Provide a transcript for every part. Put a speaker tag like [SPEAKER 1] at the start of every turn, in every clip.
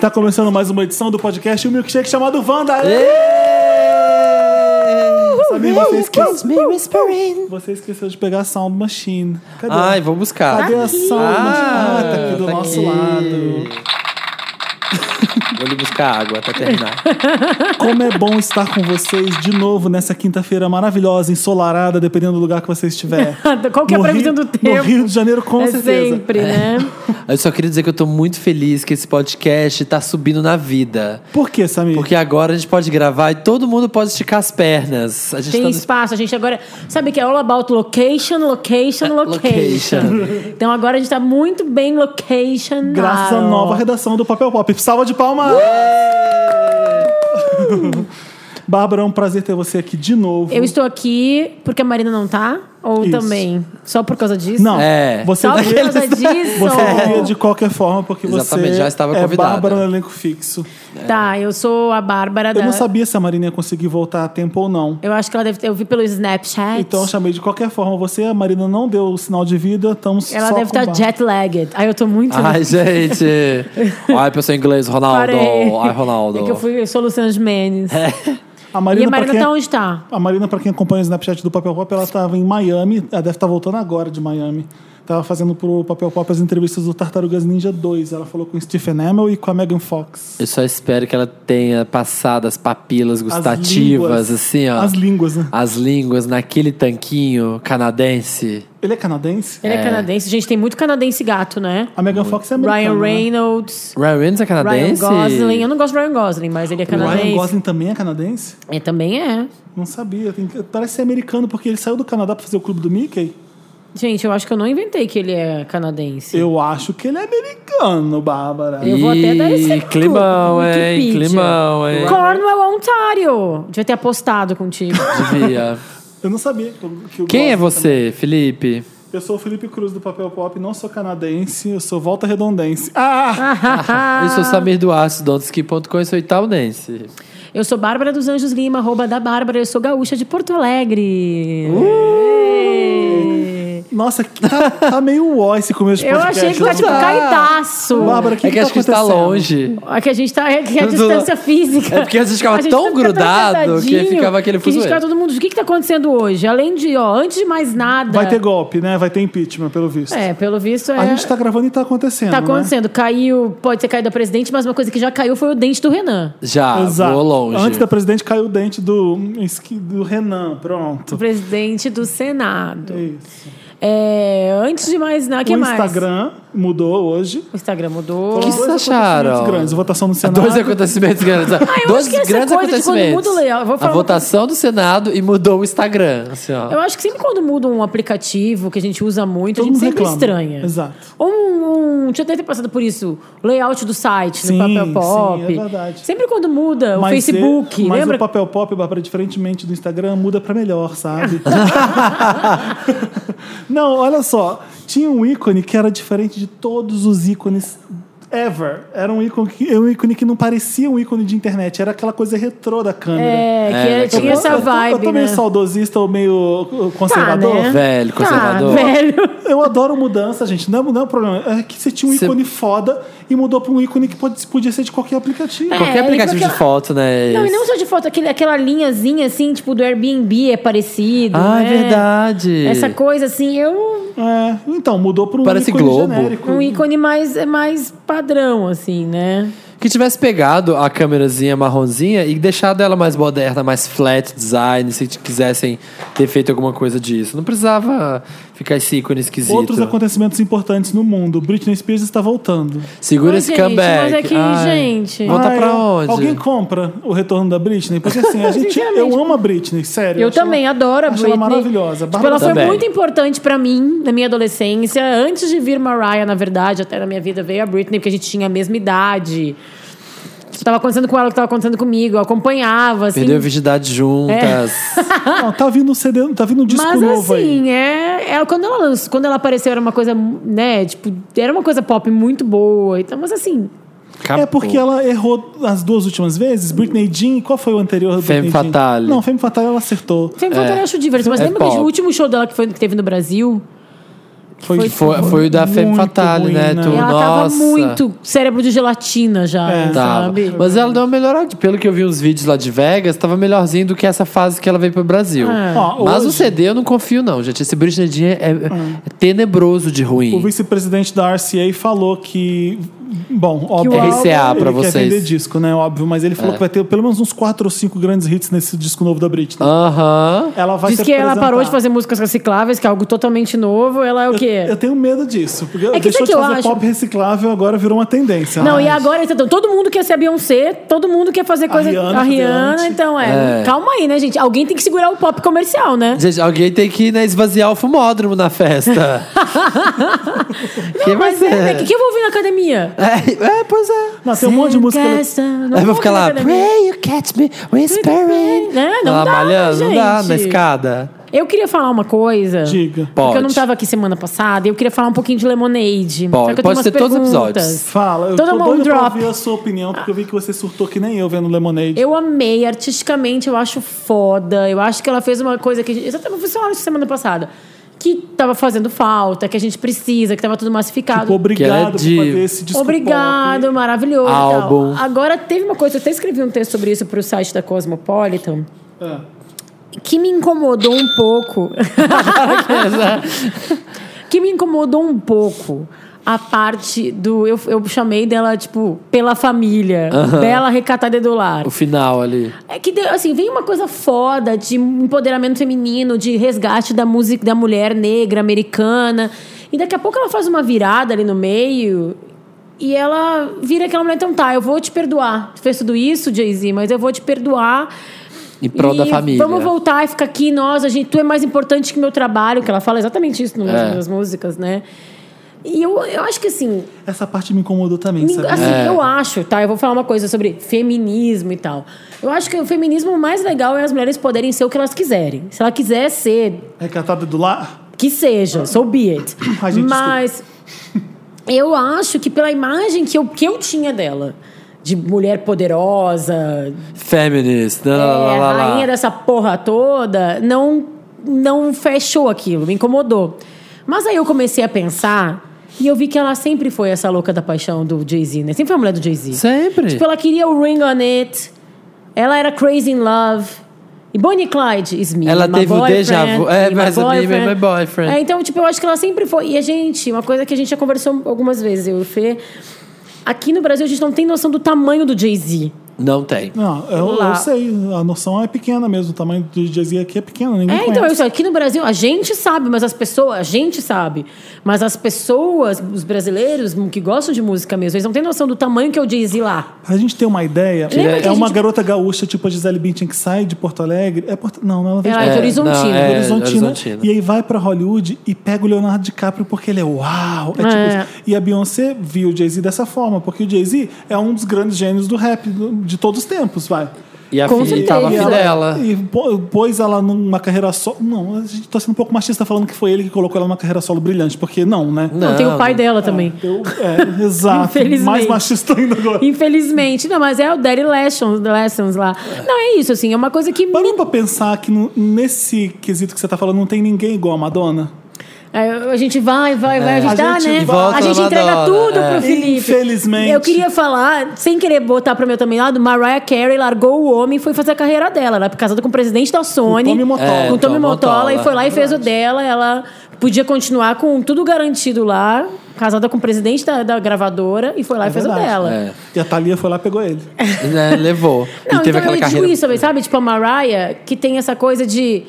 [SPEAKER 1] Tá começando mais uma edição do podcast O Milkshake chamado Wanda. Sabe, você, esquece... você esqueceu de pegar a Sound Machine. Cadê?
[SPEAKER 2] Ai, vou buscar.
[SPEAKER 1] Cadê a Sound
[SPEAKER 2] Ah,
[SPEAKER 1] Machine? Ah, tá aqui do
[SPEAKER 2] tá
[SPEAKER 1] nosso
[SPEAKER 2] aqui.
[SPEAKER 1] lado.
[SPEAKER 2] Vou lhe buscar água até terminar.
[SPEAKER 1] Como é bom estar com vocês de novo nessa quinta-feira maravilhosa, ensolarada, dependendo do lugar que você estiver.
[SPEAKER 3] Qual que é a
[SPEAKER 1] No
[SPEAKER 3] previsão
[SPEAKER 1] Rio-
[SPEAKER 3] do tempo?
[SPEAKER 1] No Rio de Janeiro, com
[SPEAKER 3] é
[SPEAKER 1] certeza.
[SPEAKER 3] sempre, né?
[SPEAKER 2] Eu só queria dizer que eu tô muito feliz que esse podcast tá subindo na vida.
[SPEAKER 1] Por quê, Samir?
[SPEAKER 2] Porque agora a gente pode gravar e todo mundo pode esticar as pernas. A gente
[SPEAKER 3] Tem
[SPEAKER 2] tá no
[SPEAKER 3] espaço, a gente agora. Sabe que é all about location,
[SPEAKER 1] É,
[SPEAKER 3] location, location.
[SPEAKER 2] location.
[SPEAKER 3] então agora a gente tá muito bem location.
[SPEAKER 1] Graças à nova redação do Papel Pop. Salva de palmas!
[SPEAKER 2] Uh!
[SPEAKER 1] Bárbara, é um prazer ter você aqui de novo.
[SPEAKER 3] Eu estou aqui porque a Marina não tá? Ou
[SPEAKER 1] Isso.
[SPEAKER 3] também? Só por causa disso?
[SPEAKER 1] Não,
[SPEAKER 2] É.
[SPEAKER 1] você
[SPEAKER 3] Só por
[SPEAKER 1] veio-
[SPEAKER 3] causa disso.
[SPEAKER 1] Você viria de qualquer forma, porque
[SPEAKER 2] Exatamente,
[SPEAKER 1] você
[SPEAKER 2] já estava
[SPEAKER 1] é
[SPEAKER 2] convidada.
[SPEAKER 1] Bárbara no elenco fixo.
[SPEAKER 3] Tá, eu sou a Bárbara
[SPEAKER 1] Eu
[SPEAKER 3] da.
[SPEAKER 1] não sabia se a Marina ia conseguir voltar a tempo ou não.
[SPEAKER 3] Eu acho que ela deve ter. Eu vi pelo Snapchat.
[SPEAKER 1] Então eu chamei de qualquer forma você. A Marina não deu o sinal de vida, estamos
[SPEAKER 3] ela
[SPEAKER 1] só
[SPEAKER 3] deve
[SPEAKER 1] com
[SPEAKER 3] estar
[SPEAKER 1] Bárbara.
[SPEAKER 3] jet lagged. Ai, eu tô muito.
[SPEAKER 2] Ai, gente. Ai, pessoal em inglês, Ronaldo.
[SPEAKER 3] Parei.
[SPEAKER 2] Ai, Ronaldo. É.
[SPEAKER 3] É que eu fui, eu sou Luciana Jimenez.
[SPEAKER 1] A
[SPEAKER 3] E
[SPEAKER 1] Marina,
[SPEAKER 3] a
[SPEAKER 1] pra
[SPEAKER 3] Marina
[SPEAKER 1] quem... é-
[SPEAKER 3] tá onde tá?
[SPEAKER 1] A Marina, pra quem acompanha o Snapchat do Papel Pop, ela estava em Miami. Ela deve estar voltando agora de Miami. Tava fazendo pro Papel Pop as entrevistas do Tartarugas Ninja 2. Ela falou com o Stephen Amell e com a Megan Fox.
[SPEAKER 2] Eu só espero que ela tenha passado as papilas gustativas,
[SPEAKER 1] línguas.
[SPEAKER 2] assim, ó.
[SPEAKER 1] As línguas, né?
[SPEAKER 2] As línguas naquele tanquinho canadense.
[SPEAKER 1] Ele é canadense?
[SPEAKER 3] Ele é. canadense. Gente, tem muito canadense gato, né?
[SPEAKER 1] A Megan Fox é americana,
[SPEAKER 3] Ryan
[SPEAKER 1] né?
[SPEAKER 3] Reynolds,
[SPEAKER 2] Ryan Reynolds é
[SPEAKER 3] Ryan
[SPEAKER 2] canadense?
[SPEAKER 3] Gosling. Eu não gosto de Ryan Gosling, mas ele é
[SPEAKER 1] O
[SPEAKER 3] canadense.
[SPEAKER 1] Ryan Gosling também é canadense?
[SPEAKER 3] É, também é.
[SPEAKER 1] Não sabia. Tem- Parece ser americano, porque ele saiu do Canadá pra fazer o clube do Mickey.
[SPEAKER 3] Gente, eu acho que eu não inventei que ele é canadense.
[SPEAKER 1] Eu acho que ele é americano, Bárbara.
[SPEAKER 3] Eu vou até dar esse
[SPEAKER 2] Ih, climão, hein?
[SPEAKER 3] Wikipedia.
[SPEAKER 2] Climão, hein?
[SPEAKER 3] Cornwall, Ontário. Devia ter apostado contigo.
[SPEAKER 2] Devia.
[SPEAKER 1] Eu não sabia que eu, que eu
[SPEAKER 2] Quem é
[SPEAKER 1] gosto
[SPEAKER 2] você, Felipe?
[SPEAKER 1] também. Eu sou o Felipe Cruz do Papel Pop, não sou canadense, eu sou volta redondense. Ah!
[SPEAKER 2] Eu sou Samir Duarte, donski.com e sou itaudense.
[SPEAKER 3] eu sou Bárbara dos Anjos Lima, arroba da Bárbara. Eu sou gaúcha de Porto Alegre.
[SPEAKER 2] Uh!
[SPEAKER 3] Ei.
[SPEAKER 1] Nossa, que- tá, tá meio ó esse começo de
[SPEAKER 3] Eu
[SPEAKER 1] podcast.
[SPEAKER 3] achei que foi tipo
[SPEAKER 1] né?
[SPEAKER 3] caetaço.
[SPEAKER 1] Bárbara, o que,
[SPEAKER 2] é que,
[SPEAKER 1] que
[SPEAKER 2] acho
[SPEAKER 1] tá
[SPEAKER 2] que a gente tá
[SPEAKER 1] acontecendo?
[SPEAKER 2] longe.
[SPEAKER 3] É que a gente tá. É que a
[SPEAKER 2] Eu tô-
[SPEAKER 3] distância física.
[SPEAKER 2] É porque a gente ficava tão
[SPEAKER 3] fica
[SPEAKER 2] grudado que
[SPEAKER 3] apertadinho,
[SPEAKER 2] ficava aquele
[SPEAKER 3] que a gente
[SPEAKER 2] fuzuê.
[SPEAKER 3] ficava todo mundo. O que, que tá acontecendo hoje? Além de, ó, antes de mais nada.
[SPEAKER 1] Vai ter golpe, né? Vai ter impeachment, pelo visto.
[SPEAKER 3] É, pelo visto é.
[SPEAKER 1] A gente tá gravando e tá acontecendo.
[SPEAKER 3] Tá
[SPEAKER 1] né?
[SPEAKER 3] acontecendo, caiu, pode ter caído a presidente, mas uma coisa que já caiu foi o dente do Renan.
[SPEAKER 2] Já,
[SPEAKER 1] Exato.
[SPEAKER 2] vou longe.
[SPEAKER 1] Ah, Antes da presidente caiu o dente do, do Renan. Pronto.
[SPEAKER 3] O presidente do Senado.
[SPEAKER 1] É isso.
[SPEAKER 3] É, antes de mais nada, o que
[SPEAKER 1] o
[SPEAKER 3] mais?
[SPEAKER 1] Instagram mudou hoje.
[SPEAKER 3] O Instagram mudou.
[SPEAKER 2] Que
[SPEAKER 1] Dois
[SPEAKER 2] vocês acharam?
[SPEAKER 1] acontecimentos Grandes, votação no Senado.
[SPEAKER 2] Dois acontecimentos grandes. Dois
[SPEAKER 3] Ah, que essa
[SPEAKER 2] grandes
[SPEAKER 3] coisa de quando
[SPEAKER 2] acontecimentos.
[SPEAKER 3] muda o layout- vou
[SPEAKER 2] a
[SPEAKER 3] falar uma
[SPEAKER 2] votação do Senado e mudou o Instagram. Assim, ó.
[SPEAKER 3] Eu acho que sempre quando muda um aplicativo que a gente usa muito,
[SPEAKER 1] Todo
[SPEAKER 3] a gente
[SPEAKER 1] mundo
[SPEAKER 3] sempre
[SPEAKER 1] reclama.
[SPEAKER 3] estranha.
[SPEAKER 1] Exato.
[SPEAKER 3] Ou um, um. Tinha até passado por isso. o Layout do site,
[SPEAKER 1] Sim,
[SPEAKER 3] do papel pop.
[SPEAKER 1] sim, é verdade.
[SPEAKER 3] Sempre quando muda, É o
[SPEAKER 1] Mas
[SPEAKER 3] Facebook,
[SPEAKER 1] e- mas
[SPEAKER 3] lembra?
[SPEAKER 1] o papel pop, Bárbara, diferentemente do Instagram, muda pra melhor, sabe? Não, olha só. Tinha um ícone que era diferente de todos os ícones ever. Era um ícone que, um ícone que não parecia um ícone de internet. Era aquela coisa retrô da câmera.
[SPEAKER 3] É, que
[SPEAKER 2] É,
[SPEAKER 3] era-
[SPEAKER 2] né,
[SPEAKER 3] tinha
[SPEAKER 2] que
[SPEAKER 1] Eu-
[SPEAKER 3] essa
[SPEAKER 1] eu tô-
[SPEAKER 3] vibe.
[SPEAKER 1] Eu tô meio
[SPEAKER 3] né?
[SPEAKER 1] saudosista ou meio conservador.
[SPEAKER 3] Tá, né?
[SPEAKER 2] Velho,
[SPEAKER 3] Tá,
[SPEAKER 2] conservador.
[SPEAKER 3] velho.
[SPEAKER 1] Eu adoro mudança, gente. Não é, não é um problema. É que você tinha um
[SPEAKER 2] Você-
[SPEAKER 1] ícone foda e mudou pra um ícone que pode, podia ser de qualquer aplicativo.
[SPEAKER 3] É.
[SPEAKER 2] Qualquer
[SPEAKER 3] ele-
[SPEAKER 2] aplicativo de
[SPEAKER 3] porque-
[SPEAKER 2] foto, né?
[SPEAKER 3] Não, e não só de foto, aquele, aquela linhazinha assim, tipo, do Airbnb é parecido.
[SPEAKER 2] Ah, é
[SPEAKER 3] né?
[SPEAKER 2] verdade.
[SPEAKER 3] Essa coisa assim, eu.
[SPEAKER 1] É, então, mudou pra um
[SPEAKER 2] Parece
[SPEAKER 1] ícone
[SPEAKER 2] Globo.
[SPEAKER 1] genérico.
[SPEAKER 3] Um ícone mais, é mais padrão, assim, né?
[SPEAKER 2] Que tivesse pegado a câmerazinha marronzinha e deixado ela mais moderna, mais flat design, se t- quisessem ter feito alguma coisa disso. Não precisava ficar esse ícone esquisito.
[SPEAKER 1] Outros acontecimentos importantes no mundo. Britney Spears está voltando.
[SPEAKER 2] Segura
[SPEAKER 3] Ai,
[SPEAKER 2] esse
[SPEAKER 3] gente,
[SPEAKER 2] comeback.
[SPEAKER 3] mas é que,
[SPEAKER 2] Ai,
[SPEAKER 3] gente-
[SPEAKER 2] Volta
[SPEAKER 1] Ai,
[SPEAKER 2] pra onde?
[SPEAKER 1] Alguém compra o retorno da Britney? Porque assim, a gente, eu amo a Britney, sério.
[SPEAKER 3] Eu
[SPEAKER 1] acho ela-
[SPEAKER 3] também adoro a
[SPEAKER 1] acho
[SPEAKER 3] Britney.
[SPEAKER 1] Ela maravilhosa.
[SPEAKER 3] Tipo, ela
[SPEAKER 1] Bárbara
[SPEAKER 3] foi
[SPEAKER 2] também.
[SPEAKER 3] muito importante pra mim na minha adolescência. Antes de vir Mariah, na verdade, até na minha vida veio a Britney, porque a gente tinha a mesma idade. Tipo, tava acontecendo com ela o que tava acontecendo comigo. Eu acompanhava, assim.
[SPEAKER 2] Perdeu a virgindade juntas.
[SPEAKER 3] É.
[SPEAKER 1] Não, tá vindo um CD, tá vindo um disco
[SPEAKER 3] Mas
[SPEAKER 1] novo aí.
[SPEAKER 3] assim, é, é- quando ela lançou, quando ela apareceu era uma coisa, né, tipo, era uma coisa pop muito boa. Então, mas assim,
[SPEAKER 2] Acabou.
[SPEAKER 1] É porque ela errou as duas últimas vezes. Britney Jean, qual foi o anterior? do
[SPEAKER 2] Femme
[SPEAKER 1] Britney Jean?
[SPEAKER 2] Fatale.
[SPEAKER 1] Não, Femme Fatale ela acertou.
[SPEAKER 3] Femme Fatale eu um acho divertido, mas
[SPEAKER 2] É
[SPEAKER 3] lembra que o
[SPEAKER 2] pop.
[SPEAKER 3] último show dela que, foi, que teve no Brasil?
[SPEAKER 2] Que foi, foi o da Femme
[SPEAKER 1] muito
[SPEAKER 2] Fatale,
[SPEAKER 1] ruim,
[SPEAKER 2] né? Tu,
[SPEAKER 3] E ela
[SPEAKER 2] nossa.
[SPEAKER 3] tava muito cérebro de gelatina já,
[SPEAKER 1] É.
[SPEAKER 2] Tava.
[SPEAKER 3] sabe?
[SPEAKER 2] Mas ela deu uma melhorada. Pelo que eu vi uns vídeos lá de Vegas, tava melhorzinho do que essa fase que ela veio pro Brasil.
[SPEAKER 3] É.
[SPEAKER 1] Ó,
[SPEAKER 2] Mas o
[SPEAKER 1] hoje- Ah.
[SPEAKER 2] CD eu não confio, não, gente. Esse Britney Jean é, é tenebroso de
[SPEAKER 1] O
[SPEAKER 2] ruim.
[SPEAKER 1] vice-presidente da RCA falou que. Bom, óbvio.
[SPEAKER 3] o álbum-
[SPEAKER 2] RCA pra
[SPEAKER 1] ele
[SPEAKER 2] vocês. É.
[SPEAKER 1] quer vender disco, né? Óbvio, mas ele falou que vai ter pelo menos uns 4 ou 5 grandes hits nesse disco novo da
[SPEAKER 2] Ah.
[SPEAKER 1] Britney.
[SPEAKER 2] Aham.
[SPEAKER 1] Ela vai
[SPEAKER 3] Diz
[SPEAKER 1] se
[SPEAKER 3] que ela
[SPEAKER 1] apresentar.
[SPEAKER 3] parou de fazer músicas recicláveis, que é algo totalmente novo. Ela é o
[SPEAKER 1] Eu,
[SPEAKER 3] quê? É
[SPEAKER 1] eu tenho medo disso. Porque
[SPEAKER 3] que
[SPEAKER 1] deixou
[SPEAKER 3] sabe
[SPEAKER 1] de
[SPEAKER 3] que eu
[SPEAKER 1] fazer
[SPEAKER 3] acho?
[SPEAKER 1] pop reciclável, agora virou uma tendência.
[SPEAKER 3] Não,
[SPEAKER 1] Mas-
[SPEAKER 3] e agora, então, todo mundo quer ser a Beyoncé, todo mundo quer fazer coisa.
[SPEAKER 1] Rihanna,
[SPEAKER 3] a Rihanna
[SPEAKER 1] Beyoncé.
[SPEAKER 3] então é.
[SPEAKER 2] É.
[SPEAKER 3] Calma aí, né, gente? Alguém tem que segurar o pop comercial, né?
[SPEAKER 2] Gente, alguém tem que né, esvaziar o fumódromo na festa. Quem vai
[SPEAKER 3] Mas é,
[SPEAKER 2] ser?
[SPEAKER 3] né? O que, que eu vou ouvir na academia?
[SPEAKER 2] É, é, pois é.
[SPEAKER 1] Não, tem um monte de música.
[SPEAKER 3] Essa- não
[SPEAKER 2] Aí vai
[SPEAKER 3] vou
[SPEAKER 2] ficar
[SPEAKER 3] ouvir
[SPEAKER 2] lá,
[SPEAKER 3] na academia.
[SPEAKER 2] pray you catch me whispering.
[SPEAKER 3] Né? Não
[SPEAKER 2] lá,
[SPEAKER 3] dá,
[SPEAKER 2] malhando, não dá,
[SPEAKER 3] gente.
[SPEAKER 2] na escada.
[SPEAKER 3] Eu queria falar uma coisa.
[SPEAKER 1] Diga.
[SPEAKER 3] Porque eu não
[SPEAKER 2] Pode.
[SPEAKER 3] tava aqui semana passada. e Eu queria falar um pouquinho de Lemonade.
[SPEAKER 2] Pode,
[SPEAKER 3] Só que eu tenho
[SPEAKER 2] pode
[SPEAKER 3] umas
[SPEAKER 2] ser todos os
[SPEAKER 3] perguntas.
[SPEAKER 2] episódios.
[SPEAKER 1] Fala, eu
[SPEAKER 3] Todo
[SPEAKER 1] tô
[SPEAKER 3] mundo
[SPEAKER 1] doido pra
[SPEAKER 3] drop.
[SPEAKER 1] ouvir a sua opinião, porque eu vi que você surtou que nem eu vendo Lemonade.
[SPEAKER 3] Eu amei, artisticamente eu acho foda. Eu acho que ela fez uma coisa que. a gente- Eu até falei isso semana passada. Que tava fazendo falta, que a gente precisa, que tava tudo massificado.
[SPEAKER 1] Tipo,
[SPEAKER 2] Que é
[SPEAKER 1] obrigado
[SPEAKER 2] de-
[SPEAKER 1] por fazer esse disco
[SPEAKER 3] Obrigado, maravilhoso. e tal.
[SPEAKER 2] Álbum.
[SPEAKER 3] Agora teve uma coisa, eu até escrevi um texto sobre isso pro site da Cosmopolitan,
[SPEAKER 1] pop. É.
[SPEAKER 3] que me incomodou um pouco. que me incomodou um pouco a parte do. Eu, eu chamei dela, tipo, pela família.
[SPEAKER 2] Aham.
[SPEAKER 3] Bela recatada do lar.
[SPEAKER 2] O final ali.
[SPEAKER 3] É que, deu- assim, vem uma coisa foda de empoderamento feminino, de resgate da música da mulher negra americana. E daqui a pouco ela faz uma virada ali no meio e ela vira aquela mulher, então tá, eu vou te perdoar. Tu fez tudo isso, Jay-Z, mas eu vou te perdoar.
[SPEAKER 2] Em prol
[SPEAKER 3] E
[SPEAKER 2] da família.
[SPEAKER 3] Vamos voltar e ficar aqui, nós, a gente, tu é mais importante que meu trabalho, que ela fala exatamente isso numa
[SPEAKER 2] É.
[SPEAKER 3] das músicas, né? E eu, eu acho que assim,
[SPEAKER 1] Essa parte me incomodou também,
[SPEAKER 3] Nin-
[SPEAKER 1] sabe?
[SPEAKER 3] Assim,
[SPEAKER 2] É.
[SPEAKER 3] eu acho, tá? Eu vou falar uma coisa sobre feminismo e tal. Eu acho que o feminismo mais legal é as mulheres poderem ser o que elas quiserem. Se ela quiser ser,
[SPEAKER 1] Recatada do lar.
[SPEAKER 3] que seja, so be it.
[SPEAKER 1] Ai, gente,
[SPEAKER 3] Mas eu acho que pela imagem que eu, que eu tinha dela, de mulher poderosa,
[SPEAKER 2] Feminist. Lá,
[SPEAKER 3] é,
[SPEAKER 2] lá, lá, lá, lá.
[SPEAKER 3] rainha dessa porra toda, não, não fechou aquilo, me incomodou. Mas aí eu comecei a pensar e eu vi que ela sempre foi essa louca da paixão do Jay-Z, né? Sempre foi a mulher do Jay-Z.
[SPEAKER 2] Sempre.
[SPEAKER 3] Tipo, ela queria o Ring on It. Ela era Crazy in Love. E Bonnie e Clyde, Smith.
[SPEAKER 2] Ela teve o déjà vu. É, mas a
[SPEAKER 3] boyfriend.
[SPEAKER 2] minha é my boyfriend.
[SPEAKER 3] É, então, tipo, eu acho que ela sempre foi. E a gente, uma coisa que a gente já conversou algumas vezes, eu e o Fê. Aqui no Brasil, a gente não tem noção do tamanho do Jay-Z.
[SPEAKER 2] Não tem.
[SPEAKER 1] Não, eu,
[SPEAKER 3] Lá.
[SPEAKER 1] eu sei, a noção é pequena mesmo. O tamanho do Jay-Z aqui é pequeno, ninguém
[SPEAKER 3] É,
[SPEAKER 1] conhece.
[SPEAKER 3] então, eu, aqui no Brasil, a gente sabe, mas as pessoas, a gente sabe. Mas as pessoas, os brasileiros que gostam de música mesmo, eles não têm noção do tamanho que é o Jay-Z lá.
[SPEAKER 1] Pra gente ter uma ideia,
[SPEAKER 3] Lembra que
[SPEAKER 1] é
[SPEAKER 3] a
[SPEAKER 1] uma
[SPEAKER 3] gente-
[SPEAKER 1] garota gaúcha, tipo a Gisele Bündchen, que sai de Porto Alegre. É Porto... Não, ela vem de
[SPEAKER 3] Ela é de Horizontina.
[SPEAKER 2] não, é,
[SPEAKER 1] Horizontina,
[SPEAKER 2] Horizontina.
[SPEAKER 1] E aí vai pra Hollywood e pega o Leonardo DiCaprio porque ele é uau. É tipo
[SPEAKER 3] É.
[SPEAKER 1] isso. E a Beyoncé viu o Jay-Z dessa forma, porque o Jay-Z é um dos grandes gênios do rap do- de todos os tempos, vai.
[SPEAKER 2] E a
[SPEAKER 3] Com
[SPEAKER 2] filha
[SPEAKER 3] certeza.
[SPEAKER 2] tava a
[SPEAKER 1] e
[SPEAKER 2] filha
[SPEAKER 1] ela-
[SPEAKER 2] dela.
[SPEAKER 1] E pô- pôs ela numa carreira só. Não, a gente tá sendo um pouco machista falando que foi ele que colocou ela numa carreira solo brilhante, porque não, né?
[SPEAKER 3] Não, tem o pai dela também.
[SPEAKER 1] Eu- é, exato.
[SPEAKER 3] um- Infelizmente.
[SPEAKER 1] Mais machista ainda agora.
[SPEAKER 3] Infelizmente, não, mas é o Daddy Lessons, Lessons lá. Não, é isso, assim, é uma coisa que.
[SPEAKER 1] Parou pra pensar que no- nesse quesito que você tá falando não tem ninguém igual a Madonna?
[SPEAKER 3] É, a gente vai, vai, vai, a gente
[SPEAKER 1] A
[SPEAKER 3] dá,
[SPEAKER 1] gente
[SPEAKER 3] né?
[SPEAKER 2] volta
[SPEAKER 3] a gente
[SPEAKER 2] na
[SPEAKER 3] entrega
[SPEAKER 2] Madonna,
[SPEAKER 3] tudo
[SPEAKER 2] é.
[SPEAKER 3] pro Felipe.
[SPEAKER 1] Infelizmente.
[SPEAKER 3] Eu queria falar, sem querer botar pro meu também lado, Mariah Carey largou o homem e foi fazer a carreira dela. Ela é casada com o presidente da Sony.
[SPEAKER 1] Tommy Mottola. É,
[SPEAKER 3] com o Tommy
[SPEAKER 2] Tom
[SPEAKER 3] Motola,
[SPEAKER 2] Mottola.
[SPEAKER 3] e foi lá e fez o dela. Ela podia continuar com tudo garantido lá. Casada com o presidente da, da gravadora e foi lá e fez o
[SPEAKER 1] verdade.
[SPEAKER 3] dela. É.
[SPEAKER 2] É.
[SPEAKER 1] E a Thalia foi lá e pegou ele.
[SPEAKER 2] Né, Levou.
[SPEAKER 3] Não,
[SPEAKER 2] e teve
[SPEAKER 3] então
[SPEAKER 2] aquela
[SPEAKER 3] eu
[SPEAKER 2] carreira.
[SPEAKER 3] digo isso também, sabe? Tipo, a Mariah, que tem essa coisa de...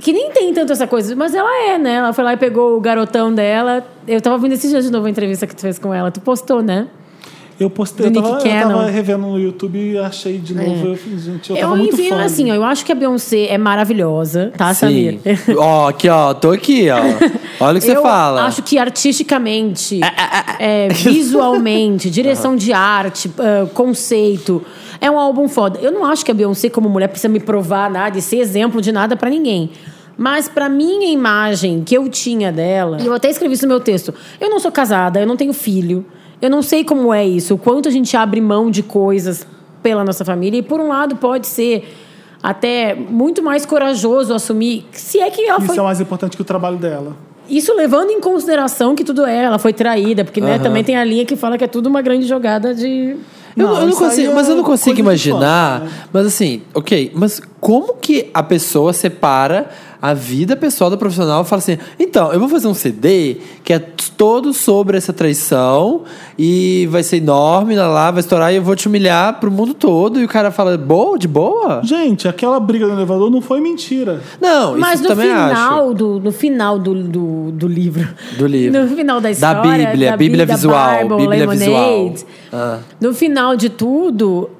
[SPEAKER 3] Que nem tem tanto essa coisa, mas ela é, né? Ela foi lá e pegou o garotão dela. Eu tava vendo esses dias de novo a entrevista que tu fez com ela. Tu postou, né?
[SPEAKER 1] Eu postei, eu
[SPEAKER 3] Do
[SPEAKER 1] tava,
[SPEAKER 3] Nick
[SPEAKER 1] eu
[SPEAKER 3] Cannon.
[SPEAKER 1] tava revendo no YouTube e achei de novo. Eu, fiz, gente, eu tava
[SPEAKER 3] É. Eu,
[SPEAKER 1] muito
[SPEAKER 3] enfim,
[SPEAKER 1] fã.
[SPEAKER 3] assim, ó, eu acho que a Beyoncé é maravilhosa, tá,
[SPEAKER 2] Sim.
[SPEAKER 3] Samir?
[SPEAKER 2] Ó, aqui, ó. Tô aqui, ó. Olha o que você
[SPEAKER 3] eu
[SPEAKER 2] fala.
[SPEAKER 3] acho que artisticamente, é, visualmente, direção de arte, ah, conceito, é um álbum foda. Eu não acho que a Beyoncé, como mulher, precisa me provar nada e ser exemplo de nada pra ninguém. Mas pra minha imagem que eu tinha dela, e eu até escrevi isso no meu texto, eu não sou casada, eu não tenho filho, eu não sei como é isso, o quanto a gente abre mão de coisas pela nossa família, e por um lado pode ser até muito mais corajoso assumir, se é que ela
[SPEAKER 1] Isso
[SPEAKER 3] foi
[SPEAKER 1] é mais importante que o trabalho dela.
[SPEAKER 3] Isso levando em consideração que tudo é, ela foi traída, porque né, também tem a linha que fala que é tudo uma grande jogada de.
[SPEAKER 2] Eu não, eu não
[SPEAKER 1] isso aí
[SPEAKER 2] consigo,
[SPEAKER 1] é
[SPEAKER 2] mas eu não
[SPEAKER 1] coisa
[SPEAKER 2] consigo
[SPEAKER 1] de
[SPEAKER 2] imaginar.
[SPEAKER 1] fã, né?
[SPEAKER 2] Mas assim, ok, mas como que a pessoa separa a vida pessoal da profissional e fala assim: então, eu vou fazer um CD que é todo sobre essa traição e vai ser enorme, lá, lá vai estourar e eu vou te humilhar pro mundo todo. E o cara fala: boa, de boa?
[SPEAKER 1] Gente, aquela briga no elevador não foi mentira.
[SPEAKER 2] Não,
[SPEAKER 3] Mas
[SPEAKER 2] isso
[SPEAKER 3] no
[SPEAKER 2] também acho.
[SPEAKER 3] final, do, no final do, do, do livro.
[SPEAKER 2] Do livro.
[SPEAKER 3] No final da
[SPEAKER 2] Da
[SPEAKER 3] história.
[SPEAKER 2] Bíblia,
[SPEAKER 3] da
[SPEAKER 2] Bíblia
[SPEAKER 3] Bí- da
[SPEAKER 2] visual,
[SPEAKER 3] Bible,
[SPEAKER 2] Bíblia
[SPEAKER 3] Lemonade,
[SPEAKER 2] visual. Ah.
[SPEAKER 3] No final de tudo,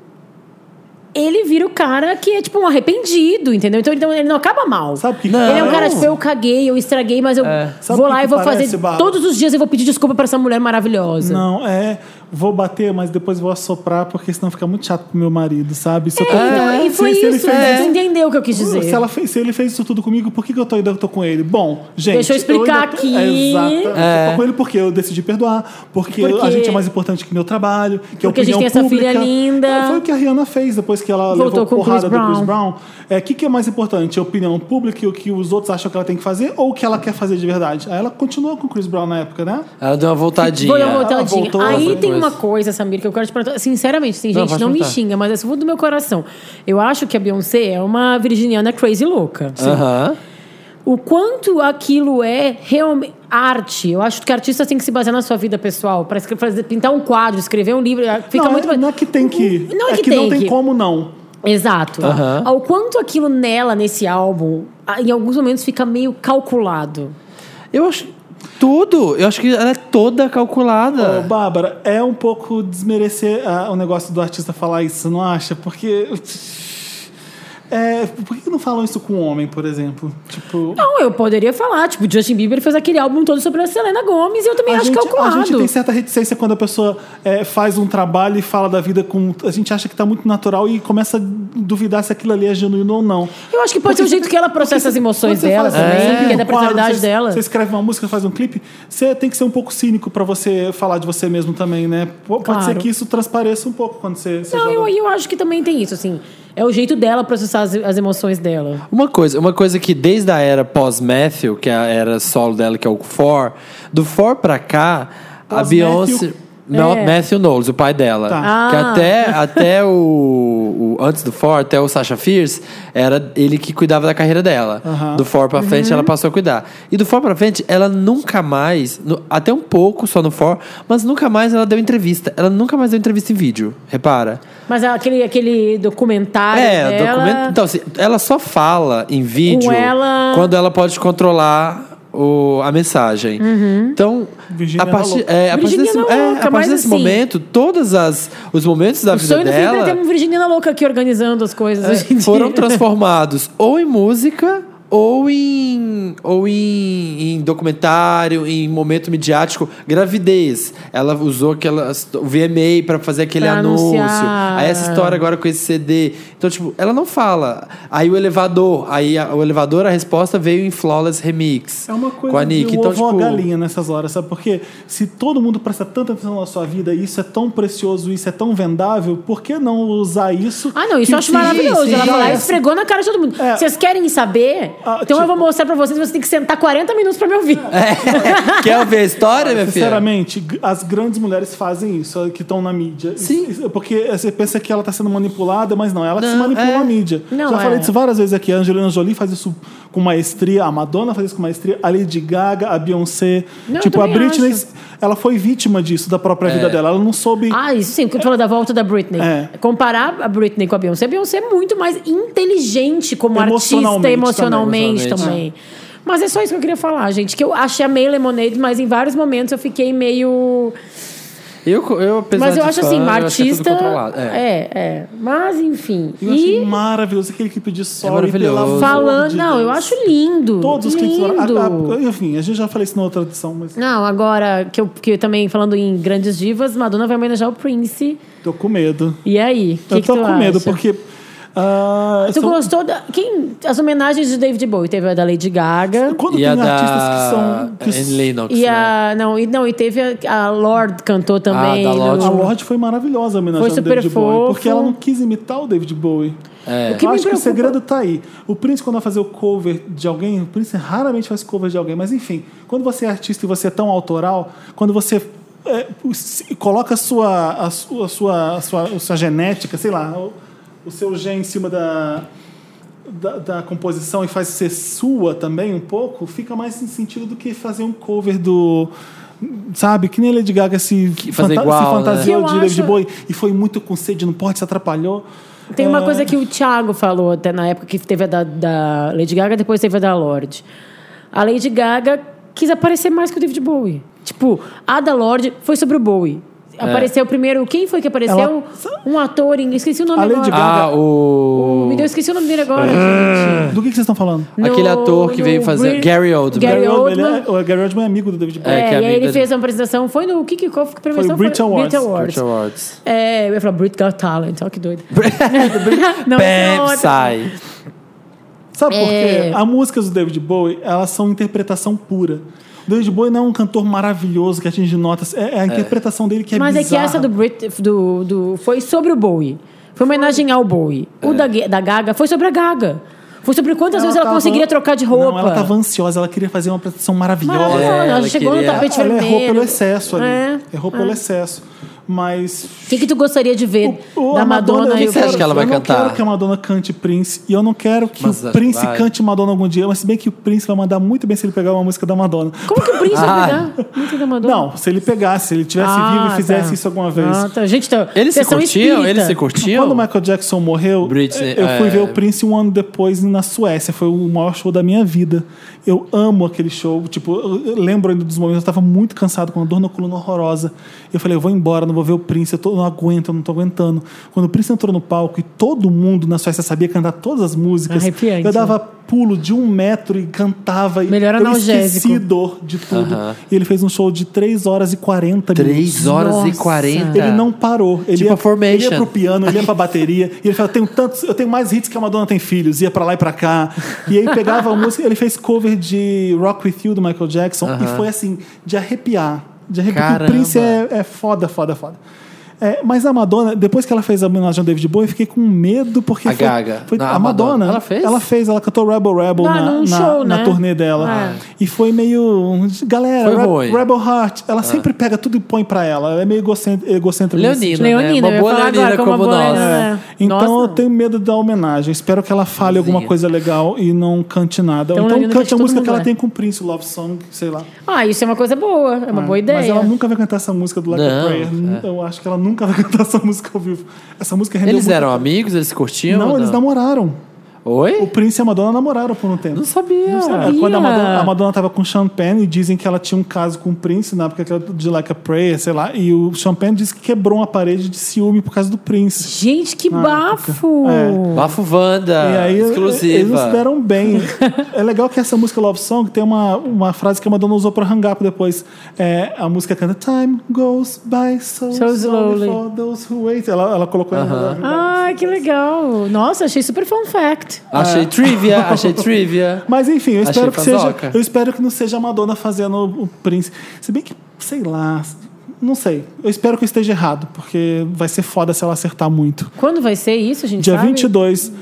[SPEAKER 3] ele vira o cara que é tipo um arrependido, entendeu? Então ele não, ele não acaba mal.
[SPEAKER 1] Sabe o que
[SPEAKER 2] Não.
[SPEAKER 1] que
[SPEAKER 3] Ele é um cara
[SPEAKER 1] parece?
[SPEAKER 3] tipo, eu caguei, eu estraguei, mas eu
[SPEAKER 2] É.
[SPEAKER 1] Sabe
[SPEAKER 3] vou
[SPEAKER 1] o que
[SPEAKER 3] lá
[SPEAKER 1] que
[SPEAKER 3] e vou
[SPEAKER 1] parece,
[SPEAKER 3] fazer.
[SPEAKER 1] Bárbara?
[SPEAKER 3] Todos os dias eu vou pedir desculpa pra essa mulher maravilhosa.
[SPEAKER 1] Não, é. Vou bater, mas depois vou assoprar, porque senão fica muito chato pro meu marido, sabe? Se eu tô-
[SPEAKER 3] Então, e
[SPEAKER 1] se-
[SPEAKER 3] foi
[SPEAKER 1] se É, ele
[SPEAKER 3] isso,
[SPEAKER 1] fez
[SPEAKER 3] você entendeu o que eu quis dizer.
[SPEAKER 1] Se, ela fez- se ele fez isso tudo comigo, por que, que eu tô ainda eu tô com ele? Bom, gente.
[SPEAKER 3] Deixa eu explicar
[SPEAKER 1] ainda tô-
[SPEAKER 3] aqui.
[SPEAKER 1] É, exatamente.
[SPEAKER 2] É.
[SPEAKER 1] Eu tô com ele porque eu decidi perdoar, porque,
[SPEAKER 3] Porque-
[SPEAKER 1] a gente é mais importante que meu trabalho, que
[SPEAKER 3] Porque a gente
[SPEAKER 1] opinião
[SPEAKER 3] tem essa
[SPEAKER 1] pública.
[SPEAKER 3] filha linda.
[SPEAKER 1] Não, foi o que a Rihanna fez depois que ela
[SPEAKER 3] Voltou
[SPEAKER 1] levou
[SPEAKER 3] com o
[SPEAKER 1] porrada
[SPEAKER 3] Chris
[SPEAKER 1] do Chris
[SPEAKER 3] Brown.
[SPEAKER 1] Brown. É, o que, que é mais importante? A opinião pública e o que os outros acham que ela tem que fazer ou o que ela quer fazer de verdade? Aí ela continuou com o Chris Brown na época, né?
[SPEAKER 2] Ela deu uma voltadinha.
[SPEAKER 3] Vou dar uma voltadinha.
[SPEAKER 1] voltou,
[SPEAKER 3] Aí
[SPEAKER 2] outra
[SPEAKER 3] tem
[SPEAKER 2] coisa.
[SPEAKER 3] uma coisa, Samir, que eu quero te perguntar. Sinceramente, tem
[SPEAKER 2] Não,
[SPEAKER 3] gente,
[SPEAKER 2] pode
[SPEAKER 3] não me
[SPEAKER 2] perguntar.
[SPEAKER 3] xinga, mas é fundo do meu coração. Eu acho que a Beyoncé é uma virginiana crazy louca.
[SPEAKER 1] Ah.
[SPEAKER 2] Aham.
[SPEAKER 3] O quanto aquilo é realmente arte. Eu acho que artista tem que se basear na sua vida pessoal. Para pintar um quadro, escrever um livro, fica
[SPEAKER 1] não,
[SPEAKER 3] muito...
[SPEAKER 1] é, não é que tem que.
[SPEAKER 3] Não é que
[SPEAKER 1] não
[SPEAKER 3] tem
[SPEAKER 1] tem
[SPEAKER 3] que.
[SPEAKER 1] como não.
[SPEAKER 3] Exato.
[SPEAKER 2] Aham.
[SPEAKER 3] Ao quanto aquilo nela, nesse álbum, a- em alguns momentos fica meio calculado.
[SPEAKER 2] Eu acho tudo. Eu acho que ela é toda calculada.
[SPEAKER 1] Ô, Bárbara, é um pouco desmerecer ah, o negócio do artista falar isso, não acha? Porque. É, por que não falam isso com o homem, por exemplo? Tipo.
[SPEAKER 3] Não, eu poderia falar. Tipo, Justin Bieber ele fez aquele álbum todo sobre a Selena Gomes e eu também
[SPEAKER 1] a
[SPEAKER 3] acho é
[SPEAKER 1] gente, a
[SPEAKER 3] calculado.
[SPEAKER 1] gente tem certa reticência quando a pessoa é, faz um trabalho e fala da vida com. A gente acha que tá muito natural e começa a duvidar se aquilo ali é genuíno ou não.
[SPEAKER 3] Eu acho que pode ser o jeito que ela processa as
[SPEAKER 1] Quando
[SPEAKER 3] emoções
[SPEAKER 1] tá- você
[SPEAKER 3] dela
[SPEAKER 1] faz-
[SPEAKER 3] também,
[SPEAKER 1] você
[SPEAKER 3] porque é
[SPEAKER 1] escreve
[SPEAKER 3] da
[SPEAKER 1] um quadro,
[SPEAKER 3] personalidade
[SPEAKER 1] você-
[SPEAKER 3] dela.
[SPEAKER 1] Você escreve uma música, faz um clipe, você tem que ser um pouco cínico pra você falar de você mesmo também, né? P- Pode
[SPEAKER 3] Claro.
[SPEAKER 1] ser que isso transpareça um pouco quando você. você
[SPEAKER 3] Não,
[SPEAKER 1] joga-
[SPEAKER 3] eu, eu acho que também tem isso, assim. É o jeito dela processar as, as emoções dela.
[SPEAKER 2] Uma coisa, uma coisa que desde a era pós-Matthew, que é a era solo dela, que é o Four, do Four pra cá, a
[SPEAKER 1] Pós-Matthew.
[SPEAKER 2] Beyoncé. Não,
[SPEAKER 3] É.
[SPEAKER 2] Matthew Knowles, o pai dela.
[SPEAKER 1] Tá.
[SPEAKER 2] Que
[SPEAKER 3] Ah.
[SPEAKER 2] até, até o, o- Antes do Four, até o Sasha Fierce, era ele que cuidava da carreira dela.
[SPEAKER 1] Aham.
[SPEAKER 2] Do Four pra frente, ela passou a cuidar. E do Four pra frente, ela nunca mais, no- até um pouco só no Four, mas nunca mais ela deu entrevista. Ela nunca mais deu entrevista em vídeo, repara.
[SPEAKER 3] Mas aquele, aquele documentário
[SPEAKER 2] É,
[SPEAKER 3] dela...
[SPEAKER 2] documento. Então, assim, ela só fala em vídeo
[SPEAKER 3] Com ela-
[SPEAKER 2] quando ela pode controlar o- a mensagem. Então,
[SPEAKER 1] Virginia
[SPEAKER 2] a partir,
[SPEAKER 1] era
[SPEAKER 2] é, a partir
[SPEAKER 3] Uhum. Virginia
[SPEAKER 2] desse,
[SPEAKER 3] era
[SPEAKER 2] é,
[SPEAKER 3] louca,
[SPEAKER 2] a
[SPEAKER 3] mas
[SPEAKER 2] partir desse
[SPEAKER 3] assim-
[SPEAKER 2] momento, todos os momentos da
[SPEAKER 3] o
[SPEAKER 2] vida
[SPEAKER 3] sonho do filme é ter
[SPEAKER 2] dela
[SPEAKER 3] uma virginiana louca aqui organizando as coisas
[SPEAKER 2] é,
[SPEAKER 3] hoje em dia.
[SPEAKER 2] foram transformados ou em música ou em ou em, em documentário, em momento midiático, gravidez. Ela usou aquela o VMA pra fazer aquele
[SPEAKER 3] Pra
[SPEAKER 2] anúncio.
[SPEAKER 3] anunciar.
[SPEAKER 2] Aí essa história agora com esse CD. Então, tipo, ela não fala. Aí o elevador, aí a- o elevador, a resposta veio em Flawless Remix.
[SPEAKER 1] É uma coisa
[SPEAKER 2] com a Nick.
[SPEAKER 1] que o
[SPEAKER 2] então,
[SPEAKER 1] ovo
[SPEAKER 2] tipo,
[SPEAKER 1] a galinha nessas horas, sabe? Porque se todo mundo presta tanta atenção na sua vida, isso é tão precioso, isso é tão vendável, por que não usar isso?
[SPEAKER 3] Ah, não, isso
[SPEAKER 1] que
[SPEAKER 3] eu acho
[SPEAKER 1] se-
[SPEAKER 3] maravilhoso.
[SPEAKER 2] sim,
[SPEAKER 3] ela
[SPEAKER 2] sim.
[SPEAKER 3] falou,
[SPEAKER 2] É.
[SPEAKER 3] e esfregou na cara de todo mundo.
[SPEAKER 1] É.
[SPEAKER 3] Vocês querem saber?
[SPEAKER 1] Ah,
[SPEAKER 3] então eu
[SPEAKER 1] tipo- É.
[SPEAKER 3] vou mostrar pra vocês, vocês têm que sentar 40 minutos pra me ouvir.
[SPEAKER 2] Quer ouvir a
[SPEAKER 3] é
[SPEAKER 2] história, minha filha?
[SPEAKER 1] Sinceramente, g- as grandes mulheres fazem isso, que estão na mídia.
[SPEAKER 2] Sim.
[SPEAKER 1] Isso- Porque você pensa que ela está sendo manipulada, mas não, ela que se
[SPEAKER 2] Não,
[SPEAKER 1] manipula
[SPEAKER 2] é.
[SPEAKER 1] a mídia.
[SPEAKER 3] Não,
[SPEAKER 1] Já
[SPEAKER 3] é.
[SPEAKER 1] falei disso várias vezes aqui. A Angelina Jolie faz isso com maestria, a Madonna faz isso com maestria, a Lady Gaga, a Beyoncé.
[SPEAKER 3] Não, eu
[SPEAKER 1] tipo, a
[SPEAKER 3] também
[SPEAKER 1] Britney,
[SPEAKER 3] acho.
[SPEAKER 1] ela foi vítima disso, da própria
[SPEAKER 2] É.
[SPEAKER 1] vida dela. Ela não soube.
[SPEAKER 3] Ah, isso sim, porque tu falou da volta da Britney.
[SPEAKER 1] É.
[SPEAKER 3] Comparar a Britney com a Beyoncé, a Beyoncé é muito mais inteligente como artista
[SPEAKER 1] Emocionalmente
[SPEAKER 3] emocionalmente também.
[SPEAKER 2] também.
[SPEAKER 3] Mas é só isso que eu queria falar, gente. Que eu achei a meio Lemonade, mas em vários momentos eu fiquei meio.
[SPEAKER 2] Eu, eu, apesar
[SPEAKER 3] mas eu
[SPEAKER 2] de
[SPEAKER 3] acho
[SPEAKER 2] fã,
[SPEAKER 3] assim, uma
[SPEAKER 2] eu acho que é tudo
[SPEAKER 3] artista.
[SPEAKER 2] controlado. É.
[SPEAKER 3] é. é. Mas enfim.
[SPEAKER 1] Eu achei maravilhoso aquele clipe de sol.
[SPEAKER 2] É maravilhoso.
[SPEAKER 3] e falando. Não, eu acho lindo.
[SPEAKER 1] Todos os clipes
[SPEAKER 3] lindo.
[SPEAKER 1] foram. a- a- Enfim, a gente já falou isso na outra edição, mas
[SPEAKER 3] Não, agora que eu, que eu também falando em grandes divas, Madonna vai homenagear o Prince.
[SPEAKER 1] tô com medo.
[SPEAKER 3] E aí? O que
[SPEAKER 1] eu
[SPEAKER 3] que
[SPEAKER 1] tô
[SPEAKER 3] tu
[SPEAKER 1] com medo,
[SPEAKER 3] acha?
[SPEAKER 1] porque Ah,
[SPEAKER 3] Tu
[SPEAKER 1] são-
[SPEAKER 2] um
[SPEAKER 3] gostou da. Quem, as homenagens de David Bowie? Teve a da Lady Gaga.
[SPEAKER 1] Quando
[SPEAKER 2] E
[SPEAKER 1] tem
[SPEAKER 2] a da
[SPEAKER 1] artistas que são.
[SPEAKER 2] Annie
[SPEAKER 1] Que...
[SPEAKER 2] Lennox.
[SPEAKER 3] E
[SPEAKER 2] né? Ah,
[SPEAKER 3] a. Não, e, não, e teve a, a Lord cantou também.
[SPEAKER 2] da
[SPEAKER 3] no-
[SPEAKER 2] Lorde.
[SPEAKER 1] A Lorde foi maravilhosa a homenagem
[SPEAKER 3] Foi
[SPEAKER 1] ao
[SPEAKER 3] super
[SPEAKER 1] David Bowie,
[SPEAKER 3] fofo.
[SPEAKER 1] porque ela não quis imitar o David Bowie.
[SPEAKER 2] É.
[SPEAKER 3] O que
[SPEAKER 1] eu
[SPEAKER 3] me
[SPEAKER 1] acho que o
[SPEAKER 3] preocupa-
[SPEAKER 1] segredo tá aí. O Prince, quando vai fazer o cover de alguém, o Prince raramente faz cover de alguém, mas enfim, quando você é artista e você é tão autoral, quando você é, se- coloca a sua, a sua, a sua, a sua, a sua genética, sei lá, o, o seu gene em cima da, da, da composição e faz ser sua também um pouco, fica mais sem sentido do que fazer um cover do. Sabe? Que nem Lady Gaga se,
[SPEAKER 2] fazer
[SPEAKER 1] fanta-
[SPEAKER 2] igual,
[SPEAKER 1] se
[SPEAKER 2] né?
[SPEAKER 1] fantasiou
[SPEAKER 3] Que eu
[SPEAKER 1] de David
[SPEAKER 3] acho-
[SPEAKER 1] Bowie e foi muito com sede no porte, se atrapalhou.
[SPEAKER 2] um
[SPEAKER 3] Tem uma
[SPEAKER 1] É,
[SPEAKER 3] coisa que o Thiago falou até na época que teve a da, da Lady Gaga, depois teve a da Lorde. A Lady Gaga quis aparecer mais que o David Bowie. Tipo, a da Lorde foi sobre o Bowie.
[SPEAKER 2] É.
[SPEAKER 3] Apareceu primeiro. Quem foi que apareceu?
[SPEAKER 1] Ela-
[SPEAKER 3] Um ator em. Esqueci o nome
[SPEAKER 1] A Lady
[SPEAKER 3] agora.
[SPEAKER 1] Gaga-
[SPEAKER 2] Ah, o.
[SPEAKER 3] Me deu, esqueci o nome dele agora, gente.
[SPEAKER 1] Do que, que vocês estão falando?
[SPEAKER 2] Ah. Aquele
[SPEAKER 3] No-
[SPEAKER 2] ator que veio
[SPEAKER 3] no
[SPEAKER 2] fazer-
[SPEAKER 3] Brit-
[SPEAKER 2] Gary Oldman.
[SPEAKER 3] Gary Oldman. né?
[SPEAKER 1] ele é- o Gary Oldman é amigo do David Bowie.
[SPEAKER 2] É, que
[SPEAKER 3] É,
[SPEAKER 2] é
[SPEAKER 3] e aí
[SPEAKER 2] amigo
[SPEAKER 3] ele
[SPEAKER 2] da-
[SPEAKER 3] fez uma apresentação. Foi no. O que que qual foi a apresentação?
[SPEAKER 1] Brit Awards.
[SPEAKER 2] Brit Awards.
[SPEAKER 3] É, eu ia falar Brit Got Talent, olha que doido. Não, essa é
[SPEAKER 2] Bam,
[SPEAKER 3] outra.
[SPEAKER 2] sai.
[SPEAKER 1] Sabe por quê?
[SPEAKER 3] É.
[SPEAKER 1] As músicas do David Bowie, elas são interpretação pura. O David Bowie não é um cantor maravilhoso que atinge notas. É, é a interpretação dele que é
[SPEAKER 3] Mas é que
[SPEAKER 1] bizarra.
[SPEAKER 3] essa do Brit do, do foi sobre o Bowie. Foi uma homenagem ao Bowie.
[SPEAKER 2] É.
[SPEAKER 3] O da, Ga- da Gaga foi sobre a Gaga. Foi sobre quantas vezes ela
[SPEAKER 1] tava-
[SPEAKER 3] conseguiria trocar de roupa.
[SPEAKER 1] Não, ela tava ansiosa. Ela queria fazer uma apresentação maravilhosa.
[SPEAKER 3] Maravilhosa.
[SPEAKER 2] É, ela
[SPEAKER 3] ela chegou
[SPEAKER 2] queria-
[SPEAKER 3] no tapete
[SPEAKER 1] Ela
[SPEAKER 3] vermelho.
[SPEAKER 1] errou pelo excesso ali.
[SPEAKER 3] É.
[SPEAKER 1] Errou pelo excesso. Mas
[SPEAKER 3] O que, que tu gostaria de ver
[SPEAKER 1] O-
[SPEAKER 3] da
[SPEAKER 1] a
[SPEAKER 3] Madonna,
[SPEAKER 1] eu
[SPEAKER 3] e
[SPEAKER 1] não
[SPEAKER 3] o
[SPEAKER 2] você acha
[SPEAKER 1] quero-
[SPEAKER 2] que ela vai
[SPEAKER 1] eu
[SPEAKER 2] cantar?
[SPEAKER 1] não quero que a Madonna cante Prince. E eu não quero que
[SPEAKER 2] Mas,
[SPEAKER 1] o Prince
[SPEAKER 2] vai.
[SPEAKER 1] cante Madonna algum dia. Mas se bem que o Prince vai mandar muito bem se ele pegar uma música da Madonna.
[SPEAKER 3] Como que o Prince
[SPEAKER 2] Ah.
[SPEAKER 3] vai pegar? Muito da Madonna.
[SPEAKER 1] Não, se ele pegasse, se ele tivesse vivo e fizesse isso alguma vez.
[SPEAKER 3] tá. Ah, tá. Gente, tá.
[SPEAKER 2] Eles se
[SPEAKER 3] sessão
[SPEAKER 2] curtiam?
[SPEAKER 3] espírita.
[SPEAKER 2] Eles se curtiam?
[SPEAKER 1] Quando o Michael Jackson morreu,
[SPEAKER 2] Britney,
[SPEAKER 1] eu fui
[SPEAKER 2] é.
[SPEAKER 1] ver o Prince um ano depois na Suécia. Foi o maior show da minha vida. Eu amo aquele show. Tipo, eu eu lembro ainda dos momentos. Eu tava muito cansado, com uma dor na coluna horrorosa. Eu falei, eu vou embora, não vou ver o Prince. Eu tô- não aguento, eu não tô aguentando. Quando o Prince entrou no palco e todo mundo na Suécia sabia cantar todas as músicas,
[SPEAKER 3] Arrepiante,
[SPEAKER 1] eu
[SPEAKER 2] né?
[SPEAKER 1] dava pulo de um metro e cantava. E
[SPEAKER 3] Melhor
[SPEAKER 1] eu esqueci
[SPEAKER 3] analgésico.
[SPEAKER 1] dor de tudo.
[SPEAKER 2] Aham.
[SPEAKER 1] E ele fez um show de 3 horas e 40 minutos.
[SPEAKER 2] 3 horas e
[SPEAKER 3] Nossa.
[SPEAKER 2] 40.
[SPEAKER 1] Ele não parou. Ele
[SPEAKER 2] Tipo
[SPEAKER 1] ia,
[SPEAKER 2] a Formation.
[SPEAKER 1] Ele ia pro piano, ele ia pra bateria. e ele falava, tenho tantos, eu tenho mais hits que a Madonna tem filhos. Ia pra lá e pra cá. E aí pegava a música, ele fez cover de Rock With You, do Michael Jackson. E foi assim, de arrepiar. De arrepiar. Porque
[SPEAKER 2] Caramba.
[SPEAKER 1] O Prince é, é foda, foda, foda. É, mas a Madonna, depois que ela fez a homenagem ao David Bowie, eu fiquei com medo porque
[SPEAKER 2] A
[SPEAKER 1] foi,
[SPEAKER 2] Gaga.
[SPEAKER 1] foi-
[SPEAKER 2] Não,
[SPEAKER 1] a
[SPEAKER 2] a
[SPEAKER 1] Madonna,
[SPEAKER 2] Madonna. Ela fez?
[SPEAKER 1] Ela fez, ela cantou Rebel Rebel
[SPEAKER 3] Ah,
[SPEAKER 1] na,
[SPEAKER 3] num
[SPEAKER 1] na-
[SPEAKER 3] show,
[SPEAKER 1] na
[SPEAKER 3] né?
[SPEAKER 1] turnê dela.
[SPEAKER 3] Ah.
[SPEAKER 1] E foi meio. Galera,
[SPEAKER 2] Foi
[SPEAKER 1] Re-
[SPEAKER 2] ruim. Ah.
[SPEAKER 1] Rebel Heart, ela sempre pega tudo e põe pra ela. Ela é meio egocent- egocêntrica. nesse
[SPEAKER 2] Leonina, né?
[SPEAKER 3] Leonina, eu
[SPEAKER 2] Uma
[SPEAKER 3] ia
[SPEAKER 2] boa
[SPEAKER 3] falar
[SPEAKER 2] Leonina
[SPEAKER 3] agora,
[SPEAKER 2] como,
[SPEAKER 3] como uma boa
[SPEAKER 2] nós.
[SPEAKER 3] Leonina. É.
[SPEAKER 1] Então
[SPEAKER 3] Nossa,
[SPEAKER 1] eu
[SPEAKER 3] não.
[SPEAKER 1] tenho medo da homenagem. Espero que ela fale alguma coisa legal e não cante nada.
[SPEAKER 3] Então,
[SPEAKER 1] Ou então
[SPEAKER 3] Leonina
[SPEAKER 1] cante
[SPEAKER 3] que
[SPEAKER 1] a
[SPEAKER 3] todo
[SPEAKER 1] música
[SPEAKER 3] mundo
[SPEAKER 1] que ela
[SPEAKER 3] é.
[SPEAKER 1] tem com o Prince, Love Song, sei lá.
[SPEAKER 3] Ah, isso é uma coisa boa. É uma boa ideia.
[SPEAKER 1] Mas ela nunca vai cantar essa música do Like
[SPEAKER 2] Não,
[SPEAKER 1] a Prayer. N-
[SPEAKER 2] é.
[SPEAKER 1] Eu acho que ela nunca vai cantar essa música ao vivo. Essa música rendeu
[SPEAKER 2] Eles
[SPEAKER 1] muito-
[SPEAKER 2] eram amigos? Eles se curtiam?
[SPEAKER 1] Não,
[SPEAKER 2] ou
[SPEAKER 1] eles namoraram. O
[SPEAKER 2] Oi?
[SPEAKER 1] Prince e a Madonna namoraram por um tempo.
[SPEAKER 2] Não sabia.
[SPEAKER 1] É, Quando a Madonna,
[SPEAKER 3] Sabia.
[SPEAKER 1] a Madonna tava com Champagne e dizem que ela tinha um caso com o Prince na época que ela- de Like a Prayer, sei lá. E o Champagne disse que quebrou uma parede de ciúme por causa do Prince.
[SPEAKER 3] Gente,
[SPEAKER 1] Ah,
[SPEAKER 3] que bafo!
[SPEAKER 1] É.
[SPEAKER 2] Bafo Wanda,
[SPEAKER 1] E aí eles não
[SPEAKER 2] Ah, exclusiva.
[SPEAKER 1] se deram bem. é legal que essa música Love Song tem uma, uma frase que a Madonna usou pra hang up depois. É, a música canta Time goes by so,
[SPEAKER 3] So
[SPEAKER 1] slowly
[SPEAKER 3] slowly.
[SPEAKER 1] for those who wait. Ela, ela colocou ela na hang up.
[SPEAKER 3] Ah, que legal! Nossa, achei super fun fact.
[SPEAKER 2] Achei trivia, achei trivia.
[SPEAKER 1] Mas enfim, eu
[SPEAKER 2] Achei
[SPEAKER 1] espero que seja.
[SPEAKER 2] fazoca.
[SPEAKER 1] Eu espero que não seja a Madonna fazendo o Prince. Se bem que, sei lá, não sei. Eu espero que eu esteja errado, porque vai ser foda se ela acertar muito.
[SPEAKER 3] Quando vai ser isso, gente?
[SPEAKER 1] Dia
[SPEAKER 3] sabe?
[SPEAKER 1] 22,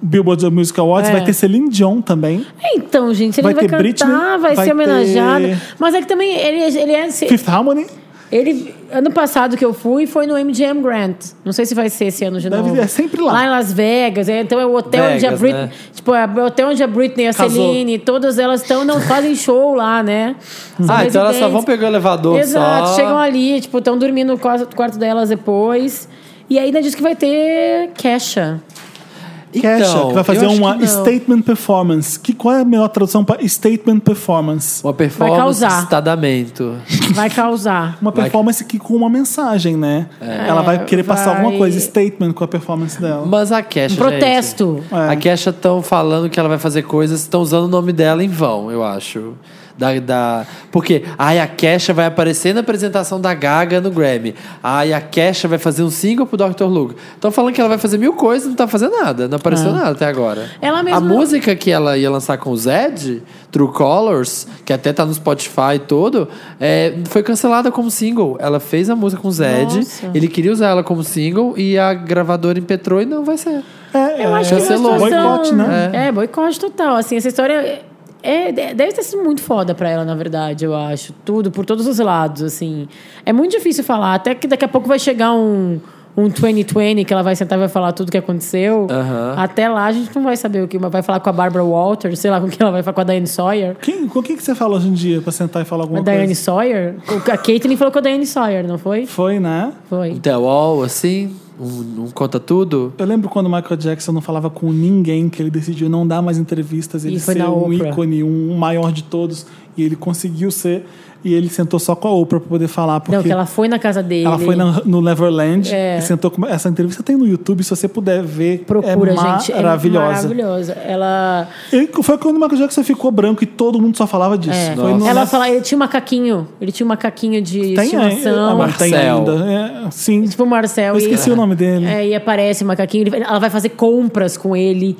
[SPEAKER 1] Billboard Music Awards,
[SPEAKER 3] É.
[SPEAKER 1] vai ter Celine Dion também.
[SPEAKER 3] Então, gente, ele
[SPEAKER 1] Vai
[SPEAKER 3] vai,
[SPEAKER 1] ter
[SPEAKER 3] cantar,
[SPEAKER 1] Britney,
[SPEAKER 3] vai,
[SPEAKER 1] vai ter-
[SPEAKER 3] ser homenageado. Mas é que também ele, ele é.
[SPEAKER 1] Fifth Harmony.
[SPEAKER 3] Ele, ano passado que eu fui foi no MGM Grant. Não sei se vai ser esse ano de
[SPEAKER 1] Deve-
[SPEAKER 3] novo.
[SPEAKER 1] é sempre lá.
[SPEAKER 3] Lá em Las Vegas. é, Então é o hotel onde a
[SPEAKER 2] Vegas,
[SPEAKER 3] Britney.
[SPEAKER 2] né?
[SPEAKER 3] Tipo, é o hotel onde a Britney, a
[SPEAKER 1] Casou.
[SPEAKER 3] Celine, todas elas estão, não fazem show lá, né? São
[SPEAKER 2] Ah, então elas só
[SPEAKER 3] residentes.
[SPEAKER 2] vão pegar o elevador
[SPEAKER 3] Exato,
[SPEAKER 2] só.
[SPEAKER 3] chegam ali, tipo, estão dormindo no quarto, quarto delas depois. E ainda diz que vai ter Kesha.
[SPEAKER 1] Kesha,
[SPEAKER 2] Então,
[SPEAKER 1] que vai fazer
[SPEAKER 2] eu acho
[SPEAKER 1] uma
[SPEAKER 2] que não.
[SPEAKER 1] statement performance. Que, qual é a melhor tradução para statement performance?
[SPEAKER 2] Uma performance de
[SPEAKER 3] causar.
[SPEAKER 2] estadamento.
[SPEAKER 3] Vai causar.
[SPEAKER 1] Uma
[SPEAKER 2] Vai- É.
[SPEAKER 1] performance que com uma mensagem, né? Ela vai querer passar
[SPEAKER 3] vai-
[SPEAKER 1] alguma coisa, statement com a performance dela.
[SPEAKER 2] Mas a Kesha, gente,
[SPEAKER 3] Protesto.
[SPEAKER 1] É.
[SPEAKER 2] a Kesha estão falando que ela vai fazer coisas, estão usando o nome dela em vão, eu acho. Da, da... Porque ai, a Kesha vai aparecer na apresentação da Gaga no Grammy. Ai, a Kesha vai fazer um single pro Dr. Luke. Estão falando que ela vai fazer mil coisas e não tá fazendo nada na apareceu nada até agora.
[SPEAKER 3] Ela mesma-
[SPEAKER 2] A música que ela ia lançar com o Zed, True Colors, que até tá no Spotify e todo, é, foi cancelada como single. Ela fez a música com o Zed,
[SPEAKER 3] Nossa.
[SPEAKER 2] ele queria usar ela como single e a gravadora impetrou e não vai ser.
[SPEAKER 1] É, é,
[SPEAKER 3] Eu acho que é
[SPEAKER 2] Cancelou.
[SPEAKER 3] uma situação-
[SPEAKER 1] Boicote, né?
[SPEAKER 3] É, boicote total. Assim, essa história é, é- deve ter sido muito foda pra ela, na verdade, eu acho. Tudo, por todos os lados, assim. É muito difícil falar. Até que daqui a pouco vai chegar um, um 2020 que ela vai sentar e vai falar tudo que aconteceu.
[SPEAKER 2] Aham.
[SPEAKER 3] Até lá a gente não vai saber o que. mas Vai falar com a Barbara Walters, sei lá com quem ela vai falar com a Diane Sawyer.
[SPEAKER 1] Quem, com quem que você fala hoje em dia pra sentar e falar alguma
[SPEAKER 3] A
[SPEAKER 1] coisa?
[SPEAKER 3] Diane Sawyer? O- A Caitlyn falou com a Diane Sawyer, não foi?
[SPEAKER 1] Foi, né?
[SPEAKER 3] Foi.
[SPEAKER 2] Um The Wall, assim, um, um conta tudo.
[SPEAKER 1] Eu lembro quando o Michael Jackson não falava com ninguém, que ele decidiu não dar mais entrevistas, ele
[SPEAKER 3] E foi
[SPEAKER 1] ser
[SPEAKER 3] na
[SPEAKER 1] um
[SPEAKER 3] Oprah.
[SPEAKER 1] ícone, um maior de todos, e ele conseguiu ser, e ele sentou só com a Oprah pra poder falar, porque
[SPEAKER 3] Não, que ela foi na casa dele.
[SPEAKER 1] ela foi na- no Neverland
[SPEAKER 3] É.
[SPEAKER 1] e sentou com... Essa entrevista tem no YouTube, se você puder ver,
[SPEAKER 3] Procura,
[SPEAKER 1] é
[SPEAKER 3] gente. É
[SPEAKER 1] maravilhosa.
[SPEAKER 3] maravilhosa. Ela.
[SPEAKER 1] Ele- foi quando o Michael Jackson ficou branco e todo mundo só falava disso.
[SPEAKER 3] É.
[SPEAKER 1] Foi no-
[SPEAKER 3] Ela
[SPEAKER 1] nessa-
[SPEAKER 3] fala, ele tinha um macaquinho. Ele tinha um macaquinho de
[SPEAKER 1] tem, é, a
[SPEAKER 3] estimação.
[SPEAKER 1] Mar- tem
[SPEAKER 2] Marcel.
[SPEAKER 1] ainda. É, sim,
[SPEAKER 3] tipo o Marcel.
[SPEAKER 1] eu esqueci
[SPEAKER 3] e,
[SPEAKER 1] o nome dele.
[SPEAKER 3] É, e aparece o macaquinho. ele- ela vai fazer compras com ele.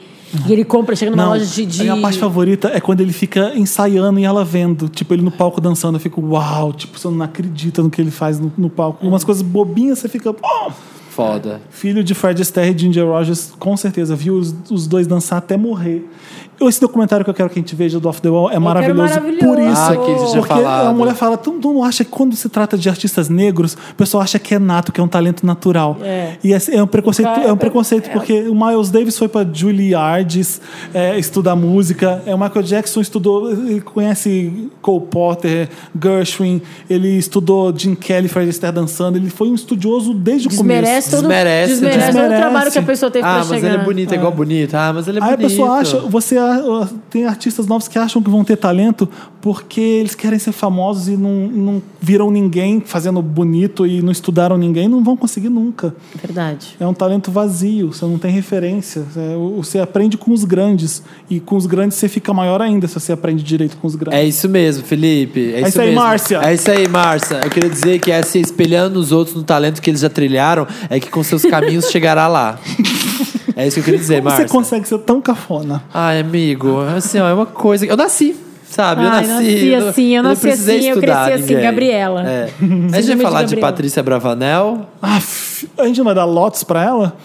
[SPEAKER 3] E ele compra, chega numa
[SPEAKER 1] Não,
[SPEAKER 3] loja de.
[SPEAKER 1] a
[SPEAKER 3] de...
[SPEAKER 1] minha parte favorita é quando ele fica ensaiando e ela vendo. Tipo, ele no palco dançando, eu fico, uau, tipo, você não acredita no que ele faz no, no palco. Umas coisas bobinhas, você fica. "Oh!"
[SPEAKER 2] Foda.
[SPEAKER 1] Filho de Fred Astaire e Ginger Rogers, com certeza, viu os, os dois dançar até morrer. Esse documentário que eu quero que a gente veja do Off the Wall é maravilhoso,
[SPEAKER 3] maravilhoso.
[SPEAKER 1] por isso.
[SPEAKER 2] Ah, que já
[SPEAKER 1] porque
[SPEAKER 2] falado.
[SPEAKER 1] a mulher fala, tu, tu não acha que quando se trata de artistas negros, o pessoal acha que é nato, que é um talento natural.
[SPEAKER 3] É.
[SPEAKER 1] E é, é um preconceito,
[SPEAKER 3] cara-
[SPEAKER 1] é um preconceito porque o Miles Davis foi para Juilliard é, estudar música, é, o Michael Jackson estudou, ele conhece Cole Porter, Gershwin, ele estudou Jim Kelly, Fred Astaire dançando, ele foi um estudioso desde o começo.
[SPEAKER 3] Desmerece todo,
[SPEAKER 2] Desmerece,
[SPEAKER 3] desmerece todo
[SPEAKER 1] desmerece.
[SPEAKER 3] o trabalho que a pessoa teve
[SPEAKER 2] Ah,
[SPEAKER 3] pra
[SPEAKER 2] mas
[SPEAKER 3] chegar.
[SPEAKER 2] ele é bonito, é igual bonito. Ah, mas ele é
[SPEAKER 1] Aí a
[SPEAKER 2] bonito.
[SPEAKER 1] pessoa acha, você ah, tem artistas novos que acham que vão ter talento porque eles querem ser famosos e não, não viram ninguém fazendo bonito e não estudaram ninguém, não vão conseguir nunca.
[SPEAKER 3] Verdade.
[SPEAKER 1] É um talento vazio, você não tem referência. é, o- Você aprende com os grandes e com os grandes você fica maior ainda se você aprende direito com os grandes.
[SPEAKER 2] É isso mesmo, Felipe. É,
[SPEAKER 1] isso aí,
[SPEAKER 2] mesmo.
[SPEAKER 1] Márcia.
[SPEAKER 2] É isso aí, Márcia. Eu queria dizer que é se espelhando os outros no talento que eles já trilharam, é que com seus caminhos chegará lá. É isso que eu queria dizer,
[SPEAKER 1] Como você
[SPEAKER 2] Márcia.
[SPEAKER 1] consegue ser tão cafona?
[SPEAKER 2] Ai, amigo, assim, ó, é uma coisa. que- Eu nasci, sabe? eu
[SPEAKER 3] Ai,
[SPEAKER 2] nasci.
[SPEAKER 3] nasci assim, eu
[SPEAKER 2] não
[SPEAKER 3] nasci
[SPEAKER 2] precisei
[SPEAKER 3] assim, eu
[SPEAKER 2] estudar
[SPEAKER 3] cresci assim,
[SPEAKER 2] ninguém.
[SPEAKER 3] Gabriela.
[SPEAKER 2] É. A gente
[SPEAKER 3] de
[SPEAKER 2] vai falar de
[SPEAKER 3] Gabriela.
[SPEAKER 2] Patrícia Bravanel.
[SPEAKER 1] Ah, f- a gente não vai dar lotes pra ela?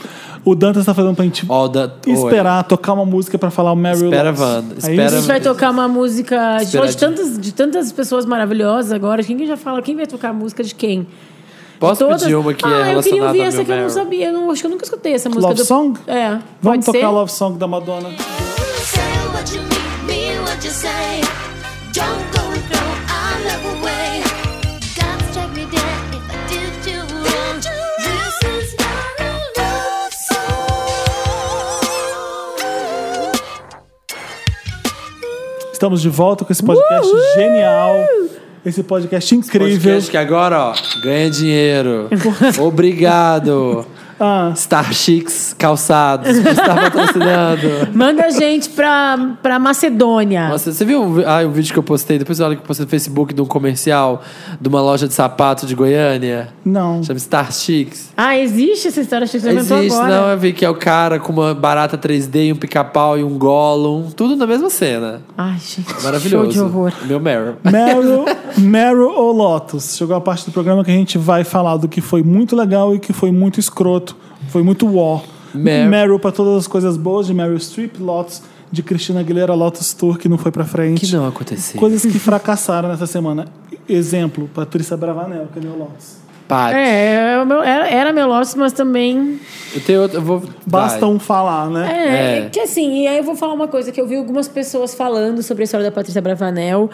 [SPEAKER 1] O Dantas tá fazendo pra gente
[SPEAKER 2] Ó, o da... Oi.
[SPEAKER 1] esperar, tocar uma música pra falar o Mary
[SPEAKER 2] Espera,
[SPEAKER 1] Lotus.
[SPEAKER 2] Wanda,
[SPEAKER 1] É
[SPEAKER 2] espera,
[SPEAKER 1] isso?
[SPEAKER 3] A gente vai tocar uma música. A gente falou de
[SPEAKER 2] Esperadinho.
[SPEAKER 3] tantas, de tantas pessoas maravilhosas agora. Quem que já fala? Quem vai tocar a música de quem?
[SPEAKER 2] Posso
[SPEAKER 3] Todas-
[SPEAKER 2] pedir uma que é
[SPEAKER 3] ah, eu queria
[SPEAKER 2] relacionada
[SPEAKER 3] ouvir
[SPEAKER 2] ao
[SPEAKER 3] essa
[SPEAKER 2] meu
[SPEAKER 3] que eu não
[SPEAKER 2] Meryl?
[SPEAKER 3] sabia. Eu não, acho que eu nunca escutei essa música.
[SPEAKER 1] Love Song?
[SPEAKER 3] É. pode
[SPEAKER 1] Vamos tocar
[SPEAKER 3] ser?
[SPEAKER 1] Love Song da Madonna.
[SPEAKER 4] Say what you mean, mean what you say. Don't go and throw our love away. God strike me dead if I did you wrong. This is not a love song.
[SPEAKER 1] Estamos de volta com esse podcast genial. Esse podcast incrível.
[SPEAKER 2] Podcast que agora, ó, ganha dinheiro. Obrigado.
[SPEAKER 1] Ah,
[SPEAKER 2] Star Chics Calçados, que está patrocinando.
[SPEAKER 3] Manda a gente pra, pra Macedônia.
[SPEAKER 2] Nossa, você viu o, ah, o vídeo que eu postei? Depois olha que eu postei no Facebook de um comercial de uma loja de sapato de Goiânia.
[SPEAKER 1] não.
[SPEAKER 2] Chama Star Chics.
[SPEAKER 3] Ah, existe essa história que você inventou
[SPEAKER 2] Existe,
[SPEAKER 3] agora.
[SPEAKER 2] não, eu vi que é o cara com uma barata 3D, e um pica-pau e um Gollum. Tudo na mesma cena.
[SPEAKER 3] Ai, gente.
[SPEAKER 2] Maravilhoso.
[SPEAKER 3] Show de horror.
[SPEAKER 2] Meu Meryl.
[SPEAKER 1] Meryl, Meryl ou Lotus? Chegou a parte do programa que a gente vai falar do que foi muito legal e que foi muito escroto. Foi muito war.
[SPEAKER 2] Mer-
[SPEAKER 1] Meryl pra todas as coisas boas de Meryl Streep, Lotus de Cristina Aguilera, Lotus Tour que não foi pra frente.
[SPEAKER 2] Que não aconteceu.
[SPEAKER 1] Coisas que fracassaram nessa semana. Exemplo, Patrícia Bravanel, que é meu Lotus.
[SPEAKER 2] Pá,
[SPEAKER 3] É, é o meu- era, era meu Lotus, mas também.
[SPEAKER 2] Eu tenho outro. Eu vou...
[SPEAKER 1] Basta
[SPEAKER 2] Vai.
[SPEAKER 1] um falar, né?
[SPEAKER 3] É,
[SPEAKER 2] É.
[SPEAKER 3] que assim, e aí eu vou falar uma coisa que eu vi algumas pessoas falando sobre a história da Patrícia Bravanel.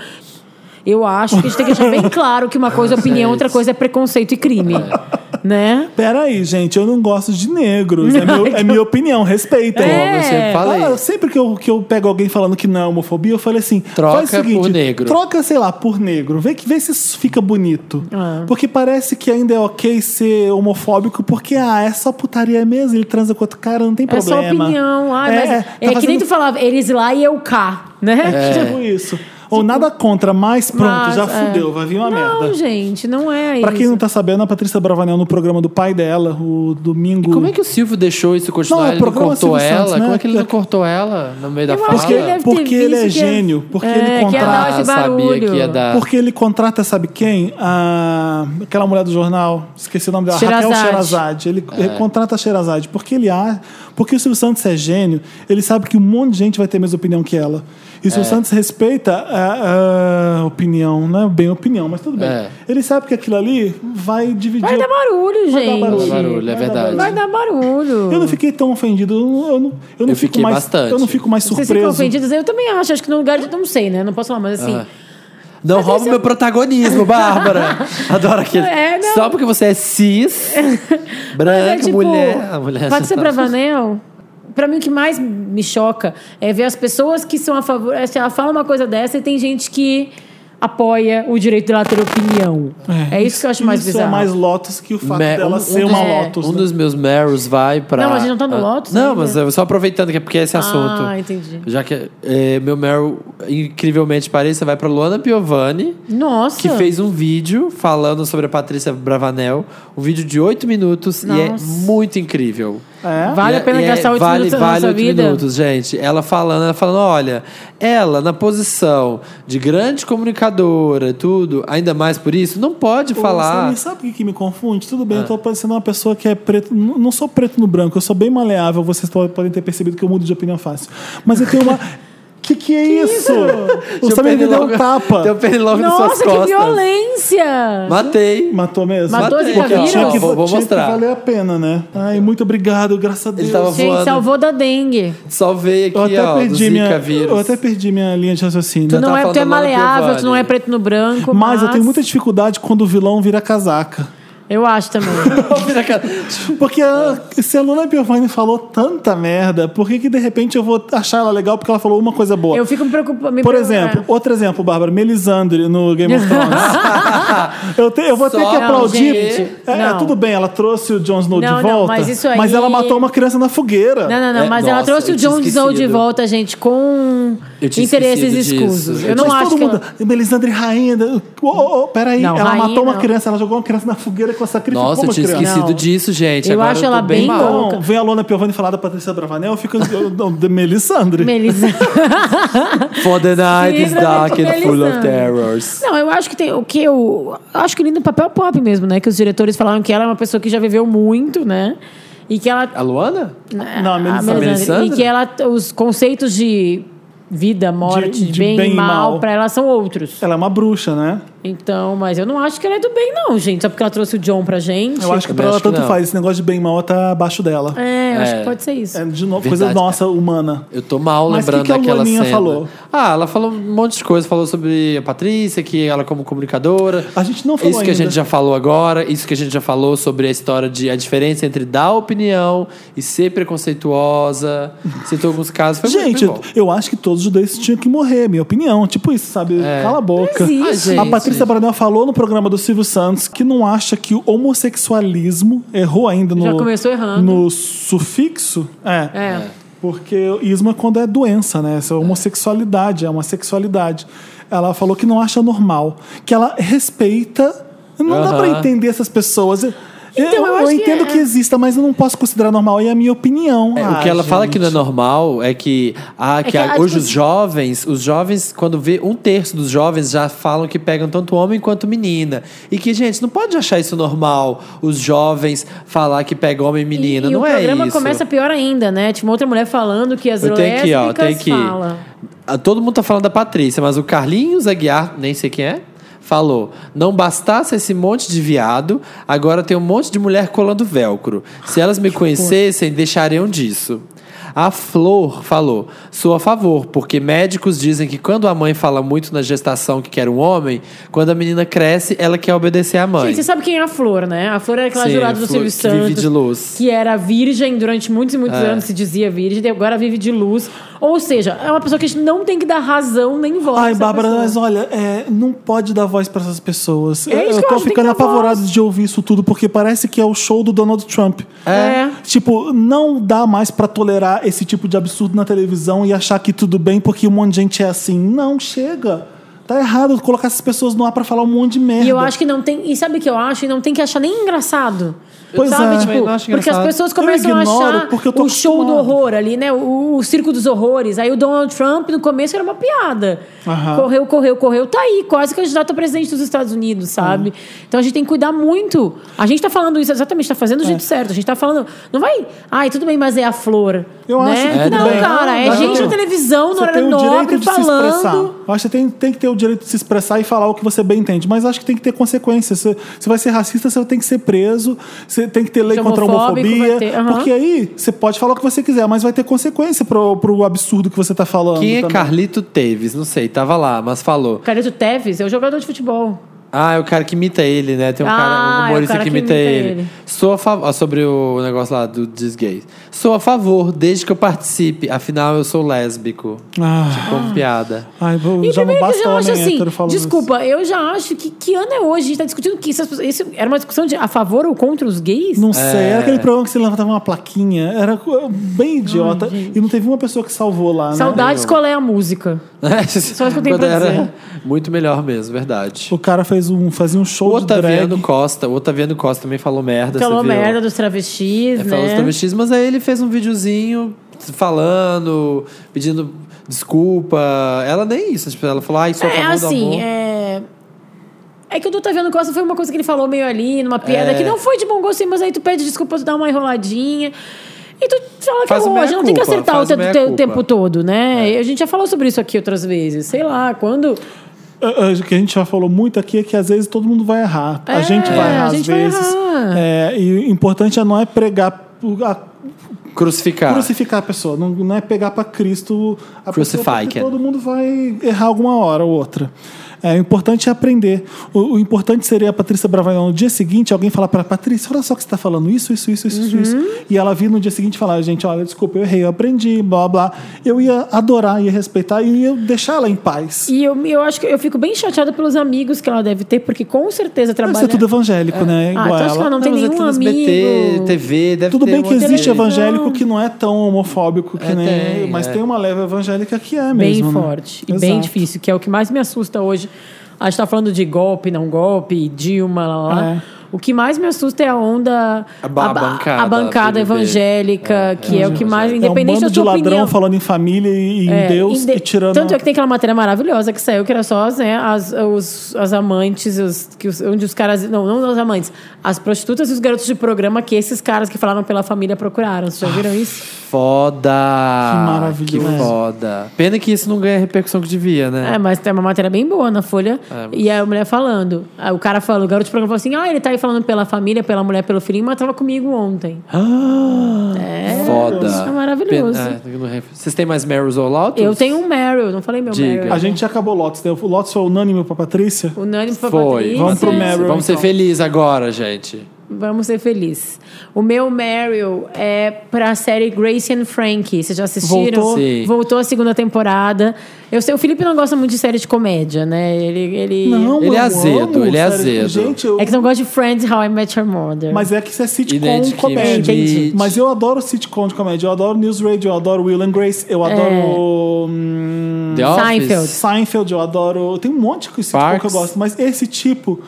[SPEAKER 3] Eu acho que a gente tem que deixar bem claro que uma coisa é opinião, outra coisa é preconceito e crime.
[SPEAKER 2] É.
[SPEAKER 3] Né?
[SPEAKER 1] Peraí, gente, eu não gosto de negros. É, meu- é minha opinião, respeitem.
[SPEAKER 2] Como eu sempre
[SPEAKER 3] É.
[SPEAKER 2] falei.
[SPEAKER 1] Ah, sempre que eu, que eu pego alguém falando que não é homofobia, eu falo assim:
[SPEAKER 2] Troca
[SPEAKER 1] faz o seguinte,
[SPEAKER 2] por negro.
[SPEAKER 1] Troca, sei lá, por negro. Vê, que, vê se isso fica bonito.
[SPEAKER 3] É.
[SPEAKER 1] Porque parece que ainda é ok ser homofóbico, porque ah, é só putaria mesmo, ele transa com outro cara, não tem
[SPEAKER 3] É só
[SPEAKER 1] problema.
[SPEAKER 3] opinião. Ai,
[SPEAKER 1] É,
[SPEAKER 3] mas,
[SPEAKER 1] é,
[SPEAKER 3] é,
[SPEAKER 1] tá
[SPEAKER 3] que
[SPEAKER 1] fazendo-
[SPEAKER 3] nem
[SPEAKER 2] É.
[SPEAKER 3] tu falava, eles lá e eu cá, né?
[SPEAKER 1] Tipo isso. Ou nada contra, mas pronto,
[SPEAKER 3] Mas,
[SPEAKER 1] já
[SPEAKER 3] é.
[SPEAKER 1] fudeu, vai vir uma
[SPEAKER 3] não,
[SPEAKER 1] merda.
[SPEAKER 3] gente, não é
[SPEAKER 1] Pra quem
[SPEAKER 3] isso.
[SPEAKER 1] não tá sabendo, a Patrícia Bravanel no programa do pai dela, o domingo.
[SPEAKER 2] Como é que o Silvio deixou isso continuar?
[SPEAKER 1] Não, é
[SPEAKER 2] ele não
[SPEAKER 1] programa
[SPEAKER 2] cortou
[SPEAKER 1] Silvio
[SPEAKER 2] ela?
[SPEAKER 1] Santos, né?
[SPEAKER 2] Como é que ele não
[SPEAKER 1] É-
[SPEAKER 2] cortou ela no meio da
[SPEAKER 3] Eu
[SPEAKER 2] fala?
[SPEAKER 3] acho que ele deve ter
[SPEAKER 1] Porque ele é
[SPEAKER 3] visto que ia-
[SPEAKER 1] gênio, porque ele
[SPEAKER 3] que ia dar
[SPEAKER 1] contrata-
[SPEAKER 2] Ah,
[SPEAKER 3] esse
[SPEAKER 2] sabia
[SPEAKER 3] barulho.
[SPEAKER 2] que ia dar.
[SPEAKER 1] Porque ele contrata, sabe quem? A- Aquela mulher do jornal, esqueci o nome dela, Raquel
[SPEAKER 3] Sheherazade.
[SPEAKER 1] Xerazade. Ele ele
[SPEAKER 2] É.
[SPEAKER 1] contrata a Xerazade, porque ele acha. Porque o Silvio Santos é gênio, ele sabe que um monte de gente vai ter a mesma opinião que ela. E o
[SPEAKER 2] É.
[SPEAKER 1] Silvio Santos respeita a, a opinião, não é bem opinião, mas tudo bem.
[SPEAKER 2] É.
[SPEAKER 1] Ele sabe que aquilo ali vai dividir.
[SPEAKER 3] Vai
[SPEAKER 1] o-
[SPEAKER 3] dar
[SPEAKER 1] Vai
[SPEAKER 3] barulho,
[SPEAKER 1] dar
[SPEAKER 3] gente.
[SPEAKER 1] barulho.
[SPEAKER 2] barulho, é
[SPEAKER 1] Vai dar
[SPEAKER 2] verdade.
[SPEAKER 1] barulho.
[SPEAKER 3] Vai dar barulho.
[SPEAKER 1] Eu não fiquei tão ofendido. Eu não, eu não, eu não
[SPEAKER 2] Eu
[SPEAKER 1] fico
[SPEAKER 2] fiquei
[SPEAKER 1] mais,
[SPEAKER 2] bastante.
[SPEAKER 1] Eu não fico mais
[SPEAKER 3] Vocês ficam
[SPEAKER 1] surpreso.
[SPEAKER 3] ofendidos? Eu também acho. Acho que no lugar de. Não sei, né? Não posso falar, mas assim.
[SPEAKER 2] Ah. Não rouba meu protagonismo, Bárbara. Adoro aquele.
[SPEAKER 3] É, não.
[SPEAKER 2] Só porque você é cis,
[SPEAKER 3] Mas
[SPEAKER 2] branca,
[SPEAKER 3] é tipo,
[SPEAKER 2] mulher. A mulher tá-
[SPEAKER 3] Patrícia Bravanel, pra mim o que mais me choca é ver as pessoas que são a favor. é, se Ela fala uma coisa dessa e tem gente que apoia o direito dela ter opinião. É, isso que eu acho mais
[SPEAKER 1] Isso
[SPEAKER 3] bizarro.
[SPEAKER 1] é mais Lotus que o fato
[SPEAKER 2] Me-
[SPEAKER 1] dela
[SPEAKER 2] um-
[SPEAKER 1] ser
[SPEAKER 2] um
[SPEAKER 1] uma
[SPEAKER 3] dos-
[SPEAKER 1] Lotus.
[SPEAKER 2] Um
[SPEAKER 1] né?
[SPEAKER 2] dos meus Meros vai pra.
[SPEAKER 3] Não, a gente não tá no
[SPEAKER 2] Ah,
[SPEAKER 3] Lotus
[SPEAKER 2] Não,
[SPEAKER 3] ainda.
[SPEAKER 2] mas eu só aproveitando que é porque é esse assunto.
[SPEAKER 3] Ah, entendi.
[SPEAKER 2] Já que é, meu Meryl, incrivelmente pareça, vai pra Luana Piovani,
[SPEAKER 3] Nossa.
[SPEAKER 2] que fez um vídeo falando sobre a Patrícia Bravanel. Um vídeo de oito minutos e é
[SPEAKER 3] Nossa.
[SPEAKER 2] muito incrível.
[SPEAKER 1] É?
[SPEAKER 3] Vale
[SPEAKER 2] E
[SPEAKER 3] a pena
[SPEAKER 2] e
[SPEAKER 3] gastar oito
[SPEAKER 2] vale,
[SPEAKER 3] minutos da
[SPEAKER 2] Vale
[SPEAKER 3] nossa
[SPEAKER 2] oito
[SPEAKER 3] vida?
[SPEAKER 2] minutos, gente. Ela falando, ela falando, olha, ela na posição de grande comunicadora, tudo, ainda mais por isso, não pode
[SPEAKER 1] Pô,
[SPEAKER 2] falar.
[SPEAKER 1] Samir, sabe o que, que me confunde? Tudo bem, eu tô parecendo uma pessoa que é preto. n- Não sou preto no branco, eu sou bem maleável, vocês to- podem ter percebido que eu mudo de opinião fácil. Mas eu tenho uma. que que é isso? O
[SPEAKER 2] Teu
[SPEAKER 1] Samir me deu um
[SPEAKER 2] pernilongo-
[SPEAKER 1] tapa.
[SPEAKER 2] Teu pernilongo nas suas
[SPEAKER 3] Nossa, que
[SPEAKER 2] costas.
[SPEAKER 3] violência!
[SPEAKER 2] Matei.
[SPEAKER 1] Matou mesmo?
[SPEAKER 3] Matou, vocês já
[SPEAKER 1] Porque
[SPEAKER 3] viram?
[SPEAKER 1] tinha que,
[SPEAKER 2] Vou- vou
[SPEAKER 1] tinha que
[SPEAKER 2] mostrar.
[SPEAKER 1] valer a pena, né? Ai, muito obrigado, graças a Deus.
[SPEAKER 2] tava
[SPEAKER 3] Gente,
[SPEAKER 2] voando.
[SPEAKER 3] salvou da dengue.
[SPEAKER 2] Salvei aqui,
[SPEAKER 1] eu até,
[SPEAKER 2] ó, do
[SPEAKER 1] perdi
[SPEAKER 2] Zika
[SPEAKER 1] minha,
[SPEAKER 2] vírus.
[SPEAKER 1] eu até perdi minha linha de raciocínio.
[SPEAKER 3] Tu não
[SPEAKER 2] tava
[SPEAKER 3] é, tu é
[SPEAKER 2] falando lá do
[SPEAKER 3] maleável, tu não é
[SPEAKER 2] Giovanni.
[SPEAKER 3] preto no branco.
[SPEAKER 1] Mas eu tenho muita dificuldade quando o vilão vira casaca.
[SPEAKER 3] Eu acho também.
[SPEAKER 2] Vira a cara.
[SPEAKER 1] Porque a, se a Luna Piovani falou tanta merda, por que, que de repente eu vou achar ela legal porque ela falou uma coisa boa?
[SPEAKER 3] Eu fico me preocupando. me é.
[SPEAKER 1] Por
[SPEAKER 3] preocupa-
[SPEAKER 1] exemplo, outro exemplo, Bárbara, Melisandre no Game of Thrones. eu, te- eu vou ter
[SPEAKER 2] Só
[SPEAKER 1] que
[SPEAKER 2] que-
[SPEAKER 1] aplaudir.
[SPEAKER 3] gente,
[SPEAKER 1] é,
[SPEAKER 3] não.
[SPEAKER 1] tudo bem, ela trouxe o Jon Snow
[SPEAKER 3] Não,
[SPEAKER 1] de
[SPEAKER 3] não,
[SPEAKER 1] volta,
[SPEAKER 3] mas isso aí-
[SPEAKER 1] ela matou uma criança na fogueira.
[SPEAKER 3] Não, não, não.
[SPEAKER 2] É,
[SPEAKER 3] mas ela
[SPEAKER 2] nossa,
[SPEAKER 3] trouxe
[SPEAKER 2] eu
[SPEAKER 3] o John
[SPEAKER 2] tinha
[SPEAKER 3] Snow de
[SPEAKER 2] esquecido.
[SPEAKER 3] volta, gente, com
[SPEAKER 2] Eu tinha
[SPEAKER 3] interesses
[SPEAKER 2] esquecido disso.
[SPEAKER 3] escusos. Eu
[SPEAKER 2] Eu
[SPEAKER 3] não
[SPEAKER 1] Mas
[SPEAKER 3] acho
[SPEAKER 1] todo
[SPEAKER 3] que
[SPEAKER 1] mundo.
[SPEAKER 3] ela-
[SPEAKER 1] Melisandre rainha. da- Ô, ô, ô, peraí.
[SPEAKER 3] Não,
[SPEAKER 1] ela
[SPEAKER 3] rainha
[SPEAKER 1] matou uma
[SPEAKER 3] não.
[SPEAKER 1] criança, ela jogou uma criança na fogueira com a sacrificou
[SPEAKER 2] Nossa, eu
[SPEAKER 1] uma
[SPEAKER 2] tinha
[SPEAKER 1] criança.
[SPEAKER 2] esquecido
[SPEAKER 3] Não.
[SPEAKER 2] disso, gente.
[SPEAKER 3] Eu
[SPEAKER 2] Agora
[SPEAKER 3] acho
[SPEAKER 2] tô
[SPEAKER 3] ela bem
[SPEAKER 2] mal.
[SPEAKER 3] louca.
[SPEAKER 1] Então, vem a Lona Piovani falar da Patrícia Bravanel, eu fico. eu- não, de Melisandre.
[SPEAKER 3] Melissa.
[SPEAKER 2] For the night is
[SPEAKER 3] Sim,
[SPEAKER 2] dark and full of
[SPEAKER 3] Melisandre.
[SPEAKER 2] terrors.
[SPEAKER 3] Não, eu acho que tem o que eu acho que lindo papel pop mesmo, né? Que os diretores falaram que ela é uma pessoa que já viveu muito, né? E que ela
[SPEAKER 2] A Luana?
[SPEAKER 1] Não, a Melisandre.
[SPEAKER 3] Melisandre.
[SPEAKER 2] Melisandre?
[SPEAKER 3] E que ela, os conceitos de vida, morte,
[SPEAKER 1] De- de
[SPEAKER 3] bem,
[SPEAKER 1] bem e
[SPEAKER 3] e mal,
[SPEAKER 1] mal.
[SPEAKER 3] pra ela são outros.
[SPEAKER 1] Ela é uma bruxa, né?
[SPEAKER 3] Então, mas eu não acho que ela é do bem, não, gente. Só porque ela trouxe o John pra gente.
[SPEAKER 1] Eu acho que
[SPEAKER 2] eu
[SPEAKER 1] pra ela
[SPEAKER 2] acho que
[SPEAKER 1] tanto
[SPEAKER 2] não.
[SPEAKER 1] faz. Esse negócio de bem e mal tá abaixo dela.
[SPEAKER 3] É, eu acho
[SPEAKER 2] É.
[SPEAKER 3] que pode ser isso.
[SPEAKER 1] É, de novo, coisa
[SPEAKER 2] Verdade,
[SPEAKER 1] nossa, humana.
[SPEAKER 2] Eu tô mal
[SPEAKER 1] Mas
[SPEAKER 2] lembrando
[SPEAKER 1] que que a
[SPEAKER 2] daquela
[SPEAKER 1] Luaninha
[SPEAKER 2] cena.
[SPEAKER 1] falou?
[SPEAKER 2] Ah, ela falou um monte de coisa. Falou sobre a Patrícia, que ela como comunicadora.
[SPEAKER 1] A gente não falou
[SPEAKER 2] Isso que
[SPEAKER 1] ainda.
[SPEAKER 2] a gente já falou agora. Isso que a gente já falou sobre a história de a diferença entre dar opinião e ser preconceituosa. Citou alguns casos. Foi
[SPEAKER 1] Gente,
[SPEAKER 2] muito,
[SPEAKER 1] eu,
[SPEAKER 2] muito bom.
[SPEAKER 1] eu acho que todos os judeus tinham que morrer, minha opinião. Tipo isso, sabe? Cala a boca.
[SPEAKER 3] Não existe.
[SPEAKER 2] É. Ah, gente.
[SPEAKER 1] A Patrícia Branel falou no programa do Silvio Santos que não acha que o homossexualismo errou ainda no,
[SPEAKER 3] Já começou errando.
[SPEAKER 1] no sufixo. É.
[SPEAKER 3] É.
[SPEAKER 1] Porque isma é quando é doença, né? Essa homossexualidade é uma sexualidade. Ela falou que não acha normal, que ela respeita. Não dá
[SPEAKER 2] Aham.
[SPEAKER 1] pra entender essas pessoas. Eu- eu,
[SPEAKER 3] eu acho
[SPEAKER 1] eu
[SPEAKER 3] que
[SPEAKER 1] entendo
[SPEAKER 3] é.
[SPEAKER 1] que, exista, mas eu não posso considerar normal. É a minha opinião.
[SPEAKER 2] É,
[SPEAKER 1] Ah,
[SPEAKER 2] o que ela fala
[SPEAKER 1] gente.
[SPEAKER 2] que não é normal é que, ah, que
[SPEAKER 3] que
[SPEAKER 2] a-
[SPEAKER 3] a-
[SPEAKER 2] hoje
[SPEAKER 3] tipo-
[SPEAKER 2] os jovens, os jovens, quando vê um terço dos jovens já falam que pegam tanto homem quanto menina. E que, gente, não pode achar isso normal, os jovens falar que pega homem e menina.
[SPEAKER 3] e, e
[SPEAKER 2] não
[SPEAKER 3] o
[SPEAKER 2] é isso.
[SPEAKER 3] programa começa pior ainda, né? Tipo, uma outra mulher falando que as
[SPEAKER 2] Eu tenho
[SPEAKER 3] lésbicas
[SPEAKER 2] aqui, ó, tem aqui.
[SPEAKER 3] falam.
[SPEAKER 2] Ah, Todo mundo tá falando da Patrícia, mas o Carlinhos Aguiar, nem sei quem é, falou: não bastasse esse monte de viado, agora tem um monte de mulher colando velcro. Se elas me conhecessem, deixariam disso. A Flor falou: sou a favor, porque médicos dizem que quando a mãe fala muito na gestação que quer um homem, quando a menina cresce, ela quer obedecer à mãe.
[SPEAKER 3] Gente, você sabe quem é a Flor, né? A Flor era aquela
[SPEAKER 2] Sim,
[SPEAKER 3] jurada
[SPEAKER 2] a Flor
[SPEAKER 3] do Silvio
[SPEAKER 2] que vive
[SPEAKER 3] Santos.
[SPEAKER 2] de luz. É.
[SPEAKER 3] Que era virgem durante muitos e muitos anos, se dizia virgem, e agora vive de luz. Ou seja, é uma pessoa que a gente não tem que dar razão nem voz.
[SPEAKER 1] Ai,
[SPEAKER 3] pra
[SPEAKER 1] Bárbara,
[SPEAKER 3] pessoa.
[SPEAKER 1] mas olha, é, não pode dar voz pra essas pessoas.
[SPEAKER 3] É
[SPEAKER 1] eu
[SPEAKER 3] isso que eu
[SPEAKER 1] tô
[SPEAKER 3] acho, tem
[SPEAKER 1] ficando
[SPEAKER 3] que dar
[SPEAKER 1] apavorado de ouvir isso tudo, porque parece que é o show do Donald Trump.
[SPEAKER 3] É.
[SPEAKER 1] Tipo, não dá mais pra tolerar esse tipo de absurdo na televisão e achar que tudo bem porque um monte de gente é assim. Não, chega. Tá errado colocar essas pessoas no ar pra falar um monte de merda.
[SPEAKER 3] E eu acho que não tem. E sabe o que eu acho? E não tem que achar nem engraçado.
[SPEAKER 1] Pois
[SPEAKER 3] sabe,
[SPEAKER 1] é.
[SPEAKER 3] tipo,
[SPEAKER 2] Eu não acho
[SPEAKER 3] porque as
[SPEAKER 2] engraçado.
[SPEAKER 3] pessoas
[SPEAKER 1] Eu
[SPEAKER 3] começam a
[SPEAKER 1] ignoro
[SPEAKER 3] achar
[SPEAKER 1] porque eu tô
[SPEAKER 3] o show do
[SPEAKER 1] acostumado.
[SPEAKER 3] horror ali, né? O, o circo dos horrores. Aí o Donald Trump, no começo, era uma piada.
[SPEAKER 1] Aham.
[SPEAKER 3] Correu, correu, correu. Tá aí, quase candidato a presidente dos Estados Unidos, sabe? Então a gente tem que cuidar muito. A gente tá falando isso exatamente, tá fazendo do
[SPEAKER 1] É.
[SPEAKER 3] jeito certo. A gente tá falando. Não vai. Ai, tudo bem, mas é a flor.
[SPEAKER 1] Eu
[SPEAKER 3] né?
[SPEAKER 1] acho que tudo
[SPEAKER 3] Não,
[SPEAKER 1] bem.
[SPEAKER 3] cara, é
[SPEAKER 1] Mas
[SPEAKER 3] gente
[SPEAKER 1] eu-
[SPEAKER 3] na televisão, no
[SPEAKER 1] um- Você
[SPEAKER 3] horário
[SPEAKER 1] tem o
[SPEAKER 3] nobre,
[SPEAKER 1] direito de se expressar.
[SPEAKER 3] falando.
[SPEAKER 1] Eu acho que você tem, tem que ter o direito de se expressar e falar o que você bem entende. Mas acho que tem que ter consequências. Você, você vai ser racista, você tem que ser preso. Você tem que ter lei
[SPEAKER 3] Ser
[SPEAKER 1] contra a
[SPEAKER 3] homofóbico, vai
[SPEAKER 1] homofobia.
[SPEAKER 3] ter- aham.
[SPEAKER 1] Porque aí você pode falar o que você quiser, mas vai ter consequência pro, pro absurdo que você tá falando.
[SPEAKER 2] Quem é
[SPEAKER 1] também.
[SPEAKER 2] Carlito Teves? Não sei, tava lá, mas falou.
[SPEAKER 3] Carito Teves é o jogador de futebol.
[SPEAKER 2] Ah, é o cara que imita ele, né? Tem um,
[SPEAKER 3] Ah,
[SPEAKER 2] cara, um
[SPEAKER 3] é o
[SPEAKER 2] humorista
[SPEAKER 3] cara
[SPEAKER 2] que
[SPEAKER 3] que
[SPEAKER 2] imita,
[SPEAKER 3] imita
[SPEAKER 2] ele.
[SPEAKER 3] ele.
[SPEAKER 2] Sou a favor. Sobre o negócio lá do dos gays. Sou a favor, desde que eu participe. Afinal, eu sou lésbico.
[SPEAKER 1] Ah,
[SPEAKER 2] Como piada.
[SPEAKER 1] ai, vou,
[SPEAKER 3] E
[SPEAKER 1] já não
[SPEAKER 3] primeiro que eu
[SPEAKER 1] basta
[SPEAKER 3] já acho
[SPEAKER 1] homem
[SPEAKER 3] assim,
[SPEAKER 1] hétero falando
[SPEAKER 3] desculpa, eu já acho que que ano é hoje? A gente tá discutindo que isso, as pessoas- isso era uma discussão de a favor ou contra os gays?
[SPEAKER 1] isso. Não sei, era aquele programa que você levantava uma plaquinha. Era co- bem idiota. e não teve uma pessoa que salvou lá, né?
[SPEAKER 3] Saudades, qual é a música?
[SPEAKER 2] Só
[SPEAKER 3] isso que eu tenho pra dizer.
[SPEAKER 2] Muito melhor mesmo, verdade.
[SPEAKER 1] O cara fez um, fazia um
[SPEAKER 2] O
[SPEAKER 1] show de drag.
[SPEAKER 2] Otaviano Costa, o Otaviano Costa também falou merda,
[SPEAKER 3] Falou
[SPEAKER 2] você viu?
[SPEAKER 3] merda dos travestis,
[SPEAKER 2] É,
[SPEAKER 3] né?
[SPEAKER 2] falou dos travestis, mas aí ele fez um videozinho falando, pedindo desculpa. Ela nem isso, tipo, ela falou, ai, sou a
[SPEAKER 3] É
[SPEAKER 2] favor do
[SPEAKER 3] assim,
[SPEAKER 2] amor.
[SPEAKER 3] é... É que o do Otaviano Costa foi uma coisa que ele falou meio ali, numa piada
[SPEAKER 2] É.
[SPEAKER 3] que não foi de bom gosto, mas aí tu pede desculpa, tu dá uma enroladinha. E tu fala que
[SPEAKER 2] Faz
[SPEAKER 3] é
[SPEAKER 2] o
[SPEAKER 3] hoje, não tem que
[SPEAKER 2] meia-culpa,
[SPEAKER 3] acertar o,
[SPEAKER 2] faz
[SPEAKER 3] te-
[SPEAKER 2] o
[SPEAKER 3] te-
[SPEAKER 2] meia-culpa.
[SPEAKER 3] tempo todo, né? A gente já falou sobre isso aqui outras vezes. Sei lá, quando.
[SPEAKER 1] É, é, O que a gente já falou muito aqui é que às vezes todo mundo vai errar.
[SPEAKER 3] É,
[SPEAKER 1] a gente vai
[SPEAKER 3] a
[SPEAKER 1] errar
[SPEAKER 3] gente
[SPEAKER 1] às
[SPEAKER 3] vai
[SPEAKER 1] vezes.
[SPEAKER 3] errar.
[SPEAKER 1] É, e o importante é não é pregar. o- a-
[SPEAKER 2] Crucificar.
[SPEAKER 1] Crucificar a pessoa, não, não é pegar para Cristo a
[SPEAKER 2] Crucify,
[SPEAKER 1] pessoa, porque
[SPEAKER 2] Ken.
[SPEAKER 1] todo mundo vai errar alguma hora ou outra. É, o importante é aprender. O, o importante seria a Patrícia Bravanel no dia seguinte alguém falar para Patrícia, olha só que você está falando isso, isso, isso, isso, isso.
[SPEAKER 3] Uhum.
[SPEAKER 1] E ela vir no dia seguinte e falar, gente, olha, desculpa, eu errei, eu aprendi, blá, blá. Eu ia adorar, ia respeitar e ia deixar ela em paz.
[SPEAKER 3] E eu, eu acho que eu fico bem chateada pelos amigos que ela deve ter, porque com certeza
[SPEAKER 1] Mas
[SPEAKER 3] trabalha.
[SPEAKER 1] Isso é tudo evangélico, né?
[SPEAKER 3] Ah,
[SPEAKER 1] Igual
[SPEAKER 3] então acho que
[SPEAKER 1] ela.
[SPEAKER 3] ela não tem
[SPEAKER 2] mas é
[SPEAKER 3] nenhum
[SPEAKER 2] tudo SBT,
[SPEAKER 3] amigo.
[SPEAKER 2] TV, deve
[SPEAKER 1] Tudo
[SPEAKER 2] ter um
[SPEAKER 1] bem
[SPEAKER 2] uma
[SPEAKER 1] que existe
[SPEAKER 2] TV.
[SPEAKER 1] evangélico que não é tão homofóbico que
[SPEAKER 2] É,
[SPEAKER 1] nem.
[SPEAKER 2] tem,
[SPEAKER 1] mas
[SPEAKER 2] é.
[SPEAKER 1] tem uma leva evangélica que é
[SPEAKER 3] Bem
[SPEAKER 1] mesmo. né?
[SPEAKER 3] forte e bem
[SPEAKER 1] Exato.
[SPEAKER 3] difícil, que é o que mais me assusta hoje. A gente tá falando de golpe, não golpe, Dilma, lá, lá, lá.
[SPEAKER 1] É.
[SPEAKER 3] O que mais me assusta é a onda.
[SPEAKER 2] A ba-
[SPEAKER 3] ba-
[SPEAKER 2] bancada,
[SPEAKER 3] a bancada
[SPEAKER 2] PVB.
[SPEAKER 3] evangélica, que é, o que mais.
[SPEAKER 1] É um
[SPEAKER 3] Independente
[SPEAKER 1] bando
[SPEAKER 3] da
[SPEAKER 1] de
[SPEAKER 3] sua
[SPEAKER 1] ladrão
[SPEAKER 3] opinião.
[SPEAKER 1] falando em família e em
[SPEAKER 3] É,
[SPEAKER 1] Deus
[SPEAKER 3] inde-
[SPEAKER 1] e tirando.
[SPEAKER 3] Tanto é que tem aquela matéria maravilhosa que saiu, que era só né, as, os, as amantes, os, que os- onde os caras. Não, não as amantes. As prostitutas e os garotos de programa que esses caras que falaram pela família procuraram. Vocês já viram isso?
[SPEAKER 2] Foda!
[SPEAKER 1] Que maravilhoso.
[SPEAKER 2] Que foda. Pena que isso não ganha a repercussão que devia, né?
[SPEAKER 3] É, mas tem uma matéria bem boa na Folha.
[SPEAKER 2] É, mas-
[SPEAKER 3] E aí a mulher falando. Aí o cara falou, o garoto de programa falou assim: ah, ele tá aí falando pela família, pela mulher, pelo filhinho, mas tava comigo ontem.
[SPEAKER 2] Ah, Foda.
[SPEAKER 3] isso é maravilhoso.
[SPEAKER 2] Pena- é, não- Vocês têm mais Meryls ou Lotus?
[SPEAKER 3] Eu tenho um Meryl, não falei meu
[SPEAKER 2] Diga.
[SPEAKER 3] Meryl.
[SPEAKER 1] A gente já acabou o Lotus, né? O Lotus foi unânime pra Patrícia.
[SPEAKER 3] Unânime pra
[SPEAKER 2] Foi.
[SPEAKER 3] Patrícia.
[SPEAKER 1] Vamos pro
[SPEAKER 2] Patrícia.
[SPEAKER 1] Meryl,
[SPEAKER 2] Vamos
[SPEAKER 1] então.
[SPEAKER 2] ser felizes agora, gente.
[SPEAKER 3] Vamos ser felizes. O meu Meryl é pra série Grace and Frankie. Vocês já assistiram?
[SPEAKER 1] Voltou?
[SPEAKER 2] Sim.
[SPEAKER 3] Voltou a segunda temporada. Eu sei, o Felipe não gosta muito de série de comédia, né? Ele. ele...
[SPEAKER 1] Não,
[SPEAKER 2] Ele é
[SPEAKER 1] eu
[SPEAKER 2] azedo,
[SPEAKER 1] amo,
[SPEAKER 2] ele é
[SPEAKER 1] sério. tipo,
[SPEAKER 2] azedo.
[SPEAKER 1] Gente, eu-
[SPEAKER 3] É que não gosta de Friends How I Met Your Mother.
[SPEAKER 1] Mas é que isso é
[SPEAKER 2] E
[SPEAKER 1] sitcom
[SPEAKER 2] Ned Kim
[SPEAKER 1] comédia.
[SPEAKER 2] Schmidt.
[SPEAKER 1] Mas eu adoro sitcom de comédia. Eu adoro News Radio, eu adoro Will and Grace, eu
[SPEAKER 3] É.
[SPEAKER 1] adoro. hum,
[SPEAKER 2] The
[SPEAKER 3] Seinfeld.
[SPEAKER 2] Office.
[SPEAKER 1] Seinfeld, eu adoro. Tem um monte de sitcom
[SPEAKER 2] Parks.
[SPEAKER 1] que eu gosto, mas esse tipo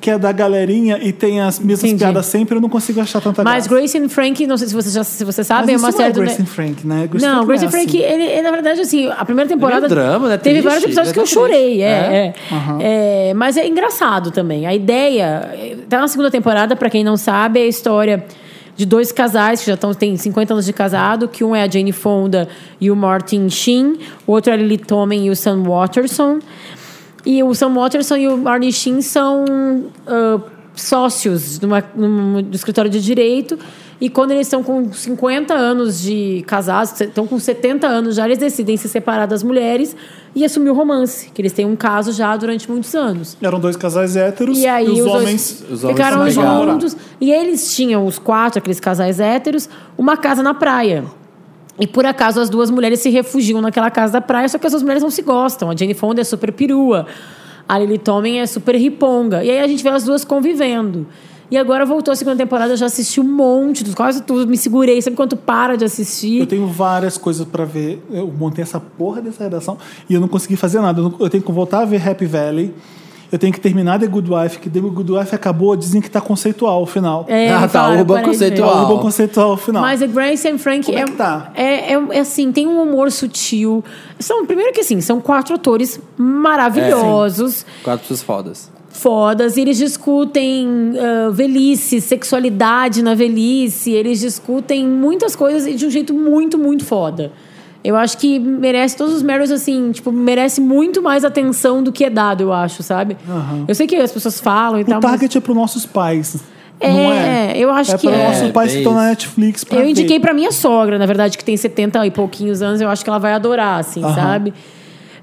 [SPEAKER 1] que é da galerinha e tem as mesmas
[SPEAKER 3] Entendi.
[SPEAKER 1] piadas sempre, eu não consigo achar tanta
[SPEAKER 3] Mas
[SPEAKER 1] graça.
[SPEAKER 3] Grace and Frankie, não sei se vocês já se vocês sabem,
[SPEAKER 1] mas
[SPEAKER 3] é uma
[SPEAKER 1] isso
[SPEAKER 3] série
[SPEAKER 1] não é
[SPEAKER 3] do.
[SPEAKER 1] Grace and Frank, né? Grace
[SPEAKER 3] Não, Grace and Frank,
[SPEAKER 1] é assim.
[SPEAKER 3] ele, ele, na verdade, assim, a primeira temporada.
[SPEAKER 2] drama, né?
[SPEAKER 3] Teve
[SPEAKER 2] Triste,
[SPEAKER 3] vários episódios
[SPEAKER 2] né?
[SPEAKER 3] que eu
[SPEAKER 2] Tá
[SPEAKER 3] chorei,
[SPEAKER 2] triste.
[SPEAKER 3] é. é.
[SPEAKER 1] É? Aham.
[SPEAKER 3] É, mas é engraçado também. A ideia. Tá na segunda temporada, pra quem não sabe, é a história de dois casais que já estão têm 50 anos de casado, que um é a Jane Fonda e o Martin Sheen, o outro é a Lily Tomlin e o Sam Watterson. E o Sam Watterson e o Martin Sheen são ah, sócios numa, num escritório de direito. E quando eles estão com 50 anos de casados, se- estão com 70 anos já, eles decidem se separar das mulheres e assumir o romance, que eles têm um caso já durante muitos anos.
[SPEAKER 1] Eram dois casais héteros
[SPEAKER 3] é- E aí
[SPEAKER 1] os,
[SPEAKER 3] os, dois
[SPEAKER 1] homens.
[SPEAKER 2] Os homens
[SPEAKER 3] ficaram
[SPEAKER 2] se pegaram.
[SPEAKER 3] juntos. E eles tinham, os quatro, aqueles casais héteros, uma casa na praia. E por acaso as duas mulheres se refugiam naquela casa da praia, só que as duas mulheres não se gostam. A Jane Fonda é super perua, a Lily Tomlin é super riponga. E aí a gente vê as duas convivendo. E agora voltou a segunda temporada, eu já assisti um monte, quase tudo, me segurei. Sabe quando para de assistir?
[SPEAKER 1] Eu tenho várias coisas pra ver. Eu montei essa porra dessa redação e eu não consegui fazer nada. Eu não- Eu tenho que voltar a ver Happy Valley. Eu tenho que terminar The Good Wife, que The Good Wife acabou, dizem que tá conceitual o final.
[SPEAKER 3] É,
[SPEAKER 2] Ah, tá,
[SPEAKER 3] para,
[SPEAKER 2] urban
[SPEAKER 3] parei de ver.
[SPEAKER 2] conceitual.
[SPEAKER 1] Tá bom conceitual o final.
[SPEAKER 3] Mas a Grace and Frank
[SPEAKER 1] Como é
[SPEAKER 3] é,
[SPEAKER 1] que tá?
[SPEAKER 3] é- é- é assim, tem um humor sutil. São, primeiro que assim, são quatro atores
[SPEAKER 1] É,
[SPEAKER 3] maravilhosos,
[SPEAKER 2] Quatro pessoas fodas.
[SPEAKER 3] fodas, e eles discutem ah, velhice, sexualidade na velhice, eles discutem muitas coisas e de um jeito muito, muito foda. Eu acho que merece todos os Marys, assim, tipo, merece muito mais atenção do que é dado, eu acho, sabe? Eu sei que as pessoas falam e
[SPEAKER 1] o
[SPEAKER 3] tal, Então, mas-
[SPEAKER 1] target é pros nossos pais.
[SPEAKER 3] É,
[SPEAKER 1] não é?
[SPEAKER 3] eu acho
[SPEAKER 1] é
[SPEAKER 3] que
[SPEAKER 1] pra
[SPEAKER 3] é.
[SPEAKER 1] nossos pais que
[SPEAKER 2] É
[SPEAKER 1] estão na
[SPEAKER 2] isso.
[SPEAKER 1] Netflix pra
[SPEAKER 3] Eu
[SPEAKER 1] ver.
[SPEAKER 3] indiquei pra minha sogra, na verdade, que tem 70 e pouquinhos anos, eu acho que ela vai adorar, assim,
[SPEAKER 1] Aham.
[SPEAKER 3] sabe?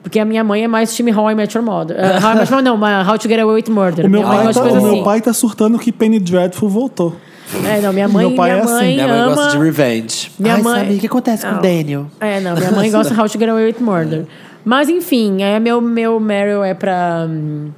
[SPEAKER 3] Porque a minha mãe é mais time How I Met Your Mother. Eh, How I Met Your Mother, não, mas How to Get Away with Murder.
[SPEAKER 1] O meu,
[SPEAKER 3] minha mãe
[SPEAKER 1] pai
[SPEAKER 3] gosta
[SPEAKER 1] tá,
[SPEAKER 3] de
[SPEAKER 1] o
[SPEAKER 3] coisa
[SPEAKER 1] meu
[SPEAKER 3] assim.
[SPEAKER 1] pai tá surtando que Penny Dreadful voltou.
[SPEAKER 3] É, não, minha mãe,
[SPEAKER 1] Meu pai
[SPEAKER 3] minha
[SPEAKER 1] é assim.
[SPEAKER 3] mãe
[SPEAKER 2] Minha mãe
[SPEAKER 3] ama...
[SPEAKER 2] gosta de revenge.
[SPEAKER 3] Minha
[SPEAKER 2] Ai,
[SPEAKER 3] mãe-
[SPEAKER 2] sabe, o que acontece com
[SPEAKER 3] Não.
[SPEAKER 2] o Daniel?
[SPEAKER 3] É, não, minha mãe gosta de How to Get Away with Murder. Mas, enfim, é, meu, meu Meryl é pra... hum,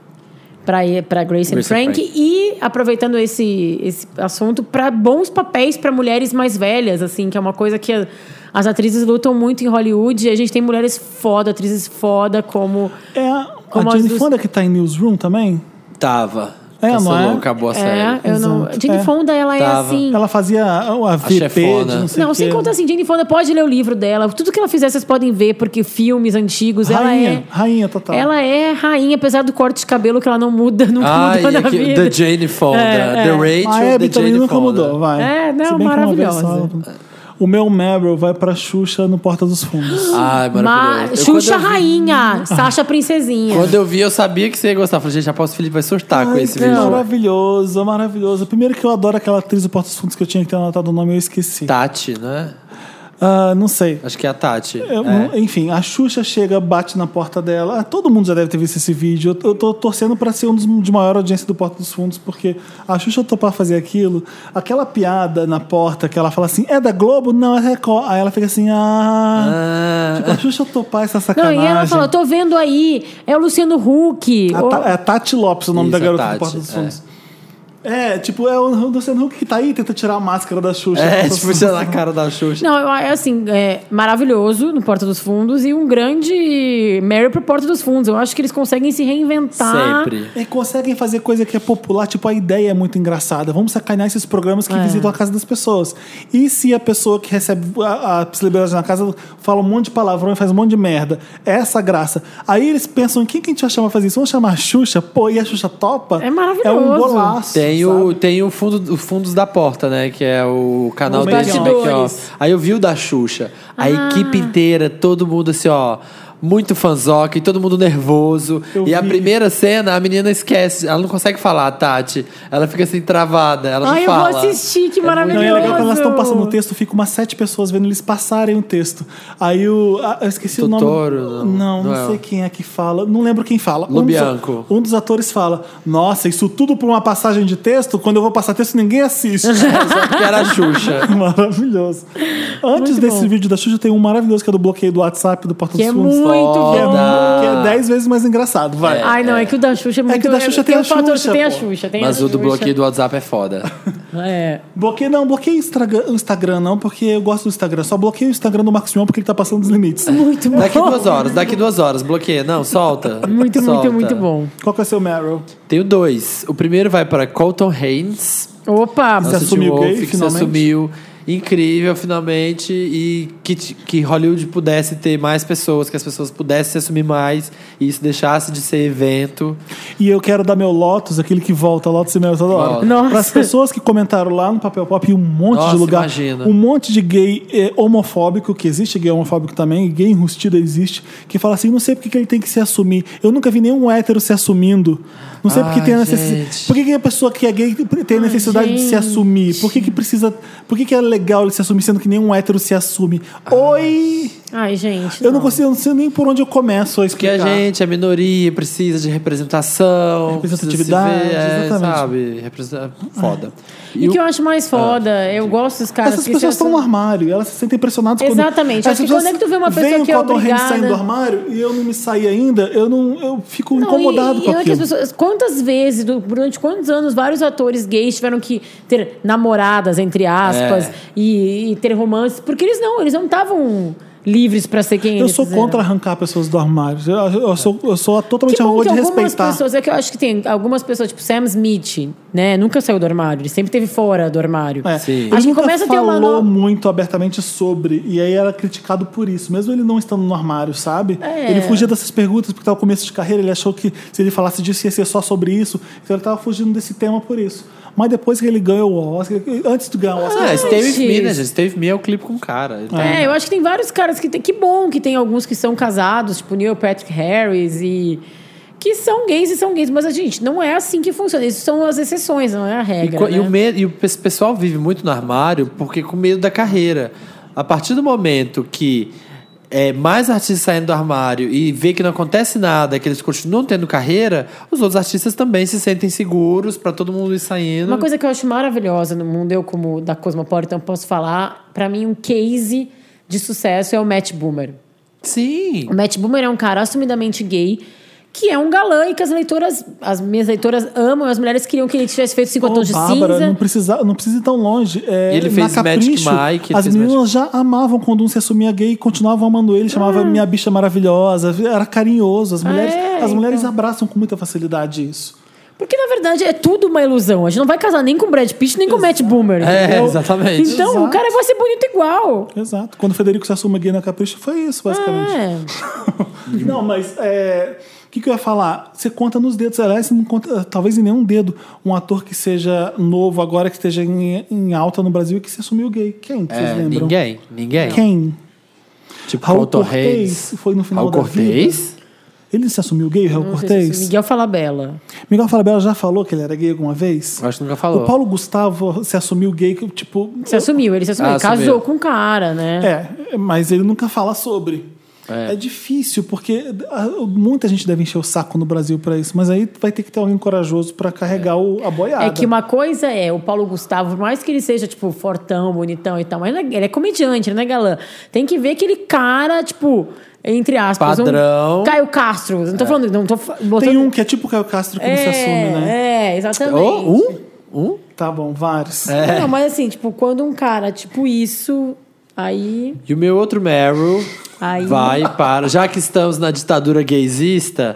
[SPEAKER 3] Pra, ir- pra Grace, and
[SPEAKER 2] Grace and
[SPEAKER 3] Frank,
[SPEAKER 2] Frank.
[SPEAKER 3] e aproveitando esse, esse assunto pra bons papéis pra mulheres mais velhas assim que é uma coisa que a- as atrizes lutam muito em Hollywood e a gente tem mulheres foda atrizes foda como
[SPEAKER 1] É a,
[SPEAKER 3] Como
[SPEAKER 1] a
[SPEAKER 3] as
[SPEAKER 1] Jane
[SPEAKER 3] dos-
[SPEAKER 1] Fonda que tá em Newsroom também?
[SPEAKER 2] Tava.
[SPEAKER 1] É, não
[SPEAKER 2] Cancelou,
[SPEAKER 1] é?
[SPEAKER 2] acabou a série.
[SPEAKER 3] é, eu não,
[SPEAKER 1] Exato,
[SPEAKER 3] Jane
[SPEAKER 1] é.
[SPEAKER 3] Fonda ela é
[SPEAKER 2] Tava.
[SPEAKER 3] assim
[SPEAKER 1] Ela fazia a, a VP
[SPEAKER 2] chefona.
[SPEAKER 1] de não sei
[SPEAKER 3] não,
[SPEAKER 1] o
[SPEAKER 3] sem
[SPEAKER 1] quê.
[SPEAKER 3] contar assim, Jane Fonda pode ler o livro dela. Tudo que ela fizer, vocês podem ver, porque filmes antigos, ela
[SPEAKER 1] Rainha,
[SPEAKER 3] é.
[SPEAKER 1] rainha total.
[SPEAKER 3] Ela é rainha, apesar do corte de cabelo que ela não muda, nunca
[SPEAKER 2] Ai,
[SPEAKER 3] mudou na
[SPEAKER 2] Ah, aqui,
[SPEAKER 3] vida.
[SPEAKER 2] The Jane Fonda.
[SPEAKER 3] É,
[SPEAKER 2] The
[SPEAKER 3] é.
[SPEAKER 2] Rachel,
[SPEAKER 1] a Abby
[SPEAKER 2] The
[SPEAKER 1] também
[SPEAKER 2] Jane
[SPEAKER 1] nunca
[SPEAKER 2] Fonda.
[SPEAKER 1] mudou, vai.
[SPEAKER 3] É, não,
[SPEAKER 1] Se bem que uma
[SPEAKER 3] maravilhosa.
[SPEAKER 1] vez só- O meu Meryl vai pra Xuxa no Porta dos Fundos.
[SPEAKER 2] Ai,
[SPEAKER 3] Ma-
[SPEAKER 2] maravilhoso. Eu, quando
[SPEAKER 3] Xuxa
[SPEAKER 2] eu vi-
[SPEAKER 3] rainha, Sasha princesinha.
[SPEAKER 2] Quando eu vi, eu sabia que você ia gostar. Falei, gente, já posso, o Felipe vai surtar com
[SPEAKER 1] Ai,
[SPEAKER 2] esse
[SPEAKER 1] que
[SPEAKER 2] vídeo.
[SPEAKER 1] maravilhoso, maravilhoso. Primeiro que eu adoro aquela atriz do Porta dos Fundos que eu tinha que ter anotado o nome e eu esqueci.
[SPEAKER 2] Tati, né?
[SPEAKER 1] Ah, não sei.
[SPEAKER 2] Acho que é a Tati.
[SPEAKER 1] É, um- Enfim, a Xuxa chega, bate na porta dela. Ah, todo mundo já deve ter visto esse vídeo. Eu, eu tô torcendo pra ser um dos de maior audiência do Porta dos Fundos, porque a Xuxa topar fazer aquilo, aquela piada na porta que ela fala assim: é da Globo? Não, é Record. Aí ela fica assim: ah.
[SPEAKER 2] Ah,
[SPEAKER 1] Tipo, a Xuxa topar essa
[SPEAKER 3] Não,
[SPEAKER 1] sacanagem.
[SPEAKER 3] e ela fala, tô vendo aí, é o Luciano Huck.
[SPEAKER 1] A
[SPEAKER 3] Ou-
[SPEAKER 1] Ta- é Tati Lopes o nome
[SPEAKER 2] Isso,
[SPEAKER 1] da garota
[SPEAKER 2] a Tati,
[SPEAKER 1] do Porta dos
[SPEAKER 2] é.
[SPEAKER 1] Fundos. É, tipo, é o Luciano Huck que tá aí, tenta tirar a máscara da Xuxa.
[SPEAKER 2] é, tipo, tirando a cara da Xuxa.
[SPEAKER 3] Não, eu- é assim, é maravilhoso no Porta dos Fundos e um grande Mary pro Porta dos Fundos. Eu acho que eles conseguem se reinventar.
[SPEAKER 2] Sempre.
[SPEAKER 1] E conseguem fazer coisa que é popular, tipo, a ideia é muito engraçada. Vamos sacanear esses programas que
[SPEAKER 3] É.
[SPEAKER 1] visitam a casa das pessoas. E se a pessoa que recebe a, a celebridade na casa fala um monte de palavrão e faz um monte de merda? Essa a graça. Aí eles pensam, quem que a gente vai chamar pra fazer isso? Vamos chamar a Xuxa? Pô, e a Xuxa topa?
[SPEAKER 3] É maravilhoso.
[SPEAKER 1] É um golaço.
[SPEAKER 2] Tem
[SPEAKER 1] sabe?
[SPEAKER 2] o, tem o fundo, o Fundos da Porta, né? Que é o canal
[SPEAKER 1] Os
[SPEAKER 2] desse
[SPEAKER 3] bastidores.
[SPEAKER 2] making-off. Aí eu vi o da Xuxa. A equipe inteira, todo mundo assim, ó. Muito fanzoca e todo mundo nervoso.
[SPEAKER 1] Eu
[SPEAKER 2] e a
[SPEAKER 1] vi.
[SPEAKER 2] primeira cena, a menina esquece. Ela não consegue falar, a Tati. Ela fica assim, travada. Ela
[SPEAKER 3] Ai,
[SPEAKER 2] não
[SPEAKER 3] eu
[SPEAKER 2] fala.
[SPEAKER 3] vou assistir, que maravilhoso.
[SPEAKER 1] Não, e é legal quando elas estão passando o texto, fica umas sete pessoas vendo eles passarem o texto. Aí o. ah, eu esqueci
[SPEAKER 2] Totoro,
[SPEAKER 1] o nome.
[SPEAKER 2] não.
[SPEAKER 1] Não, não,
[SPEAKER 2] Não é.
[SPEAKER 1] sei quem é que fala. Não lembro quem fala. Um dos-
[SPEAKER 2] Lobianco.
[SPEAKER 1] Um dos, atores fala: Nossa, isso tudo por uma passagem de texto? Quando eu vou passar texto, ninguém assiste.
[SPEAKER 2] Só porque era a Xuxa.
[SPEAKER 1] maravilhoso. Antes
[SPEAKER 3] Muito
[SPEAKER 1] desse
[SPEAKER 3] bom.
[SPEAKER 1] vídeo da Xuxa, tem um maravilhoso que é do bloqueio do WhatsApp do Porta
[SPEAKER 3] Que
[SPEAKER 1] dos
[SPEAKER 3] é
[SPEAKER 1] Fundos.
[SPEAKER 3] muito
[SPEAKER 1] que é,
[SPEAKER 3] bom.
[SPEAKER 1] que é dez vezes mais engraçado, vai.
[SPEAKER 3] Ai, não, é que o da Xuxa é muito...
[SPEAKER 1] que o da Xuxa tem
[SPEAKER 3] o
[SPEAKER 1] a
[SPEAKER 3] fator que
[SPEAKER 1] Xuxa,
[SPEAKER 3] Tem a
[SPEAKER 1] pô.
[SPEAKER 3] Xuxa, tem a
[SPEAKER 2] Mas o do
[SPEAKER 3] Xuxa.
[SPEAKER 2] bloqueio do WhatsApp é foda.
[SPEAKER 3] É.
[SPEAKER 1] Bloqueio, não, bloqueia o Instagram, o Instagram, não, porque eu gosto do Instagram. Só bloqueia o Instagram do Marcos Mion porque ele tá passando dos limites. É
[SPEAKER 3] Muito bom.
[SPEAKER 2] Daqui duas horas, daqui duas horas, bloqueia. Não, solta.
[SPEAKER 3] Muito,
[SPEAKER 2] Solta.
[SPEAKER 3] muito, muito bom.
[SPEAKER 1] Qual que é o seu Meryl?
[SPEAKER 2] Tenho dois. O primeiro vai para Colton Haynes.
[SPEAKER 3] Opa,
[SPEAKER 1] Nossa,
[SPEAKER 2] Nossa,
[SPEAKER 1] assumiu
[SPEAKER 2] Tim Wolfe,
[SPEAKER 1] gay,
[SPEAKER 2] que se
[SPEAKER 1] finalmente?
[SPEAKER 2] assumiu. Incrível, finalmente. E que, t- que Hollywood pudesse ter mais pessoas, que as pessoas pudessem se assumir mais. E isso deixasse de ser evento.
[SPEAKER 1] E eu quero dar meu Lotus, aquele que volta, Lotus e Mel toda hora.
[SPEAKER 2] Volta.
[SPEAKER 3] Nossa.
[SPEAKER 1] Para as pessoas que comentaram lá no Papel Pop, e um monte
[SPEAKER 2] Nossa,
[SPEAKER 1] de lugar.
[SPEAKER 2] imagina.
[SPEAKER 1] Um monte de gay eh, homofóbico, que existe gay homofóbico também, e gay enrustido existe, que fala assim: não sei porque que ele tem que se assumir. Eu nunca vi nenhum hétero se assumindo. Não sei porque
[SPEAKER 2] Ai,
[SPEAKER 1] tem a necessidade.
[SPEAKER 2] Ah, gente.
[SPEAKER 1] Por que, que a pessoa que é gay tem a necessidade de se
[SPEAKER 3] Ah, gente.
[SPEAKER 2] Ah,
[SPEAKER 1] assumir? Por que, que precisa. Por que, que é legal ele se assumir, sendo que nenhum hétero se assume? Oi!
[SPEAKER 3] Ai, gente.
[SPEAKER 1] Eu não consigo, eu não sei nem por onde eu começo a
[SPEAKER 2] Porque a
[SPEAKER 1] explicar.
[SPEAKER 2] gente é minoria, precisa de representação.
[SPEAKER 1] Representatividade,
[SPEAKER 2] precisa se ver, é,
[SPEAKER 1] exatamente.
[SPEAKER 2] Sabe? Representa... Foda.
[SPEAKER 3] E o É que eu
[SPEAKER 2] o-
[SPEAKER 3] acho mais foda, eu gosto dos caras
[SPEAKER 1] É. Essas
[SPEAKER 3] que
[SPEAKER 1] pessoas
[SPEAKER 3] já
[SPEAKER 1] estão
[SPEAKER 3] são- assim.
[SPEAKER 1] no armário, elas se sentem pressionadas quando-
[SPEAKER 3] Exatamente.
[SPEAKER 1] Essas
[SPEAKER 3] Acho que
[SPEAKER 1] pessoas
[SPEAKER 3] quando é que tu vê uma pessoa
[SPEAKER 1] veem
[SPEAKER 3] que é
[SPEAKER 1] o Cotton Hands
[SPEAKER 3] obrigada-
[SPEAKER 1] saindo do armário e eu não me saí ainda, eu não eu fico
[SPEAKER 3] Não,
[SPEAKER 1] incomodado
[SPEAKER 3] e-
[SPEAKER 1] com
[SPEAKER 3] é e outras
[SPEAKER 1] aquilo.
[SPEAKER 3] pessoas- quantas vezes, du- durante quantos anos, vários atores gays tiveram que ter namoradas, entre aspas,
[SPEAKER 2] É.
[SPEAKER 3] e, e ter romances? Porque eles não, eles não estavam livres pra ser quem
[SPEAKER 1] Eu
[SPEAKER 3] eles
[SPEAKER 1] sou
[SPEAKER 3] eram.
[SPEAKER 1] contra arrancar pessoas do armário. Eu, eu sou, eu sou totalmente
[SPEAKER 3] Que
[SPEAKER 1] a
[SPEAKER 3] bom
[SPEAKER 1] favor
[SPEAKER 3] que
[SPEAKER 1] um de
[SPEAKER 3] algumas
[SPEAKER 1] respeitar.
[SPEAKER 3] pessoas, é que eu acho que tem algumas pessoas, tipo Sam Smith, né? Nunca saiu do armário, ele sempre teve fora do armário.
[SPEAKER 1] É.
[SPEAKER 2] Sim.
[SPEAKER 1] Ele
[SPEAKER 3] Acho que
[SPEAKER 1] nunca
[SPEAKER 3] começa a ter
[SPEAKER 1] falou
[SPEAKER 3] uma no-
[SPEAKER 1] muito abertamente sobre, e aí era criticado por isso, mesmo ele não estando no armário, sabe?
[SPEAKER 3] É.
[SPEAKER 1] Ele fugia dessas perguntas porque estava no começo de carreira, ele achou que se ele falasse disso ia ser só sobre isso, então ele estava fugindo desse tema por isso. Mas depois que ele ganhou o Oscar, antes de ganhar o Oscar,
[SPEAKER 2] Ah,
[SPEAKER 1] ele-
[SPEAKER 2] Stay With Me, né,
[SPEAKER 3] Gente.
[SPEAKER 2] gente? Stay With Me é o clipe com o cara. Então,
[SPEAKER 3] É, eu acho que tem vários caras que tem. Que bom que tem alguns que são casados, tipo Neil Patrick Harris e. Que são gays e são gays, mas a gente não é assim que funciona. Isso são as exceções, não é a
[SPEAKER 2] E,
[SPEAKER 3] regra.
[SPEAKER 2] co- e
[SPEAKER 3] né?
[SPEAKER 2] o medo, e o pe- pessoal vive muito no armário porque com medo da carreira. A partir do momento que é, mais artistas saindo do armário e vê que não acontece nada, que eles continuam tendo carreira, os outros artistas também se sentem seguros pra todo mundo ir saindo.
[SPEAKER 3] Uma coisa que eu acho maravilhosa no mundo, eu como da Cosmopolitan posso falar, pra mim um case de sucesso é o Matt Boomer.
[SPEAKER 2] Sim.
[SPEAKER 3] O Matt Boomer é um cara assumidamente gay, que é um galã e que as leitoras, as minhas leitoras amam, as mulheres queriam que ele tivesse feito cinco
[SPEAKER 1] Ô,
[SPEAKER 3] tons de
[SPEAKER 1] Bárbara,
[SPEAKER 3] cinza.
[SPEAKER 1] Não precisa, não precisa ir tão longe. É,
[SPEAKER 2] E ele fez
[SPEAKER 1] na
[SPEAKER 2] Magic
[SPEAKER 1] Capricho,
[SPEAKER 2] Mike, ele
[SPEAKER 1] As
[SPEAKER 2] fez
[SPEAKER 1] meninas já amavam quando um se assumia gay e continuavam amando ele. Chamava minha bicha maravilhosa. Era carinhoso. As mulheres,
[SPEAKER 3] Ah. É,
[SPEAKER 1] as mulheres
[SPEAKER 3] então.
[SPEAKER 1] abraçam com muita facilidade isso.
[SPEAKER 3] Porque, na verdade, é tudo uma ilusão. A gente não vai casar nem com o Brad Pitt, nem com o Matt Boomer.
[SPEAKER 2] É,
[SPEAKER 3] entendeu?
[SPEAKER 2] exatamente.
[SPEAKER 3] Então, o
[SPEAKER 1] Exato.
[SPEAKER 3] cara vai ser bonito igual.
[SPEAKER 1] Exato. Quando o Federico se assume gay na Capricho, foi isso, basicamente.
[SPEAKER 3] É.
[SPEAKER 1] Não, mas é, o que, que eu ia falar? Você conta nos dedos, aliás, você não conta, talvez em nenhum dedo, um ator que seja novo agora, que esteja em, em alta no Brasil e que se assumiu gay. Quem que vocês
[SPEAKER 2] É,
[SPEAKER 1] lembram?
[SPEAKER 2] ninguém, ninguém.
[SPEAKER 1] Quem?
[SPEAKER 2] Tipo,
[SPEAKER 1] Raul
[SPEAKER 2] Cotton
[SPEAKER 1] Cortez
[SPEAKER 2] Haynes.
[SPEAKER 1] foi no final
[SPEAKER 2] Raul
[SPEAKER 1] da
[SPEAKER 2] Cortez?
[SPEAKER 1] Ele se assumiu gay, Raul
[SPEAKER 3] Não sei se
[SPEAKER 1] Cortez?
[SPEAKER 3] isso- Miguel Falabella.
[SPEAKER 1] Miguel Falabella já falou que ele era gay alguma vez?
[SPEAKER 2] Acho que nunca falou.
[SPEAKER 1] O Paulo Gustavo se assumiu gay, que, tipo.
[SPEAKER 3] Se assumiu, ele se assumiu.
[SPEAKER 2] Ah,
[SPEAKER 3] Casou
[SPEAKER 2] assumiu.
[SPEAKER 3] com o cara, né?
[SPEAKER 1] É, mas ele nunca fala sobre. É. difícil, porque ah, muita gente deve encher o saco no Brasil pra isso, mas aí vai ter que ter alguém corajoso pra carregar o, a boiada.
[SPEAKER 3] É que uma coisa é, o Paulo Gustavo, por mais que ele seja, tipo, fortão, bonitão e tal, mas ele é, ele é comediante, ele não é galã. Tem que ver aquele cara, tipo, entre aspas. um-
[SPEAKER 2] Padrão.
[SPEAKER 3] Caio Castro. Não tô falando, não tô fa- botando.
[SPEAKER 1] É. Tem um que é tipo o Caio Castro que
[SPEAKER 3] é,
[SPEAKER 1] não se assume, né? uh,
[SPEAKER 3] É, exatamente.
[SPEAKER 2] Oh, um? Um?
[SPEAKER 1] Tá bom, vários.
[SPEAKER 2] É,
[SPEAKER 3] Não, mas assim, tipo, quando um cara, tipo, isso, aí.
[SPEAKER 2] E o meu outro Meryl
[SPEAKER 3] Aí.
[SPEAKER 2] vai para. Já que estamos na ditadura gaysista,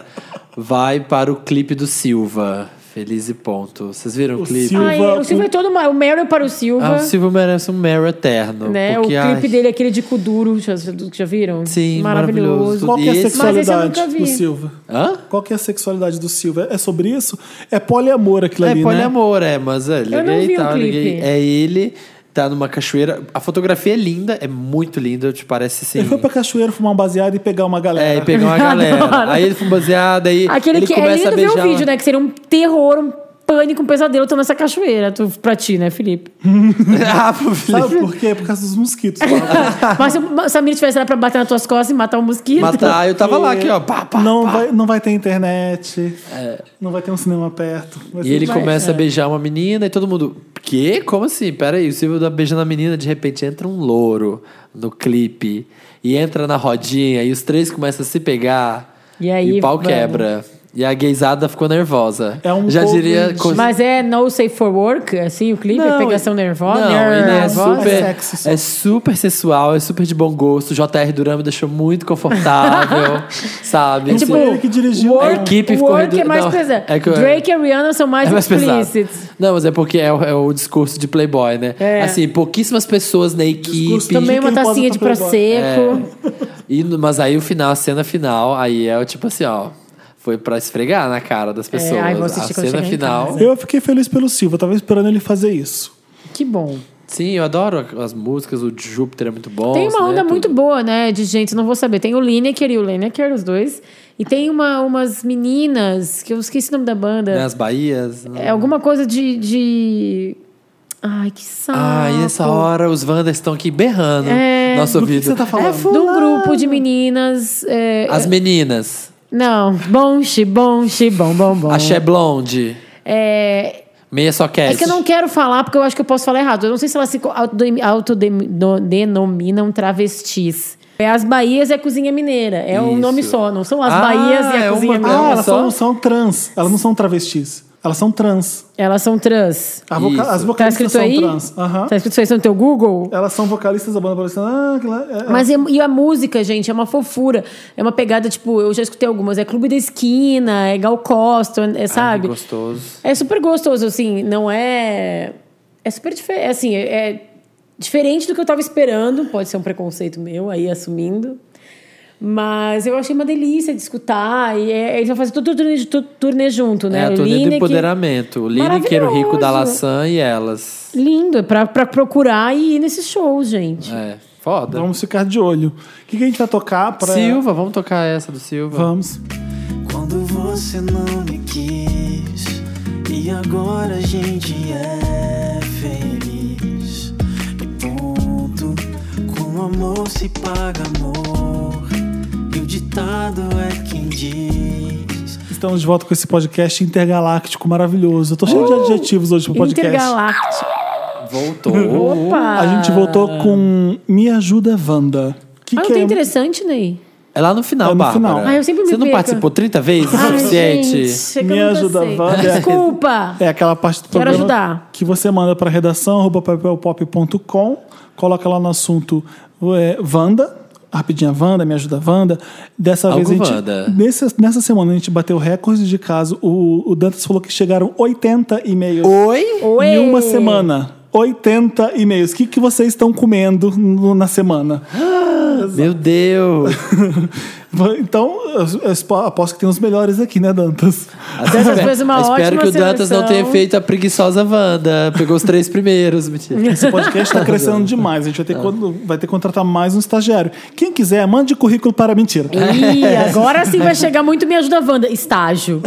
[SPEAKER 2] vai para o clipe do Silva. Feliz e ponto. Vocês viram o clipe?
[SPEAKER 1] Silva
[SPEAKER 3] Ai,
[SPEAKER 1] com-
[SPEAKER 3] o Silva é todo mal. O Meryl para o Silva.
[SPEAKER 2] Ah, o Silva merece um Meryl eterno.
[SPEAKER 3] né?
[SPEAKER 2] porque,
[SPEAKER 3] o
[SPEAKER 2] ai,
[SPEAKER 3] clipe dele é aquele de cu duro, já, já viram?
[SPEAKER 2] Sim, maravilhoso.
[SPEAKER 1] Qual que é a
[SPEAKER 2] Esse-
[SPEAKER 3] Mas esse eu nunca
[SPEAKER 1] sexualidade do
[SPEAKER 3] vi.
[SPEAKER 1] Silva?
[SPEAKER 2] Hã?
[SPEAKER 1] Qual que é a sexualidade do Silva? É sobre isso? É poliamor aquilo
[SPEAKER 2] É
[SPEAKER 1] ali, né?
[SPEAKER 2] poliamor, é, mas é, ele é
[SPEAKER 3] não
[SPEAKER 2] gay
[SPEAKER 3] vi
[SPEAKER 2] e
[SPEAKER 3] o
[SPEAKER 2] tal, ele é
[SPEAKER 3] clipe.
[SPEAKER 2] gay. É ele, tá numa cachoeira. A fotografia é linda, é muito linda, te parece assim.
[SPEAKER 1] Ele foi pra cachoeira fumar um baseado e pegar uma galera.
[SPEAKER 2] É, e pegou uma galera. aí ele foi baseado, aí
[SPEAKER 3] Aquele
[SPEAKER 2] ele
[SPEAKER 3] que é
[SPEAKER 2] começa
[SPEAKER 3] lindo
[SPEAKER 2] a
[SPEAKER 3] ver
[SPEAKER 2] beijar.
[SPEAKER 3] o vídeo, né? Que seria um terror, um pânico, um pesadelo tô nessa cachoeira tu, pra ti, né, Felipe? né?
[SPEAKER 2] ah, pro Felipe.
[SPEAKER 1] Sabe por quê? Por causa dos mosquitos. tá?
[SPEAKER 3] Mas se o Samir tivesse lá pra bater nas tuas costas e matar um mosquito.
[SPEAKER 2] Matar, tá, eu tava lá aqui, ó. Pá, pá,
[SPEAKER 1] não,
[SPEAKER 2] pá.
[SPEAKER 1] vai, não vai ter internet, não vai ter um cinema perto. Vai
[SPEAKER 2] É. E
[SPEAKER 1] ser- tipo
[SPEAKER 2] ele
[SPEAKER 3] Mas,
[SPEAKER 2] começa a
[SPEAKER 3] é.
[SPEAKER 2] beijar uma menina e todo mundo. Quê? Como assim? Pera aí, o Silvio tá beijando a menina, de repente entra um louro no clipe e entra na rodinha e os três começam a se pegar
[SPEAKER 3] E aí,
[SPEAKER 2] o pau
[SPEAKER 3] mano.
[SPEAKER 2] quebra. E a gaysada ficou nervosa.
[SPEAKER 1] É um
[SPEAKER 2] Já
[SPEAKER 1] pouco
[SPEAKER 2] diria.
[SPEAKER 1] de-
[SPEAKER 2] co-
[SPEAKER 3] Mas é no safe for work, assim, o clipe, é pegação
[SPEAKER 2] ele-
[SPEAKER 3] nervosa.
[SPEAKER 2] Não, ele é
[SPEAKER 3] nervosa.
[SPEAKER 2] super,
[SPEAKER 1] É sexy só.
[SPEAKER 2] é super sensual, é super de bom gosto. O JR Duran me deixou muito confortável, sabe? Assim,
[SPEAKER 1] Não foi ele um que dirigiu.
[SPEAKER 2] A
[SPEAKER 1] não.
[SPEAKER 2] equipe
[SPEAKER 3] O
[SPEAKER 2] ficou
[SPEAKER 3] work
[SPEAKER 2] redu-
[SPEAKER 3] é mais
[SPEAKER 2] não,
[SPEAKER 3] pesado.
[SPEAKER 2] é que eu-
[SPEAKER 3] Drake e Rihanna são mais
[SPEAKER 2] É mais pesado.
[SPEAKER 3] explícitos.
[SPEAKER 2] Não, mas é porque é o, é o discurso de Playboy, né?
[SPEAKER 3] É.
[SPEAKER 2] Assim, pouquíssimas pessoas na equipe.
[SPEAKER 1] Discurso
[SPEAKER 3] Também
[SPEAKER 1] Finge
[SPEAKER 3] uma
[SPEAKER 1] quem posa
[SPEAKER 3] tacinha
[SPEAKER 1] pra
[SPEAKER 3] de prosecco.
[SPEAKER 2] E no- mas aí o final, a cena final, aí é o tipo assim, ó. Foi pra esfregar na cara das pessoas.
[SPEAKER 3] É, ai, vou
[SPEAKER 2] a
[SPEAKER 3] assistir quando
[SPEAKER 2] cena
[SPEAKER 3] chegar em
[SPEAKER 2] final.
[SPEAKER 1] Eu fiquei feliz pelo Silva, tava esperando ele fazer isso.
[SPEAKER 2] É.
[SPEAKER 3] Que bom.
[SPEAKER 2] Sim, eu adoro as músicas, o de Júpiter é muito bom.
[SPEAKER 3] Tem uma
[SPEAKER 2] né,
[SPEAKER 3] onda
[SPEAKER 2] tudo.
[SPEAKER 3] muito boa, né? De gente, não vou saber. Tem o Lineker e o Lineker, os dois. E tem uma, umas meninas, que eu esqueci o nome da banda.
[SPEAKER 2] Né, as Bahias.
[SPEAKER 3] É alguma coisa de. de... Ai, que saco.
[SPEAKER 2] Ai, nessa Ah, hora os Wanders estão aqui berrando
[SPEAKER 3] É.
[SPEAKER 2] nosso
[SPEAKER 1] Do que
[SPEAKER 2] ouvido.
[SPEAKER 1] que você tá falando?
[SPEAKER 2] É
[SPEAKER 3] De um
[SPEAKER 2] fulano.
[SPEAKER 3] grupo de meninas. é,
[SPEAKER 2] As meninas.
[SPEAKER 3] Não, bom, chi, bom, chi, bom, bom, bom.
[SPEAKER 2] A Cher Blonde.
[SPEAKER 3] É,
[SPEAKER 2] Meia só
[SPEAKER 3] é que eu não quero falar, porque eu acho que eu posso falar errado. Eu não sei se elas se co- autodem- autodenominam travestis. É as Bahias e a Cozinha Mineira. É um
[SPEAKER 2] Isso.
[SPEAKER 3] nome só, não são as
[SPEAKER 2] Ah,
[SPEAKER 3] Bahias e a
[SPEAKER 2] é uma-
[SPEAKER 3] Cozinha Mineira.
[SPEAKER 1] Ah,
[SPEAKER 2] Olha
[SPEAKER 1] elas
[SPEAKER 2] só.
[SPEAKER 1] são, são trans. Elas não são travestis. Elas são trans.
[SPEAKER 3] Ah, Elas são trans.
[SPEAKER 1] A voca-
[SPEAKER 2] Isso.
[SPEAKER 1] As
[SPEAKER 3] Tá
[SPEAKER 1] vocalistas
[SPEAKER 3] escrito
[SPEAKER 1] são
[SPEAKER 3] aí?
[SPEAKER 1] trans. Aham. É.
[SPEAKER 3] Tá escrito isso aí no teu Google?
[SPEAKER 1] Elas são vocalistas da banda profissional. Ah, que lá- é-
[SPEAKER 3] Mas e, e a música, gente, é uma fofura. É uma pegada, tipo, eu já escutei algumas. É Clube da Esquina, é Gal Costa, é, sabe?
[SPEAKER 2] gostoso.
[SPEAKER 3] É super gostoso, assim, não é. É super diferente. Assim, é é diferente do que eu tava esperando. Pode ser um preconceito meu aí assumindo. Mas eu achei uma delícia de escutar. E é, eles vão fazer todo turnê, tu- turnê junto, né?
[SPEAKER 2] É a
[SPEAKER 3] O
[SPEAKER 2] turnê do
[SPEAKER 3] Lineker-
[SPEAKER 2] empoderamento. Lineker, o Rico da
[SPEAKER 3] Maravilhoso.
[SPEAKER 2] Laçã e elas.
[SPEAKER 3] Lindo, é pra, pra procurar e ir nesses shows, gente.
[SPEAKER 2] É, foda.
[SPEAKER 1] Vamos ficar de olho. O que, que a gente vai tocar pra.
[SPEAKER 2] Silva, vamos tocar essa do Silva.
[SPEAKER 1] Vamos.
[SPEAKER 5] Quando você não me quis e agora a gente é feliz. E ponto, com amor se paga amor. E o ditado é quem diz.
[SPEAKER 1] Estamos de volta com esse podcast intergaláctico maravilhoso. Eu tô cheio de adjetivos hoje pro podcast.
[SPEAKER 3] Intergaláctico.
[SPEAKER 2] Voltou.
[SPEAKER 3] Opa!
[SPEAKER 1] A gente voltou
[SPEAKER 2] Ah.
[SPEAKER 1] com Me Ajuda Wanda. Que
[SPEAKER 3] Ah, não
[SPEAKER 1] que
[SPEAKER 3] tem
[SPEAKER 1] é?
[SPEAKER 3] interessante, Ney.
[SPEAKER 2] É lá no final,
[SPEAKER 1] É no
[SPEAKER 2] Bárbara.
[SPEAKER 1] final.
[SPEAKER 3] Ah, eu sempre me
[SPEAKER 2] Você não
[SPEAKER 3] perco.
[SPEAKER 2] participou 30 vezes o
[SPEAKER 3] Ai,
[SPEAKER 2] suficiente?
[SPEAKER 3] gente, é que
[SPEAKER 1] Me
[SPEAKER 3] eu nunca
[SPEAKER 1] ajuda,
[SPEAKER 3] sei.
[SPEAKER 1] Wanda.
[SPEAKER 3] Desculpa.
[SPEAKER 1] É aquela parte do
[SPEAKER 3] Quero
[SPEAKER 1] programa
[SPEAKER 3] ajudar.
[SPEAKER 1] que você manda para redação arroba papelpop.com, coloca lá no assunto é, Wanda, rapidinha Wanda, me ajuda Wanda. Dessa
[SPEAKER 2] Algo
[SPEAKER 1] vez a gente,
[SPEAKER 2] Wanda.
[SPEAKER 1] nessa, nessa semana a gente bateu recorde de caso. O, o Dantas falou que chegaram 80 e-mails
[SPEAKER 2] Oi?
[SPEAKER 3] Oi.
[SPEAKER 1] em uma semana. 80 e-mails. O que, que vocês estão comendo no- na semana?
[SPEAKER 2] Meu Deus.
[SPEAKER 1] Então, eu- eu aposto que tem os melhores aqui, né, Dantas?
[SPEAKER 3] Dantas fez é uma
[SPEAKER 2] espero
[SPEAKER 3] ótima
[SPEAKER 2] que o Dantas
[SPEAKER 3] seleção.
[SPEAKER 2] não tenha feito a preguiçosa Wanda. Pegou os três primeiros. mentira.
[SPEAKER 1] Esse podcast está crescendo demais. A gente vai ter, que- vai ter que contratar mais um estagiário. Quem quiser, mande currículo para mentira.
[SPEAKER 3] Ih,
[SPEAKER 2] É.
[SPEAKER 3] agora sim vai chegar muito Me Ajuda Wanda. Estágio.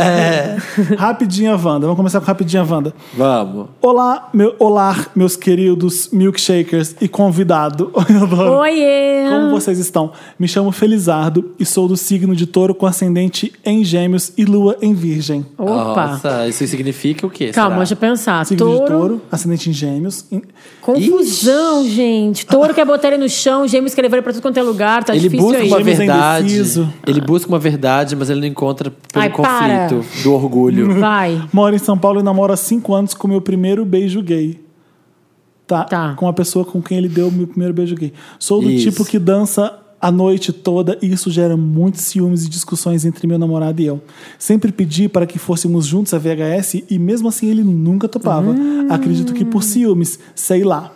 [SPEAKER 1] Rapidinha, Wanda. Vamos começar com Rapidinha, Wanda.
[SPEAKER 2] Vamos.
[SPEAKER 1] Olá, meu, olá, meus queridos milkshakers e convidado. Eu adoro.
[SPEAKER 3] Oiê!
[SPEAKER 1] Como vocês estão? Me chamo Felizardo e sou do signo de touro com ascendente em gêmeos e lua em virgem.
[SPEAKER 3] Opa.
[SPEAKER 2] Nossa, isso significa o quê?
[SPEAKER 3] Calma, tá deixa
[SPEAKER 2] será?
[SPEAKER 3] eu pensar.
[SPEAKER 1] Signo de
[SPEAKER 3] Touro.
[SPEAKER 1] touro, ascendente em gêmeos. em-
[SPEAKER 3] Confusão, gente. Touro quer botar ele no chão, gêmeos quer levar ele pra tudo quanto é lugar, tá
[SPEAKER 2] Ele
[SPEAKER 3] difícil
[SPEAKER 2] busca
[SPEAKER 3] aí.
[SPEAKER 2] uma
[SPEAKER 1] Gêmeos é
[SPEAKER 2] verdade.
[SPEAKER 1] indeciso.
[SPEAKER 2] Ele busca uma verdade, mas ele não encontra pelo
[SPEAKER 3] Ai, para.
[SPEAKER 2] conflito do orgulho.
[SPEAKER 3] Vai.
[SPEAKER 1] Moro em São Paulo e namoro há cinco anos com meu primeiro beijo gay. Tá,
[SPEAKER 3] Tá.
[SPEAKER 1] Com a pessoa com quem ele deu o meu primeiro beijo gay. Sou do
[SPEAKER 2] Isso.
[SPEAKER 1] tipo que dança a noite toda e isso gera muitos ciúmes e discussões entre meu namorado e eu. Sempre pedi para que fôssemos juntos a VHS e mesmo assim ele nunca topava.
[SPEAKER 3] Hum.
[SPEAKER 1] Acredito que por ciúmes, sei lá.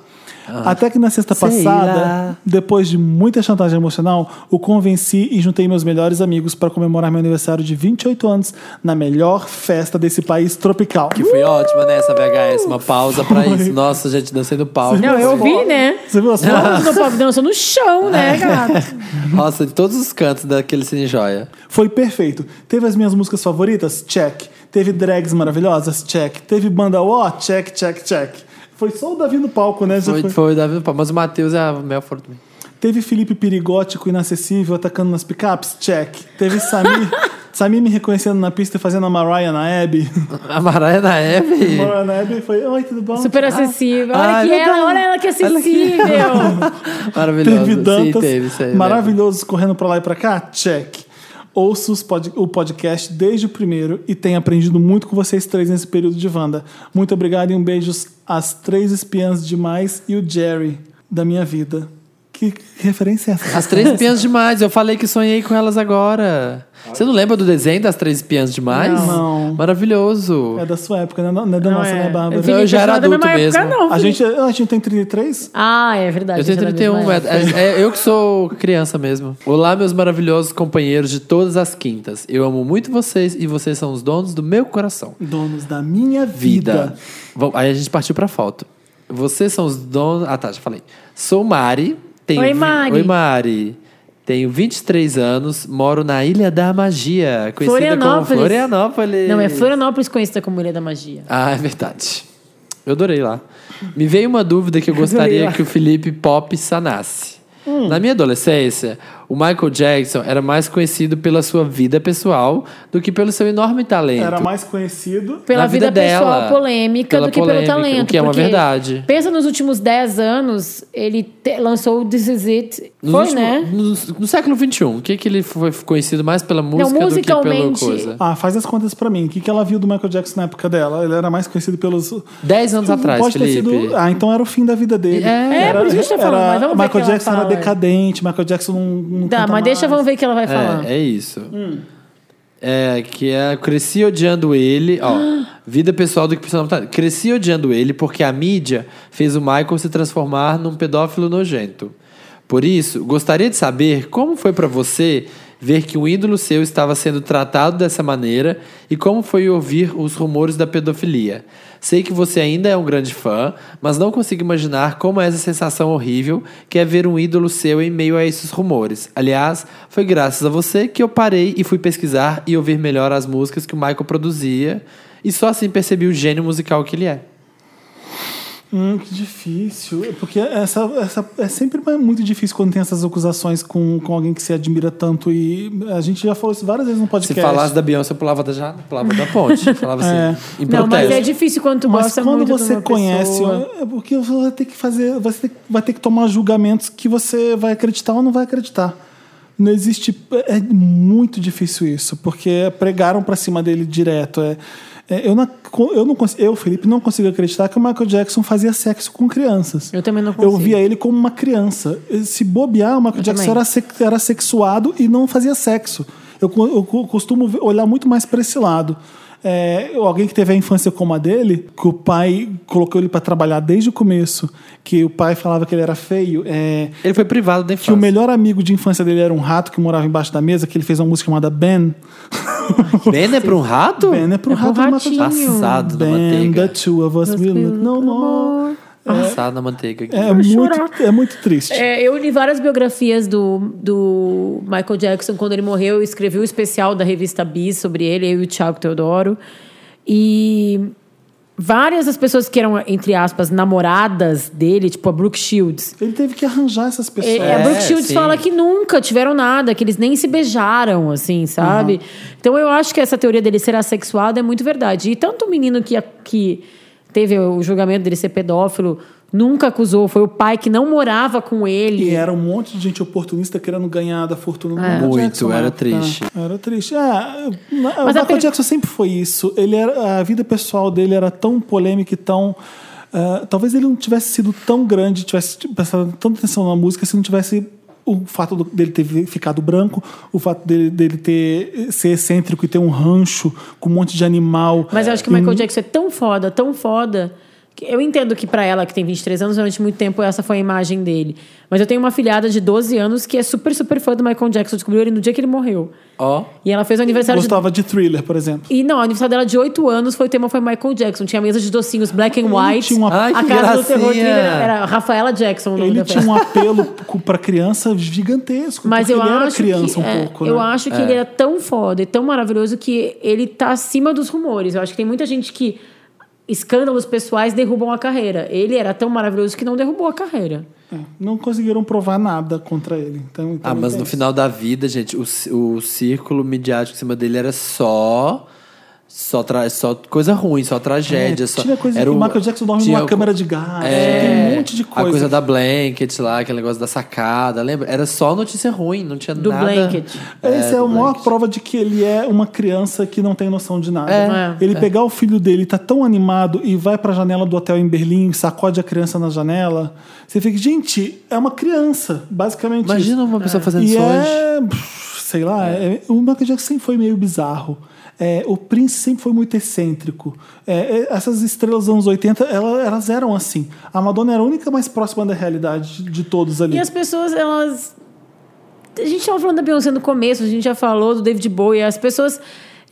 [SPEAKER 3] Ah,
[SPEAKER 1] Até que na sexta
[SPEAKER 2] Sei
[SPEAKER 1] passada,
[SPEAKER 2] lá.
[SPEAKER 1] depois de muita chantagem emocional, o convenci e juntei meus melhores amigos para comemorar meu aniversário de 28 anos na melhor festa desse país tropical.
[SPEAKER 2] Que foi ótima, né? Essa VHS. Uma pausa pra isso. Nossa, gente, dancei no palco.
[SPEAKER 3] Não, eu vi, né?
[SPEAKER 1] Você viu as
[SPEAKER 3] Todos
[SPEAKER 2] Ah.
[SPEAKER 1] fotos?
[SPEAKER 3] no pop dança no chão,
[SPEAKER 2] É.
[SPEAKER 3] né, gato?
[SPEAKER 2] Nossa, de todos os cantos daquele Cine Joia.
[SPEAKER 1] Foi perfeito. Teve as minhas músicas favoritas? Check. Teve drags maravilhosas? Check. Teve banda ó? Check, check, check. Foi só o Davi no palco, né? Já
[SPEAKER 2] Foi, foi o Davi no palco. Mas o Matheus e a Mel foram também.
[SPEAKER 1] Teve Felipe Perigótico inacessível atacando nas picapes? Check. Teve Samir, Samir me reconhecendo na pista e fazendo a Mariah na Hebe.
[SPEAKER 2] A Maraia na Hebe.
[SPEAKER 1] Mariah na Hebe foi, oi, tudo bom?
[SPEAKER 3] Super acessível. Olha
[SPEAKER 2] Ai,
[SPEAKER 3] que
[SPEAKER 2] meu
[SPEAKER 3] ela,
[SPEAKER 2] Deus.
[SPEAKER 3] olha ela que é acessível.
[SPEAKER 2] Maravilhoso.
[SPEAKER 1] Teve Dantas,
[SPEAKER 2] Sim, teve. Isso aí, lembro.
[SPEAKER 1] maravilhosos correndo pra lá e pra cá? Check. Ouço os pod- o podcast desde o primeiro e tenho aprendido muito com vocês três nesse período de Wanda. Muito obrigado e um beijo às três espiãs demais e o Jerry da minha vida. Que referência é essa?
[SPEAKER 2] As Três Espiãs Demais. Eu falei que sonhei com elas agora. Você não lembra do desenho das Três Espiãs Demais?
[SPEAKER 1] Não. Não.
[SPEAKER 2] Maravilhoso.
[SPEAKER 1] É da sua época, né? Não é da
[SPEAKER 3] Não
[SPEAKER 1] nossa,
[SPEAKER 3] é.
[SPEAKER 1] né, Bárbara?
[SPEAKER 2] vi- Eu já era
[SPEAKER 3] não é da mesma
[SPEAKER 2] adulto
[SPEAKER 3] época,
[SPEAKER 2] mesmo.
[SPEAKER 3] Não,
[SPEAKER 1] A
[SPEAKER 3] Felipe.
[SPEAKER 1] gente, a gente tem 33?
[SPEAKER 3] Ah, é verdade.
[SPEAKER 2] Eu tenho
[SPEAKER 3] a gente é da
[SPEAKER 2] 31,
[SPEAKER 3] mesma
[SPEAKER 2] é,
[SPEAKER 3] época.
[SPEAKER 2] é- é eu que sou criança mesmo. Olá, meus maravilhosos companheiros de todas as quintas. Eu amo muito vocês e vocês são os donos do meu coração.
[SPEAKER 1] Donos da minha vida.
[SPEAKER 2] Vida. Vam- Aí a gente partiu pra foto. Vocês são os donos. Ah, tá, já falei. Sou Mari. Tenho vi-
[SPEAKER 3] Oi, Mari.
[SPEAKER 2] Oi, Mari. Tenho 23 anos, moro na Ilha da Magia, conhecida como
[SPEAKER 3] Florianópolis. é
[SPEAKER 2] Florianópolis.
[SPEAKER 3] Não, é Florianópolis conhecida como Ilha da Magia.
[SPEAKER 2] Ah, é verdade. Eu adorei lá. Me veio uma dúvida que eu
[SPEAKER 3] Adorei
[SPEAKER 2] gostaria
[SPEAKER 3] lá.
[SPEAKER 2] que o Felipe Pop sanasse. Na minha adolescência, o Michael Jackson era mais conhecido pela sua vida pessoal do que pelo seu enorme talento.
[SPEAKER 1] Era mais conhecido.
[SPEAKER 3] Pela
[SPEAKER 2] na
[SPEAKER 3] vida,
[SPEAKER 2] vida
[SPEAKER 3] pessoal
[SPEAKER 2] dela,
[SPEAKER 3] polêmica
[SPEAKER 2] pela
[SPEAKER 3] do que pelo
[SPEAKER 2] polêmica,
[SPEAKER 3] talento.
[SPEAKER 2] o que é uma
[SPEAKER 3] porque
[SPEAKER 2] verdade.
[SPEAKER 3] Pensa nos últimos 10 anos, ele te- lançou o This Is It.
[SPEAKER 2] Nos
[SPEAKER 3] foi,
[SPEAKER 2] últimos-
[SPEAKER 3] né?
[SPEAKER 2] nos- no, século XXI, o que, que ele foi conhecido mais pela música do que pela
[SPEAKER 3] musicalmente-
[SPEAKER 2] coisa?
[SPEAKER 1] Ah, faz as contas pra mim. O que, que ela viu do Michael Jackson na época dela? Ele era mais conhecido pelos.
[SPEAKER 2] Dez anos atrás,
[SPEAKER 1] Pode
[SPEAKER 2] Felipe.
[SPEAKER 1] ter sido. Ah, então era o fim da vida dele.
[SPEAKER 2] É, É,
[SPEAKER 1] era,
[SPEAKER 3] por isso que a gente tá falando, mas vamos ver o que
[SPEAKER 1] Michael
[SPEAKER 3] ela
[SPEAKER 1] Jackson era
[SPEAKER 3] fala.
[SPEAKER 1] decadente, Michael Jackson não. não
[SPEAKER 3] é. Dá,
[SPEAKER 1] canta
[SPEAKER 3] mas deixa,
[SPEAKER 1] mais.
[SPEAKER 3] vamos ver o que ela vai falar.
[SPEAKER 2] tá
[SPEAKER 3] Hum.
[SPEAKER 2] É, é isso. É, que é, cresci odiando ele, ó, vida pessoal do que personal. tá, Cresci odiando ele porque a mídia fez o Michael se transformar num pedófilo nojento. Por isso, gostaria de saber como foi pra você ver que um ídolo seu estava sendo tratado dessa maneira e como foi ouvir os rumores da pedofilia. Sei que você ainda é um grande fã, mas não consigo imaginar como é essa sensação horrível que é ver um ídolo seu em meio a esses rumores. Aliás, foi graças a você que eu parei e fui pesquisar e ouvir melhor as músicas que o Michael produzia e só assim percebi o gênio musical que ele é.
[SPEAKER 1] Hum, que difícil. É Porque essa, essa, é sempre muito difícil quando tem essas acusações com, com alguém que se admira tanto. E a gente já falou isso várias vezes no
[SPEAKER 2] Se
[SPEAKER 1] podcast. É.
[SPEAKER 2] falasse da Beyoncé, eu pulava da, ja- pulava da ponte. Falava assim, em
[SPEAKER 3] Não, mas é
[SPEAKER 2] protesto.
[SPEAKER 3] difícil quando tu
[SPEAKER 1] Mas
[SPEAKER 3] gosta
[SPEAKER 1] quando
[SPEAKER 3] muito de
[SPEAKER 1] você
[SPEAKER 3] uma
[SPEAKER 1] conhece,
[SPEAKER 2] um-
[SPEAKER 3] pessoa.
[SPEAKER 1] é porque você vai ter que fazer, você tem- vai ter que tomar julgamentos que você vai acreditar ou não vai acreditar. Não existe, é muito difícil isso, porque é pregaram pra cima dele direto. É, é, eu não, eu não cons- eu Felipe não consigo acreditar que o Michael Jackson fazia sexo com crianças.
[SPEAKER 3] Eu também não
[SPEAKER 1] Eu
[SPEAKER 3] consigo.
[SPEAKER 1] via ele como uma criança. Se bobear, o Michael Jackson
[SPEAKER 3] também.
[SPEAKER 1] era, sex- era sexuado e não fazia sexo. Eu, co- eu co- costumo ver- olhar muito mais para esse lado. É, alguém que teve a infância como a dele, que o pai colocou ele para trabalhar desde o começo, que o pai falava que ele era feio, é,
[SPEAKER 2] Ele foi privado da
[SPEAKER 1] que o
[SPEAKER 2] infância.
[SPEAKER 1] melhor amigo de infância dele era um rato que morava embaixo da mesa, que ele fez uma música chamada Ben.
[SPEAKER 2] Ben é pra um rato?
[SPEAKER 1] Ben é pro
[SPEAKER 3] É pro
[SPEAKER 1] rato do Michael
[SPEAKER 3] ratinho.
[SPEAKER 1] Jackson.
[SPEAKER 2] Assado na
[SPEAKER 1] Ben,
[SPEAKER 2] manteiga.
[SPEAKER 1] the two of us will look no more.
[SPEAKER 2] Assado na manteiga. aqui.
[SPEAKER 1] um É muito, é muito triste.
[SPEAKER 3] É, eu li várias biografias do, do Michael Jackson quando ele morreu. Eu escrevi o especial da revista Bis sobre ele, eu e o Thiago Teodoro. E várias das pessoas que eram, entre aspas, namoradas dele, tipo a Brooke Shields.
[SPEAKER 1] Ele teve que arranjar essas
[SPEAKER 3] E-
[SPEAKER 1] pessoas.
[SPEAKER 3] a Brooke
[SPEAKER 2] É,
[SPEAKER 3] Shields
[SPEAKER 2] sim.
[SPEAKER 3] fala que nunca tiveram nada, que eles nem se beijaram, assim,
[SPEAKER 2] Uhum.
[SPEAKER 3] sabe? Então eu acho que essa teoria dele ser assexuado é muito verdade. E tanto o menino que, a- que teve o julgamento dele ser pedófilo nunca acusou, foi o pai que não morava com ele.
[SPEAKER 1] E era um monte de gente oportunista querendo ganhar da fortuna
[SPEAKER 3] É.
[SPEAKER 1] do Michael
[SPEAKER 2] Muito,
[SPEAKER 1] Jackson, na
[SPEAKER 2] era
[SPEAKER 1] época.
[SPEAKER 2] triste.
[SPEAKER 1] Era triste. Ah, na- o
[SPEAKER 3] a
[SPEAKER 1] Michael
[SPEAKER 3] per-
[SPEAKER 1] Jackson sempre foi isso. Ele era, a vida pessoal dele era tão polêmica e tão. ah, talvez ele não tivesse sido tão grande, tivesse tipo, prestado tanta atenção na música se não tivesse o fato do- dele ter vi- ficado branco, o fato dele, dele ter ser excêntrico e ter um rancho com um monte de animal.
[SPEAKER 3] Mas eu acho que o
[SPEAKER 1] E um-
[SPEAKER 2] Uhum.
[SPEAKER 3] Michael Jackson é tão foda, tão foda. que Eu entendo que pra ela, que tem 23 anos, durante muito tempo essa foi a imagem dele. Mas eu tenho uma filhada de 12 anos que é super, super fã do Michael Jackson. Descobriu ele no dia que ele morreu.
[SPEAKER 2] Ó.
[SPEAKER 3] E ela fez o aniversário de...
[SPEAKER 1] Gostava de thriller, por exemplo.
[SPEAKER 3] E não, o aniversário dela de 8 anos foi o tema foi Michael Jackson. Tinha mesa de docinhos black and white.
[SPEAKER 1] tinha uma-
[SPEAKER 2] Ai,
[SPEAKER 3] a
[SPEAKER 2] que
[SPEAKER 3] casa do terror
[SPEAKER 2] gracinha.
[SPEAKER 3] thriller era Rafaela Jackson. o nome
[SPEAKER 1] Ele
[SPEAKER 3] da
[SPEAKER 1] tinha
[SPEAKER 3] festa.
[SPEAKER 1] um apelo para criança gigantesco.
[SPEAKER 3] Mas
[SPEAKER 1] porque
[SPEAKER 3] eu
[SPEAKER 1] ele
[SPEAKER 3] acho
[SPEAKER 1] era criança
[SPEAKER 3] que,
[SPEAKER 1] um
[SPEAKER 3] é,
[SPEAKER 1] pouco.
[SPEAKER 3] Eu
[SPEAKER 1] né?
[SPEAKER 3] acho que ele é tão foda e tão maravilhoso que ele tá acima dos rumores. Eu acho que tem muita gente que escândalos pessoais derrubam a carreira. Ele era tão maravilhoso que não derrubou a carreira.
[SPEAKER 1] É, não conseguiram provar nada contra ele. Então, então
[SPEAKER 2] Ah,
[SPEAKER 1] não
[SPEAKER 2] mas
[SPEAKER 1] tem
[SPEAKER 2] no
[SPEAKER 1] isso.
[SPEAKER 2] final da vida, gente, o, ci- o círculo midiático em cima dele era só. Só, tra só coisa ruim, só tragédia.
[SPEAKER 1] É,
[SPEAKER 2] só...
[SPEAKER 1] tinha coisa
[SPEAKER 2] era
[SPEAKER 1] que o
[SPEAKER 2] um-
[SPEAKER 1] Michael Jackson dorme
[SPEAKER 2] tinha
[SPEAKER 1] numa
[SPEAKER 2] o- é,
[SPEAKER 1] câmara de gás. tem um monte de coisa.
[SPEAKER 2] A coisa da blanket lá, aquele negócio da sacada, lembra? Era só notícia ruim, não tinha
[SPEAKER 3] Do
[SPEAKER 2] nada.
[SPEAKER 3] blanket.
[SPEAKER 1] Essa é, a
[SPEAKER 2] do
[SPEAKER 1] maior
[SPEAKER 2] blanket.
[SPEAKER 1] prova de que ele é uma criança que não tem noção de nada.
[SPEAKER 3] É.
[SPEAKER 1] ele pegar o filho dele, tá tão animado e vai pra janela do hotel em Berlim, sacode a criança na janela. Você fica, gente, é uma criança, basicamente. isso.
[SPEAKER 2] Imagina uma pessoa fazendo
[SPEAKER 1] E
[SPEAKER 2] isso hoje.
[SPEAKER 1] é, pff, sei lá, é- o Michael Jackson sempre foi meio bizarro. É, o Prince sempre foi muito excêntrico. É, é, essas estrelas dos anos 80, ela- elas eram assim. A Madonna era a única mais próxima da realidade de, de todos ali. É,
[SPEAKER 3] E as pessoas, elas. A gente tava falando da Beyoncé no começo, a gente já falou do David Bowie, as pessoas.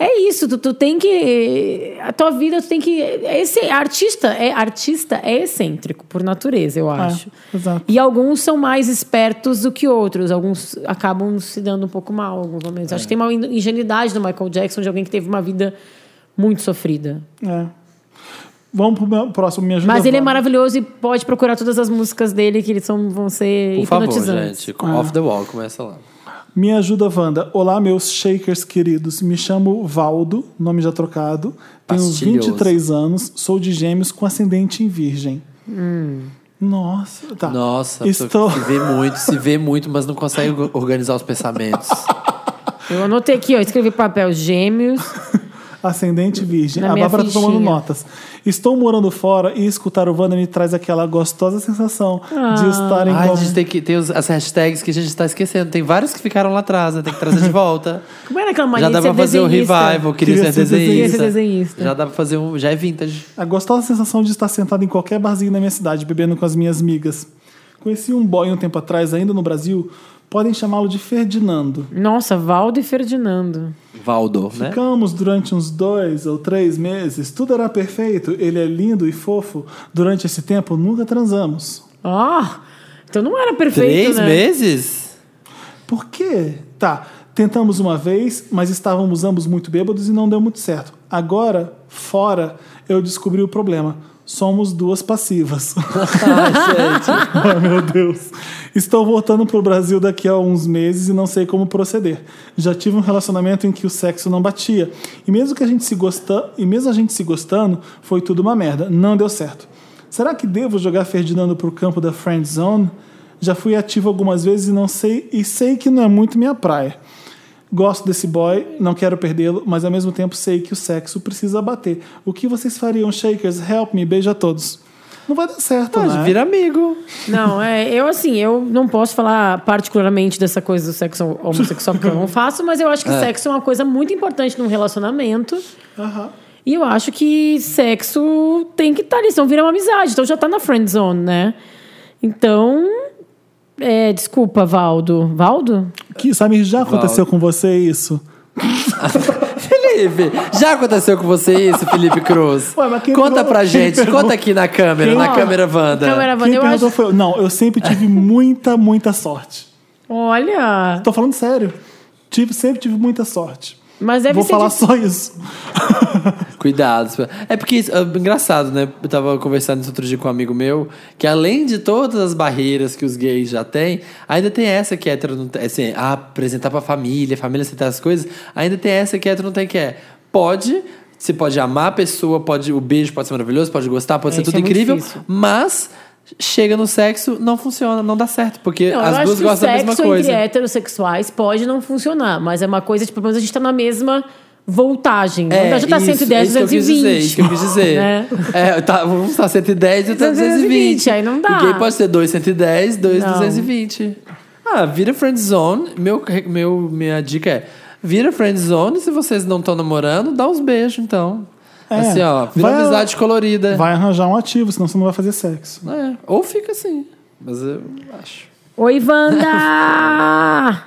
[SPEAKER 3] É isso, tu, tu tem que. A tua vida, tu tem que. É esse, artista, é, artista é excêntrico, por natureza,
[SPEAKER 2] É.
[SPEAKER 3] eu acho.
[SPEAKER 1] exato.
[SPEAKER 3] E alguns são mais espertos do que outros, alguns acabam se dando um pouco mal, alguns momentos.
[SPEAKER 2] É.
[SPEAKER 3] Acho que tem uma in- ingenuidade do Michael Jackson, de alguém que teve uma vida muito sofrida.
[SPEAKER 1] É. Vamos pro meu- próximo, me ajuda.
[SPEAKER 3] Mas ele é
[SPEAKER 1] Wanda.
[SPEAKER 3] maravilhoso e pode procurar todas as músicas dele que eles são, vão ser
[SPEAKER 2] Por favor,
[SPEAKER 3] hipnotizantes.
[SPEAKER 2] gente. Off the wall, começa lá.
[SPEAKER 1] Me ajuda, Wanda. Olá, meus shakers queridos. Me chamo Valdo, nome já trocado. Tenho
[SPEAKER 2] Pastilhoso.
[SPEAKER 1] 23 anos, sou de gêmeos com ascendente em virgem.
[SPEAKER 3] Hum.
[SPEAKER 1] Nossa, tá.
[SPEAKER 2] Nossa,
[SPEAKER 1] Estou...
[SPEAKER 2] se vê muito, se vê muito, mas não consegue organizar os pensamentos.
[SPEAKER 3] Eu anotei aqui, ó, escrevi papel gêmeos.
[SPEAKER 1] Ascendente virgem.
[SPEAKER 3] Na
[SPEAKER 1] a
[SPEAKER 3] minha
[SPEAKER 1] Bárbara tá tomando
[SPEAKER 3] fichinha.
[SPEAKER 1] notas. Estou morando fora e escutar o Wanda me traz aquela gostosa sensação
[SPEAKER 3] Ah.
[SPEAKER 1] de estar em
[SPEAKER 2] Ai, a
[SPEAKER 1] com-
[SPEAKER 2] gente tem que tem os- as hashtags que a gente tá esquecendo. Tem várias que ficaram lá atrás, né? Tem que trazer de volta.
[SPEAKER 3] Como era aquela mania
[SPEAKER 2] Já
[SPEAKER 3] de
[SPEAKER 2] dá pra
[SPEAKER 3] ser
[SPEAKER 2] fazer o
[SPEAKER 3] é desenhista?
[SPEAKER 2] revival, queria,
[SPEAKER 1] Queria
[SPEAKER 2] ser
[SPEAKER 1] ser
[SPEAKER 2] desenhista.
[SPEAKER 3] desenhista. Queria ser desenhista.
[SPEAKER 2] Já dá pra fazer um. Já é vintage.
[SPEAKER 1] A gostosa sensação de estar sentado em qualquer barzinho na minha cidade, bebendo com as minhas migas. Conheci um boy um tempo atrás, ainda no Brasil. Podem chamá-lo de Ferdinando.
[SPEAKER 3] Nossa, Valdo e Ferdinando.
[SPEAKER 2] Valdo, né?
[SPEAKER 1] Ficamos durante uns dois ou três meses, tudo era perfeito, ele é lindo e fofo. Durante esse tempo, nunca transamos.
[SPEAKER 3] Ó, então não era perfeito,
[SPEAKER 2] Três
[SPEAKER 3] né?
[SPEAKER 2] meses?
[SPEAKER 1] Por quê? Tá, tentamos uma vez, mas estávamos ambos muito bêbados e não deu muito certo. Agora, fora, eu descobri o problema. Somos duas passivas. Ai, meu Deus. Estou voltando pro Brasil daqui a uns meses e não sei como proceder. Já tive um relacionamento em que o sexo não batia. E mesmo que a gente se gosta, e mesmo a gente se gostando, foi tudo uma merda. Não deu certo. Será que devo jogar Ferdinando pro campo da friend zone? Já fui ativo algumas vezes e não sei e sei que não é muito minha praia. Gosto desse boy, não quero perdê-lo, mas ao mesmo tempo sei que o sexo precisa bater. O que vocês fariam, Shakers? Help me, beijo a todos. Não vai dar certo,
[SPEAKER 2] Mas
[SPEAKER 1] né?
[SPEAKER 2] vira amigo.
[SPEAKER 3] Não, é, eu assim, eu não posso falar particularmente dessa coisa do sexo homossexual, porque eu não faço, mas eu acho que sexo é uma coisa muito importante num relacionamento. E eu acho que sexo tem que estar ali, senão vira uma amizade. Então já tá na friend zone, né? Então. é, desculpa, Valdo. Valdo?
[SPEAKER 1] Que, Samir, já aconteceu com você isso?
[SPEAKER 2] Felipe, já aconteceu com você isso, Felipe Cruz?
[SPEAKER 1] Ué, mas quem
[SPEAKER 2] conta
[SPEAKER 1] pergunta-
[SPEAKER 2] pra
[SPEAKER 1] quem
[SPEAKER 2] gente,
[SPEAKER 1] pergunta-
[SPEAKER 2] conta aqui na câmera,
[SPEAKER 1] Quem-
[SPEAKER 2] na
[SPEAKER 1] Ó,
[SPEAKER 2] câmera Wanda.
[SPEAKER 3] Câmera Wanda,
[SPEAKER 1] Quem
[SPEAKER 3] eu
[SPEAKER 1] perguntou
[SPEAKER 3] acho.
[SPEAKER 1] foi eu. Não, eu sempre tive muita, muita sorte.
[SPEAKER 3] Olha!
[SPEAKER 1] Tô falando sério. Tive, sempre tive muita sorte.
[SPEAKER 3] Mas deve
[SPEAKER 1] Vou
[SPEAKER 3] ser.
[SPEAKER 1] falar
[SPEAKER 3] difícil.
[SPEAKER 1] só isso.
[SPEAKER 2] Cuidado. É porque isso- é engraçado, né? Eu tava conversando isso outro dia com um amigo meu, que além de todas as barreiras que os gays já têm, ainda tem essa que hétero não tem. Assim, ah, apresentar pra família, família aceitar as coisas, ainda tem essa que hétero não tem, que é. Pode. Você pode amar a pessoa, pode, o beijo pode ser maravilhoso, pode gostar, pode
[SPEAKER 3] É,
[SPEAKER 2] ser
[SPEAKER 3] isso
[SPEAKER 2] tudo
[SPEAKER 3] é muito
[SPEAKER 2] incrível,
[SPEAKER 3] difícil.
[SPEAKER 2] mas chega no sexo, não funciona, não dá certo, porque
[SPEAKER 3] Não, eu
[SPEAKER 2] as
[SPEAKER 3] acho
[SPEAKER 2] duas
[SPEAKER 3] que o
[SPEAKER 2] gostam da
[SPEAKER 3] sexo
[SPEAKER 2] mesma coisa.
[SPEAKER 3] entre heterossexuais pode não funcionar, mas é uma coisa, tipo, pelo menos a gente tá na mesma voltagem.
[SPEAKER 2] É,
[SPEAKER 3] já tá
[SPEAKER 2] isso,
[SPEAKER 3] 110,
[SPEAKER 2] isso que eu quis dizer, é
[SPEAKER 3] 220.
[SPEAKER 2] Isso que eu quis dizer.
[SPEAKER 3] Né?
[SPEAKER 2] É, tá, vamos tá 110 e tá 220.
[SPEAKER 3] 220, aí não dá.
[SPEAKER 2] Ninguém pode ser 2, 110, 2,
[SPEAKER 3] Não.
[SPEAKER 2] 220. Ah, vira friend zone. Meu, meu, minha dica é: vira friend zone. Se vocês não estão namorando, dá uns beijos, então.
[SPEAKER 1] É,
[SPEAKER 2] Assim, ó, vira
[SPEAKER 1] vai-
[SPEAKER 2] amizade colorida.
[SPEAKER 1] Vai arranjar um ativo, senão você não vai fazer sexo.
[SPEAKER 2] É, ou fica assim. Mas eu acho.
[SPEAKER 3] Oi, Wanda!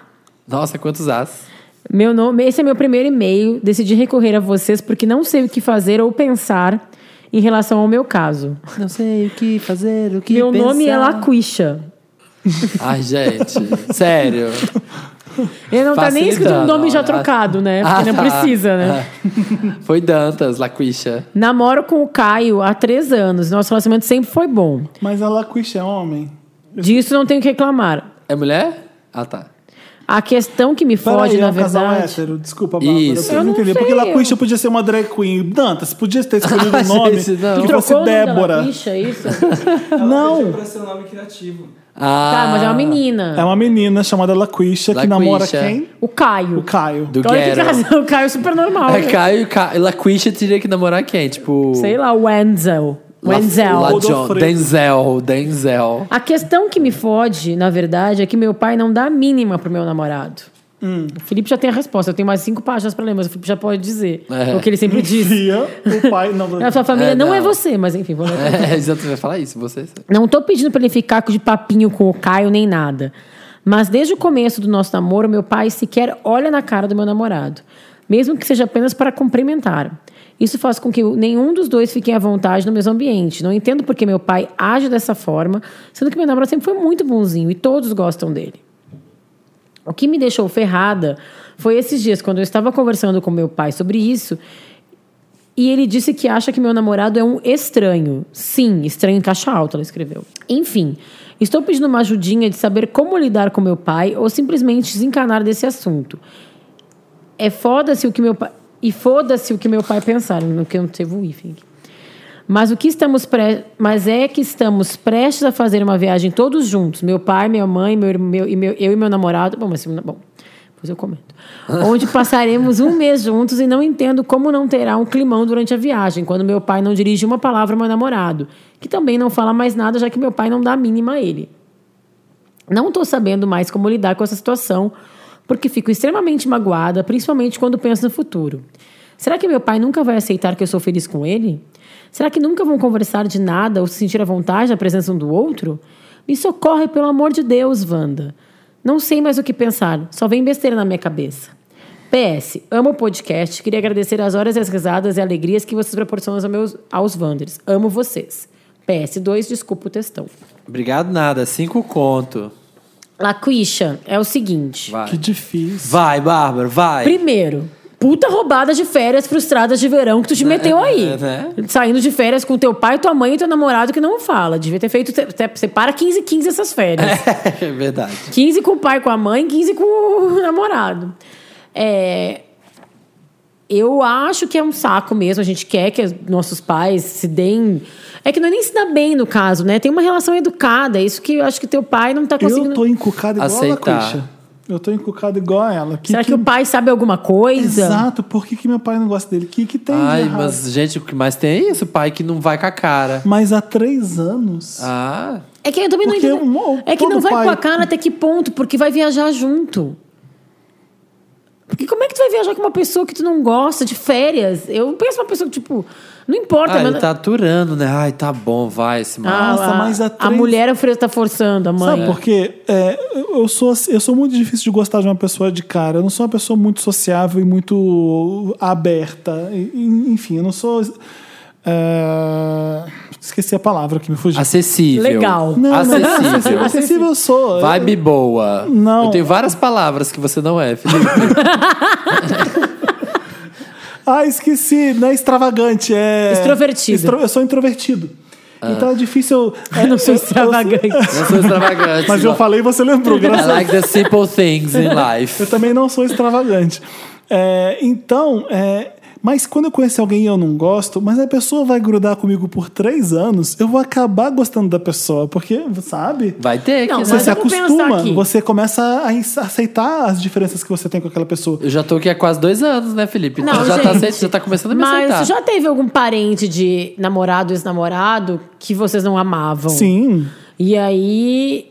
[SPEAKER 2] Nossa, quantos as.
[SPEAKER 3] Meu nome, esse é meu primeiro e-mail. Decidi recorrer a vocês porque não sei o que fazer ou pensar em relação ao meu caso.
[SPEAKER 2] Não sei o que fazer, o que
[SPEAKER 3] meu nome é Laquisha.
[SPEAKER 2] Ai, gente, sério.
[SPEAKER 3] Ele não tá nem escrito um
[SPEAKER 2] Facilitando,
[SPEAKER 3] nome já
[SPEAKER 2] ó,
[SPEAKER 3] trocado, né?
[SPEAKER 2] Ah,
[SPEAKER 3] Porque não
[SPEAKER 2] tá.
[SPEAKER 3] precisa, né?
[SPEAKER 2] Ah. Foi Dantas, Laquisha.
[SPEAKER 3] Namoro com o Caio há três anos. Nosso relacionamento sempre foi bom.
[SPEAKER 1] Mas a Laquiche é homem.
[SPEAKER 3] Disso não tenho o que reclamar.
[SPEAKER 2] É mulher? Ah, tá.
[SPEAKER 3] A questão que me
[SPEAKER 1] Peraí,
[SPEAKER 3] foge,
[SPEAKER 1] é
[SPEAKER 3] na
[SPEAKER 1] um casal
[SPEAKER 3] verdade.
[SPEAKER 1] hétero. Desculpa, Bárbara.
[SPEAKER 2] Isso.
[SPEAKER 1] Eu não
[SPEAKER 3] Eu não
[SPEAKER 1] entendi.
[SPEAKER 3] sei,
[SPEAKER 1] Porque
[SPEAKER 3] eu-
[SPEAKER 1] Laquiche podia ser uma drag queen. Dantas, podia ter escolhido um
[SPEAKER 2] Ai,
[SPEAKER 1] nome
[SPEAKER 2] gente, não.
[SPEAKER 1] que
[SPEAKER 2] Que
[SPEAKER 1] fosse
[SPEAKER 3] o nome da
[SPEAKER 1] Débora.
[SPEAKER 3] Laquisha, isso?
[SPEAKER 1] Não,
[SPEAKER 6] Pra ser um nome criativo.
[SPEAKER 2] Ah,
[SPEAKER 3] tá, mas é uma
[SPEAKER 1] é
[SPEAKER 3] menina.
[SPEAKER 1] uma menina chamada Laquiche que
[SPEAKER 2] Laquiche.
[SPEAKER 1] namora quem?
[SPEAKER 3] O Caio.
[SPEAKER 1] O Caio.
[SPEAKER 2] Do
[SPEAKER 3] Olha que
[SPEAKER 2] Guero.
[SPEAKER 3] casal. O Caio é super normal.
[SPEAKER 2] É
[SPEAKER 3] né?
[SPEAKER 2] Caio e Ca... Laquisha teria que namorar quem? Tipo.
[SPEAKER 3] Sei lá, o Wenzel.
[SPEAKER 2] La-
[SPEAKER 3] Wenzel.
[SPEAKER 2] La- John-
[SPEAKER 1] Rodolfo.
[SPEAKER 2] Denzel, Denzel.
[SPEAKER 3] A questão que me fode, na verdade, é que meu pai não dá a mínima pro meu namorado.
[SPEAKER 1] Hum.
[SPEAKER 3] O Felipe já tem a resposta. Eu tenho mais cinco páginas pra ler, mas o Felipe já pode dizer.
[SPEAKER 2] É.
[SPEAKER 3] O que ele sempre diz.
[SPEAKER 1] Tia, o pai. Não,
[SPEAKER 3] A sua família
[SPEAKER 2] É,
[SPEAKER 3] não. é
[SPEAKER 2] não.
[SPEAKER 3] você, mas enfim, vou ler.
[SPEAKER 2] É, exato, vai falar isso, você.
[SPEAKER 3] Não tô pedindo pra ele ficar de papinho com o Caio nem nada. Mas desde o começo do nosso namoro, meu pai sequer olha na cara do meu namorado, mesmo que seja apenas para cumprimentar. Isso faz com que nenhum dos dois fiquem à vontade no mesmo ambiente. Não entendo por que meu pai age dessa forma, sendo que meu namorado sempre foi muito bonzinho e todos gostam dele. O que me deixou ferrada foi esses dias, quando eu estava conversando com meu pai sobre isso, E ele disse que acha que meu namorado é um estranho. Sim, estranho em caixa alta, ela escreveu. Enfim, estou pedindo uma ajudinha de saber como lidar com meu pai ou simplesmente desencanar desse assunto. É foda-se o que meu pai. E foda-se o que meu pai pensar, no que eu não teve o hífen aqui. Mas o que estamos pre... mas é que estamos prestes a fazer uma viagem todos juntos, meu pai, minha mãe, meu, meu, e meu eu e meu namorado. Bom, mas bom, depois eu comento. Onde passaremos um mês juntos e não entendo como não terá um climão durante a viagem, quando meu pai não dirige uma palavra ao meu namorado, que também não fala mais nada, já que meu pai não dá a mínima a ele. Não estou sabendo mais como lidar com essa situação, porque fico extremamente magoada, principalmente quando penso no futuro. Será que meu pai nunca vai aceitar que eu sou feliz com ele? Será que nunca vão conversar de nada ou se sentir à vontade na presença um do outro? Me socorre, pelo amor de Deus, Wanda. Não sei mais o que pensar, só vem besteira na minha cabeça. PS, amo o podcast, queria agradecer as horas e as risadas e alegrias que vocês proporcionam aos, meus, aos Wanders. Amo vocês. PS2, desculpa o textão.
[SPEAKER 2] Obrigado nada, cinco conto.
[SPEAKER 3] Laquisha, é o seguinte.
[SPEAKER 2] Vai.
[SPEAKER 1] Que difícil.
[SPEAKER 2] Vai, Bárbara, vai.
[SPEAKER 3] Primeiro, puta roubada de férias frustradas de verão que tu te meteu aí.
[SPEAKER 2] é, né?
[SPEAKER 3] Saindo de férias com teu pai, tua mãe e teu namorado que não fala. Devia ter feito. te- te- Separa 15 e 15 essas férias.
[SPEAKER 2] é verdade.
[SPEAKER 3] 15 com o pai, com a mãe, 15 com o namorado. É, eu acho que é um saco mesmo. A gente quer que os nossos pais se deem. É que não é nem se dar bem no caso, né? Tem uma relação educada. é Isso que eu acho que teu pai não tá conseguindo.
[SPEAKER 1] Eu tô encucado igual
[SPEAKER 2] Aceitar.
[SPEAKER 1] a Laquisha. Eu tô encucado igual a ela.
[SPEAKER 3] Será que... o pai sabe alguma coisa?
[SPEAKER 1] Exato, por que, que meu pai não gosta dele? O que, que tem
[SPEAKER 2] Ai,
[SPEAKER 1] de errado?
[SPEAKER 2] mas, gente, o que mais tem é isso, pai que não vai com a cara.
[SPEAKER 1] Mas há três anos.
[SPEAKER 2] Ah,
[SPEAKER 3] É que eu também
[SPEAKER 1] Porque
[SPEAKER 3] não entendo.
[SPEAKER 1] um-
[SPEAKER 3] é que
[SPEAKER 1] todo
[SPEAKER 3] não vai
[SPEAKER 1] pai-
[SPEAKER 3] com a cara até que ponto, porque vai viajar junto. Porque como é que tu vai viajar com uma pessoa que tu não gosta de férias? Eu penso uma pessoa que, tipo, não importa,
[SPEAKER 2] ah
[SPEAKER 3] mas. Ah,
[SPEAKER 2] ele tá aturando, né? Ai, tá bom, vai esse mal.
[SPEAKER 1] Nossa,
[SPEAKER 3] a,
[SPEAKER 1] mas a
[SPEAKER 3] a
[SPEAKER 1] três-
[SPEAKER 3] mulher é fre- tá
[SPEAKER 2] Ah,
[SPEAKER 3] forçando, a mãe.
[SPEAKER 1] Sabe por quê? É, eu, sou, assim- eu sou muito difícil de gostar de uma pessoa de cara. Eu não sou uma pessoa muito sociável e muito aberta. E- e- Enfim, eu não sou. é, esqueci a palavra que me fugiu.
[SPEAKER 2] Acessível.
[SPEAKER 3] Legal.
[SPEAKER 1] Não, não,
[SPEAKER 2] Acessível.
[SPEAKER 1] Acessível eu sou.
[SPEAKER 2] Vibe boa.
[SPEAKER 1] Não.
[SPEAKER 2] Eu tenho várias palavras que você não é, Felipe.
[SPEAKER 1] Ah, esqueci. Não é extravagante, é.
[SPEAKER 3] Extrovertido.
[SPEAKER 1] Extro- Eu sou introvertido. Então é difícil.
[SPEAKER 3] Eu não é sou
[SPEAKER 1] eu- eu-
[SPEAKER 3] extravagante.
[SPEAKER 2] Não sou extravagante.
[SPEAKER 1] Mas eu falei e você lembrou,
[SPEAKER 2] I
[SPEAKER 1] graças a
[SPEAKER 2] like the simple things in life.
[SPEAKER 1] Eu também não sou extravagante. É, então, é, mas quando eu conheço alguém e eu não gosto, mas a pessoa vai grudar comigo por três anos, eu vou acabar gostando da pessoa, porque, sabe?
[SPEAKER 2] Vai ter
[SPEAKER 3] Não,
[SPEAKER 2] que,
[SPEAKER 1] Você
[SPEAKER 3] mas
[SPEAKER 1] se
[SPEAKER 2] né?
[SPEAKER 3] vamos pensar
[SPEAKER 1] acostuma,
[SPEAKER 3] aqui.
[SPEAKER 1] você começa a ins- aceitar as diferenças que você tem com aquela pessoa.
[SPEAKER 2] Eu já tô aqui há quase dois anos, né, Felipe?
[SPEAKER 3] Não,
[SPEAKER 2] então já,
[SPEAKER 3] gente,
[SPEAKER 2] tá, aceito- já tá começando a me
[SPEAKER 3] Mas
[SPEAKER 2] aceitar.
[SPEAKER 3] já teve algum parente de namorado, ex-namorado, que vocês não amavam?
[SPEAKER 1] Sim.
[SPEAKER 3] E aí,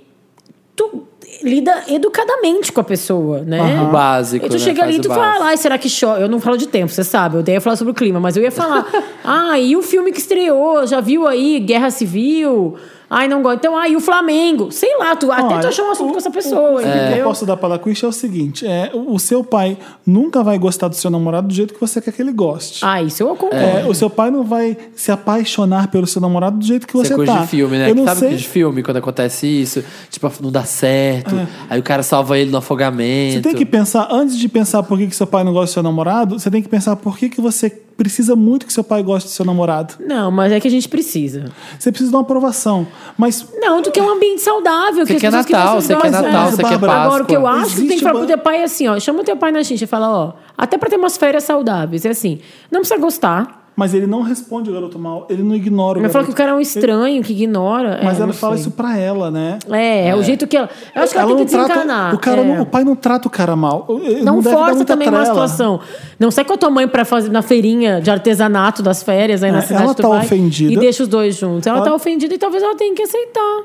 [SPEAKER 3] tu lida educadamente com a pessoa, né?
[SPEAKER 2] Aham. O básico,
[SPEAKER 3] E tu
[SPEAKER 2] né?
[SPEAKER 3] chega ali
[SPEAKER 2] Faz
[SPEAKER 3] e tu
[SPEAKER 2] o
[SPEAKER 3] fala,
[SPEAKER 2] básico.
[SPEAKER 3] ai, será que chove? Eu não falo de tempo, você sabe. Eu daí ia falar sobre o clima, mas eu ia falar. ah, e o filme que estreou? Já viu aí? Guerra Civil? Ai, não gosto. Então, ai, e o Flamengo? Sei lá, tu, até tu
[SPEAKER 1] Olha,
[SPEAKER 3] achou um assunto com essa
[SPEAKER 1] O
[SPEAKER 3] pessoa,
[SPEAKER 1] que eu
[SPEAKER 3] entendeu?
[SPEAKER 1] posso dar para Laquish é o seguinte: é, o seu pai nunca vai gostar do seu namorado do jeito que você quer que ele goste.
[SPEAKER 3] Ah, isso eu concordo.
[SPEAKER 1] É, o seu pai não vai se apaixonar pelo seu namorado do jeito que
[SPEAKER 2] Isso
[SPEAKER 1] você,
[SPEAKER 2] é coisa
[SPEAKER 1] tá.
[SPEAKER 2] de filme, né?
[SPEAKER 1] Eu não
[SPEAKER 2] Sabe
[SPEAKER 1] sei.
[SPEAKER 2] coisa de filme, quando acontece isso? Tipo, não dá certo. Aí o cara salva ele no afogamento.
[SPEAKER 1] É. Você tem que pensar, antes de pensar por que, que seu pai não gosta do seu namorado, você tem que pensar por que, que você precisa muito que seu pai goste do seu namorado.
[SPEAKER 3] Não, mas é que a gente precisa.
[SPEAKER 1] Você precisa de uma aprovação. Mas
[SPEAKER 3] Não, tu quer um ambiente saudável.
[SPEAKER 2] Você
[SPEAKER 3] que
[SPEAKER 2] quer
[SPEAKER 3] as pessoas que
[SPEAKER 2] Natal,
[SPEAKER 3] vocês
[SPEAKER 2] você quer
[SPEAKER 3] gostam. né?
[SPEAKER 2] Natal,
[SPEAKER 1] Mas,
[SPEAKER 2] você quer
[SPEAKER 1] Bárbara,
[SPEAKER 2] Páscoa.
[SPEAKER 3] Agora, o que eu acho que tem
[SPEAKER 1] Existe
[SPEAKER 3] que falar
[SPEAKER 1] uma-
[SPEAKER 3] pro teu pai é assim, ó. Chama o teu pai na xincha e fala, ó. Até pra ter umas férias saudáveis. É assim, não precisa gostar.
[SPEAKER 1] mas ele não responde o garoto mal, ele não ignora o
[SPEAKER 3] Mas
[SPEAKER 1] garoto.
[SPEAKER 3] fala que o cara é um estranho, que ignora.
[SPEAKER 1] Mas
[SPEAKER 3] é,
[SPEAKER 1] ela
[SPEAKER 3] não
[SPEAKER 1] fala
[SPEAKER 3] sei.
[SPEAKER 1] isso pra ela, né?
[SPEAKER 3] É, é, o jeito que ela... Eu acho que ela, tem que
[SPEAKER 1] não trata-
[SPEAKER 3] desencanar.
[SPEAKER 1] o, cara
[SPEAKER 3] é.
[SPEAKER 1] não- o pai não trata o cara mal.
[SPEAKER 3] Não,
[SPEAKER 1] deve dar
[SPEAKER 3] força
[SPEAKER 1] muita
[SPEAKER 3] também uma
[SPEAKER 1] trela.
[SPEAKER 3] situação. Não sai com a tua mãe pra fazer na feirinha de artesanato das férias aí na
[SPEAKER 1] É,
[SPEAKER 3] cidade
[SPEAKER 1] ela
[SPEAKER 3] que tu
[SPEAKER 1] tá
[SPEAKER 3] vai,
[SPEAKER 1] ofendida.
[SPEAKER 3] E deixa os dois juntos. Ela,
[SPEAKER 1] Ela-
[SPEAKER 3] tá ofendida e talvez ela tenha que aceitar.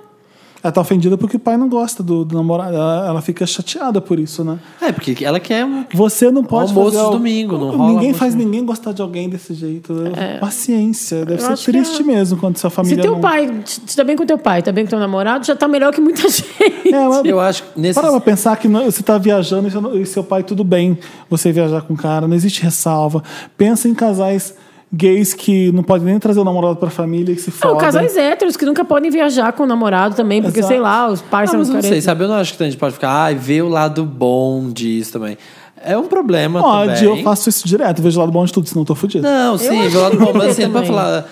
[SPEAKER 1] Ela tá ofendida porque o pai não gosta do, do namorado. Ela, ela fica chateada por isso, né?
[SPEAKER 2] É, porque ela quer um
[SPEAKER 1] Você não pode
[SPEAKER 2] Almoço
[SPEAKER 1] fazer
[SPEAKER 2] de
[SPEAKER 1] al-
[SPEAKER 2] domingo, É. não rola
[SPEAKER 1] Ninguém
[SPEAKER 2] almoço
[SPEAKER 1] faz
[SPEAKER 2] de
[SPEAKER 1] ninguém gostar de alguém desse jeito. Paciência, deve
[SPEAKER 3] Eu
[SPEAKER 1] ser
[SPEAKER 3] acho que
[SPEAKER 1] triste
[SPEAKER 3] é.
[SPEAKER 1] mesmo quando sua família
[SPEAKER 3] Se teu
[SPEAKER 1] não...
[SPEAKER 3] pai... Se tu tá bem com teu pai, tá bem com teu namorado, já tá melhor que muita gente.
[SPEAKER 1] É, mas-
[SPEAKER 2] Eu acho que nesse.
[SPEAKER 1] Para pra pensar que não- você tá viajando e seu, e seu pai tudo bem você viajar com o cara, não existe ressalva. Pensa em casais gays que não podem nem trazer o namorado pra família e que se
[SPEAKER 3] Ah,
[SPEAKER 1] fodam.
[SPEAKER 3] o casais héteros que nunca podem viajar com o namorado também, porque,
[SPEAKER 1] Exato.
[SPEAKER 3] sei lá, os
[SPEAKER 2] Ah,
[SPEAKER 3] pais são
[SPEAKER 2] mas eu não
[SPEAKER 3] caretas.
[SPEAKER 2] sei, sabe? Eu não acho que a gente pode ficar, ai, vê o lado bom disso também. É um problema
[SPEAKER 1] Pode,
[SPEAKER 2] também.
[SPEAKER 1] eu faço isso direto. Vejo lá do bom de tudo, senão eu tô fudido.
[SPEAKER 2] Não, sim,
[SPEAKER 3] acho
[SPEAKER 2] do lado
[SPEAKER 3] que
[SPEAKER 2] bom, mas assim,
[SPEAKER 3] também.
[SPEAKER 2] pra falar.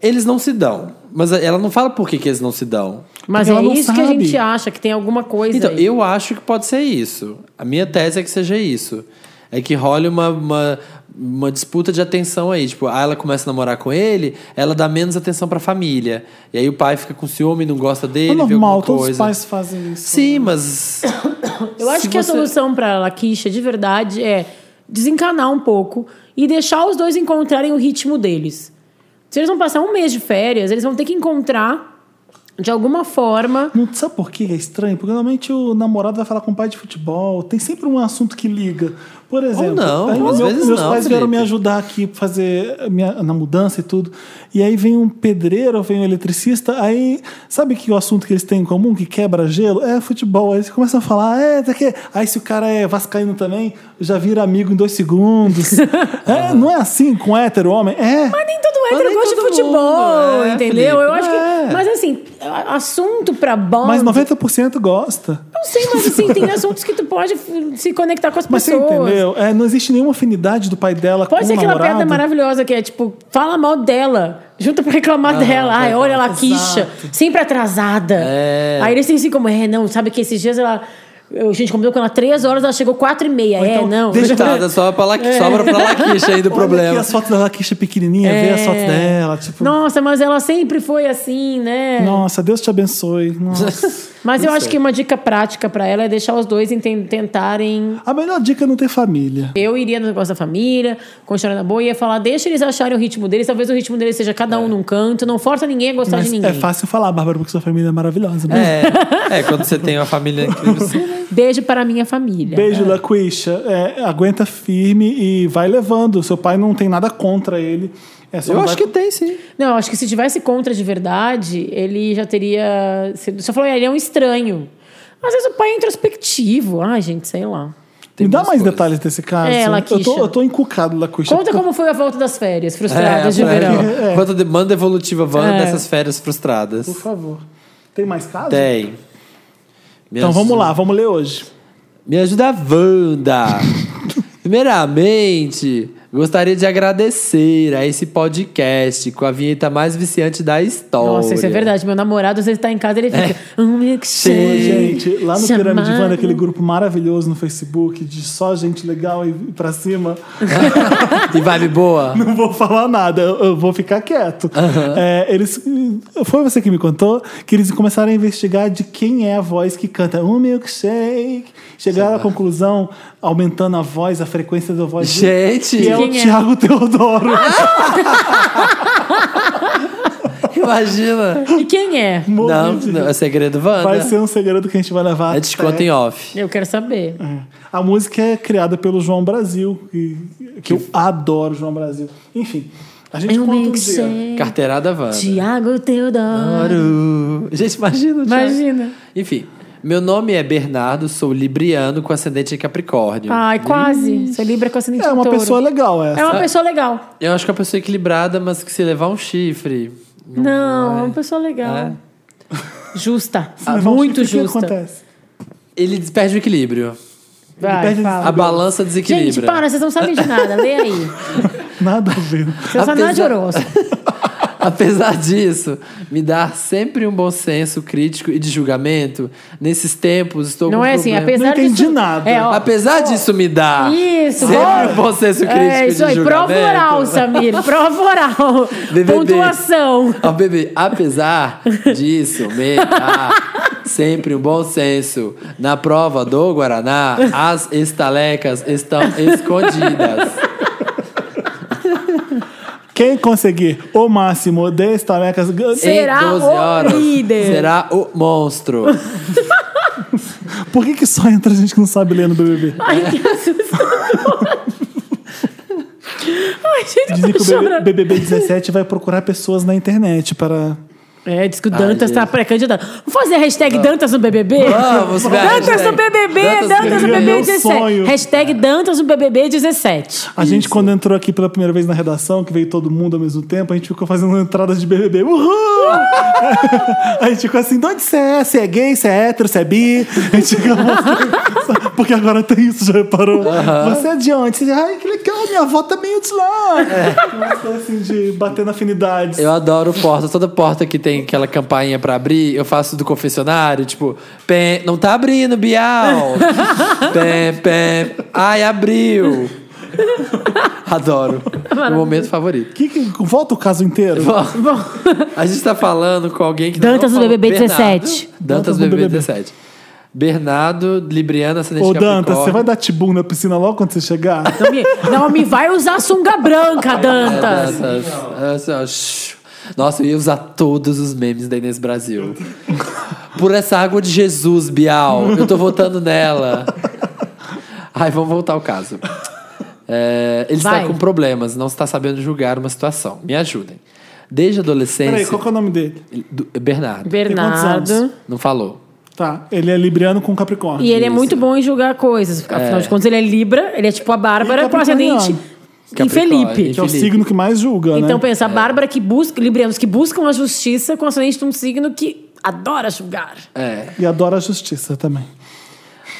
[SPEAKER 2] Eles não se dão. Mas ela não fala por que, que eles não se dão.
[SPEAKER 3] Mas
[SPEAKER 1] Porque
[SPEAKER 3] é
[SPEAKER 1] ela não
[SPEAKER 3] isso que a
[SPEAKER 1] sabe.
[SPEAKER 3] gente acha, que tem alguma coisa
[SPEAKER 2] Então,
[SPEAKER 3] aí.
[SPEAKER 2] eu acho que pode ser isso. A minha tese é que seja isso. É que role uma, uma, uma disputa de atenção aí. Tipo, ah, ela começa a namorar com ele, ela dá menos atenção pra família. E aí o pai fica com ciúme, não gosta dele,
[SPEAKER 1] é
[SPEAKER 2] vê
[SPEAKER 1] normal,
[SPEAKER 2] alguma
[SPEAKER 1] todos os
[SPEAKER 2] coisa.
[SPEAKER 1] pais fazem isso.
[SPEAKER 2] Sim, mas.
[SPEAKER 3] Eu acho
[SPEAKER 2] se
[SPEAKER 3] que a
[SPEAKER 2] você-
[SPEAKER 3] solução pra Laquisha, de verdade, é desencanar um pouco e deixar os dois encontrarem o ritmo deles. Se eles vão passar um mês de férias, eles vão ter que encontrar, de alguma forma...
[SPEAKER 1] Não, sabe por que é estranho? Porque normalmente o namorado vai falar com o pai de futebol, tem sempre um assunto que liga. Por exemplo,
[SPEAKER 2] não,
[SPEAKER 1] aí
[SPEAKER 2] às vezes
[SPEAKER 1] meus
[SPEAKER 2] não,
[SPEAKER 1] pais vieram me
[SPEAKER 2] Felipe.
[SPEAKER 1] ajudar aqui fazer a minha, na mudança e tudo. E aí vem um pedreiro, vem um eletricista, aí sabe que o assunto que eles têm em comum, que quebra gelo, é futebol. Aí eles começam a falar, é, tá que... aí se o cara é vascaíno também, já vira amigo em dois segundos. É, não é assim com hétero homem? É.
[SPEAKER 3] Mas nem todo
[SPEAKER 2] Mas
[SPEAKER 3] hétero
[SPEAKER 2] nem
[SPEAKER 3] gosta de
[SPEAKER 2] todo
[SPEAKER 3] futebol,
[SPEAKER 2] mundo, é,
[SPEAKER 3] entendeu?
[SPEAKER 2] Felipe,
[SPEAKER 3] Eu acho
[SPEAKER 2] é.
[SPEAKER 3] que... Mas assim, a- assunto pra banda...
[SPEAKER 1] Mas 90% gosta.
[SPEAKER 3] Não sei, mas assim, tem assuntos que tu pode f- se conectar com as
[SPEAKER 1] Mas
[SPEAKER 3] pessoas.
[SPEAKER 1] você entendeu? É, não existe nenhuma afinidade do pai dela
[SPEAKER 3] Pode
[SPEAKER 1] com
[SPEAKER 3] ser
[SPEAKER 1] o
[SPEAKER 3] aquela
[SPEAKER 1] namorado.
[SPEAKER 3] piada maravilhosa que é tipo, fala mal dela, junta pra reclamar dela. Ai, olha ela quicha, sempre atrasada.
[SPEAKER 2] É.
[SPEAKER 3] Aí eles têm assim como, é, não, sabe que esses dias ela. eu- A gente combinou com ela três horas, ela chegou quatro e meia. é,
[SPEAKER 1] então,
[SPEAKER 3] não.
[SPEAKER 1] deixa-
[SPEAKER 2] Coitada, só pra la... sobra pra Laquixa aí do
[SPEAKER 1] É. Olha
[SPEAKER 2] problema.
[SPEAKER 1] aqui as fotos da Laquisha pequenininha, vê as
[SPEAKER 3] É.
[SPEAKER 1] fotos dela, tipo...
[SPEAKER 3] Nossa, mas ela sempre foi assim, né?
[SPEAKER 1] Nossa, Deus te abençoe. Nossa.
[SPEAKER 3] Mas eu acho que uma dica prática pra ela é deixar os dois enten- tentarem.
[SPEAKER 1] A melhor dica é não ter família.
[SPEAKER 3] Eu iria no negócio da família, continuar na boa, e ia falar, deixa eles acharem o ritmo deles, talvez o ritmo deles seja cada um num canto, não força ninguém a gostar
[SPEAKER 1] É. Mas
[SPEAKER 3] de ninguém.
[SPEAKER 1] é fácil falar, Bárbara, porque sua família é maravilhosa. Mas-
[SPEAKER 2] É, é, quando você tem uma família incrível. Você...
[SPEAKER 3] Beijo para a minha família.
[SPEAKER 1] Beijo, Laquisha. É, aguenta firme e vai levando. Seu pai não tem nada contra ele. É só
[SPEAKER 2] Eu
[SPEAKER 1] não
[SPEAKER 2] acho
[SPEAKER 1] vai-
[SPEAKER 2] que tem, sim.
[SPEAKER 3] Não, eu acho que se tivesse contra de verdade, ele já teria. sido- Só falou, ele é um estranho. Às vezes o pai é introspectivo. Ai, gente, sei lá.
[SPEAKER 1] Me dá
[SPEAKER 2] umas
[SPEAKER 1] mais
[SPEAKER 2] coisas.
[SPEAKER 1] detalhes desse caso.
[SPEAKER 3] É,
[SPEAKER 1] eu,
[SPEAKER 3] Laquisha.
[SPEAKER 1] tô, eu tô encucado, Laquisha.
[SPEAKER 3] Conta como foi a volta das férias,
[SPEAKER 1] É,
[SPEAKER 3] frustradas de
[SPEAKER 2] pra-
[SPEAKER 3] verão.
[SPEAKER 2] Quanto É, de- manda evolutiva van
[SPEAKER 3] É.
[SPEAKER 2] dessas férias frustradas?
[SPEAKER 1] Por favor. Tem mais casos?
[SPEAKER 2] Tem. Me
[SPEAKER 1] Então
[SPEAKER 2] ajuda-
[SPEAKER 1] vamos lá, vamos ler hoje.
[SPEAKER 2] Me ajuda a Wanda. Primeiramente, gostaria de agradecer a esse podcast com a vinheta mais viciante da história.
[SPEAKER 3] Nossa, isso é verdade. Meu namorado, às vezes, tá em casa ele fica. "Ah, que
[SPEAKER 1] Ô,
[SPEAKER 2] Sim.
[SPEAKER 1] É. gente, lá no
[SPEAKER 3] Chamaram.
[SPEAKER 1] Pirâmide Vanda, aquele grupo maravilhoso no Facebook de só gente legal e pra cima,
[SPEAKER 2] E vibe boa.
[SPEAKER 1] não vou falar nada, eu eu vou ficar quieto. É, eles, foi você que me contou que eles começaram a investigar de quem é a voz que canta um milkshake. Chegaram à conclusão, aumentando a voz, a frequência da voz.
[SPEAKER 2] Gente,
[SPEAKER 1] que é o
[SPEAKER 3] Quem é?
[SPEAKER 1] Thiago Teodoro.
[SPEAKER 2] imagina.
[SPEAKER 3] E quem é?
[SPEAKER 2] Não,
[SPEAKER 1] Morri de
[SPEAKER 2] não,
[SPEAKER 1] rir.
[SPEAKER 2] é segredo Wanda.
[SPEAKER 1] Vai ser um segredo que a gente vai levar.
[SPEAKER 2] É desconto em off.
[SPEAKER 3] Eu quero saber.
[SPEAKER 1] A música é criada pelo João Brasil, que, que eu adoro João Brasil. Enfim, a gente
[SPEAKER 3] Eu
[SPEAKER 1] conta um
[SPEAKER 3] meio
[SPEAKER 1] dia.
[SPEAKER 3] que
[SPEAKER 2] Carteirada Wanda.
[SPEAKER 3] Tiago Teodoro.
[SPEAKER 2] Adoro. Gente, imagina. o Thiago.
[SPEAKER 3] Imagina.
[SPEAKER 2] Enfim, meu nome é Bernardo, sou libriano com ascendente em Capricórnio.
[SPEAKER 3] Ai, quase. Você libra com a
[SPEAKER 1] É uma pessoa legal essa.
[SPEAKER 2] Ah.
[SPEAKER 3] É uma pessoa legal.
[SPEAKER 2] Eu acho que é uma pessoa equilibrada, mas que se levar um chifre.
[SPEAKER 3] Não,
[SPEAKER 2] vai.
[SPEAKER 3] é uma pessoa legal.
[SPEAKER 2] É.
[SPEAKER 3] Justa.
[SPEAKER 1] Se levar um
[SPEAKER 3] muito
[SPEAKER 1] chifre, O que
[SPEAKER 3] justa.
[SPEAKER 1] acontece?
[SPEAKER 2] Ele perde o equilíbrio.
[SPEAKER 3] Vai,
[SPEAKER 1] Perde-
[SPEAKER 2] A
[SPEAKER 3] fala.
[SPEAKER 2] balança desequilibra.
[SPEAKER 3] Gente, para, vocês não sabem de nada. Lê aí.
[SPEAKER 1] Nada a ver.
[SPEAKER 3] Vocês são
[SPEAKER 2] Apesar-
[SPEAKER 3] nada de horóscopo.
[SPEAKER 2] Apesar disso, me dar sempre um bom senso crítico e de julgamento. Nesses tempos, estou
[SPEAKER 3] Não
[SPEAKER 2] com um
[SPEAKER 3] é assim,
[SPEAKER 2] problema-
[SPEAKER 3] apesar
[SPEAKER 1] Não entendi
[SPEAKER 3] disso-
[SPEAKER 1] nada.
[SPEAKER 3] É, ó,
[SPEAKER 2] Apesar disso me dar
[SPEAKER 3] Isso,
[SPEAKER 2] sempre
[SPEAKER 3] bora.
[SPEAKER 2] um bom senso crítico
[SPEAKER 3] é
[SPEAKER 2] e
[SPEAKER 3] isso
[SPEAKER 2] de
[SPEAKER 3] aí,
[SPEAKER 2] julgamento.
[SPEAKER 3] prova oral, Samir. Prova oral.
[SPEAKER 2] BBB.
[SPEAKER 3] Pontuação.
[SPEAKER 2] Ó, bebê, apesar disso, me dá sempre um bom senso. Na prova do Guaraná, as estalecas estão escondidas.
[SPEAKER 1] Quem conseguir o máximo de estalecas...
[SPEAKER 3] Será
[SPEAKER 2] em 12
[SPEAKER 3] o
[SPEAKER 2] horas,
[SPEAKER 3] líder.
[SPEAKER 2] Será o monstro.
[SPEAKER 1] Por que, que só entra gente que não sabe ler no BBB?
[SPEAKER 3] Ai, que assustador. Ai, gente,
[SPEAKER 1] Dizem
[SPEAKER 3] eu
[SPEAKER 1] que
[SPEAKER 3] tô
[SPEAKER 1] o
[SPEAKER 3] chorando.
[SPEAKER 1] BBB 17 vai procurar pessoas na internet para...
[SPEAKER 3] É, diz que o
[SPEAKER 2] Ai,
[SPEAKER 3] Dantas tá
[SPEAKER 2] gente.
[SPEAKER 3] pré-candidato. Vamos fazer a hashtag Dantas no BBB?
[SPEAKER 2] Vamos, velho,
[SPEAKER 3] Dantas no
[SPEAKER 2] hashtag.
[SPEAKER 3] BBB,
[SPEAKER 2] Dantas no
[SPEAKER 3] Dantas no
[SPEAKER 1] BBB.
[SPEAKER 3] BBB
[SPEAKER 1] Meu sonho.
[SPEAKER 3] 17. Hashtag Dantas no BBB 17.
[SPEAKER 1] A gente, quando entrou aqui pela primeira vez na redação, que veio todo mundo ao mesmo tempo, a gente ficou fazendo entradas de BBB. Uhul! A gente ficou assim, de onde você é? Você é gay? Você é hétero? Você é bi? A gente ficou mostrando, Porque agora tem isso, já reparou? Você é de onde? Você, Ai, que legal, minha avó também é de lá. Uma coisa assim de batendo afinidades.
[SPEAKER 2] Eu adoro porta. Toda porta que tem aquela campainha pra abrir, eu faço do confessionário, tipo, pé, não tá abrindo, Bial. pé, pé. Ai, abriu. Adoro. Meu momento favorito.
[SPEAKER 1] Que que- volta o caso inteiro.
[SPEAKER 2] Bom, a gente tá falando com alguém que
[SPEAKER 3] Dantas
[SPEAKER 2] não
[SPEAKER 3] do
[SPEAKER 2] falou-
[SPEAKER 3] BBB
[SPEAKER 2] Bernardo.
[SPEAKER 3] 17.
[SPEAKER 2] Dantas
[SPEAKER 1] Dantas
[SPEAKER 2] do
[SPEAKER 1] do
[SPEAKER 2] BBB
[SPEAKER 1] BBB.
[SPEAKER 2] 17. Bernardo, Libriana, acidente
[SPEAKER 1] Ô,
[SPEAKER 2] de
[SPEAKER 1] Dantas, você
[SPEAKER 2] Capricórnio.
[SPEAKER 1] vai dar tibum na piscina logo quando você chegar?
[SPEAKER 3] Não me, não me vai usar sunga branca, Dantas.
[SPEAKER 2] Dantas. Ah, shh. Nossa, eu ia usar todos os memes da Inês Brasil. Por essa água de Jesus, Bial. Eu tô votando nela. Ai, vamos voltar ao caso. É, ele
[SPEAKER 3] Vai.
[SPEAKER 2] está com problemas, não está sabendo julgar uma situação. Me ajudem. Desde a
[SPEAKER 1] Peraí,
[SPEAKER 2] adolescência.
[SPEAKER 1] qual que é o nome dele?
[SPEAKER 2] ele- do- Bernardo.
[SPEAKER 3] Bernardo.
[SPEAKER 2] Não falou.
[SPEAKER 1] Tá, ele é libriano com
[SPEAKER 3] E
[SPEAKER 1] Capricórnio.
[SPEAKER 3] ele é muito bom em julgar coisas. Afinal de contas, ele é Libra, ele é tipo a Bárbara
[SPEAKER 1] E
[SPEAKER 3] com ascendente em
[SPEAKER 2] Capricórnio.
[SPEAKER 3] Felipe.
[SPEAKER 1] Que é o
[SPEAKER 2] Felipe.
[SPEAKER 1] signo que mais julga,
[SPEAKER 3] Então
[SPEAKER 1] né?
[SPEAKER 3] pensa, a Bárbara que busca, Librianos que buscam a justiça com ascendente de um signo que adora julgar.
[SPEAKER 2] É.
[SPEAKER 1] E adora a justiça também.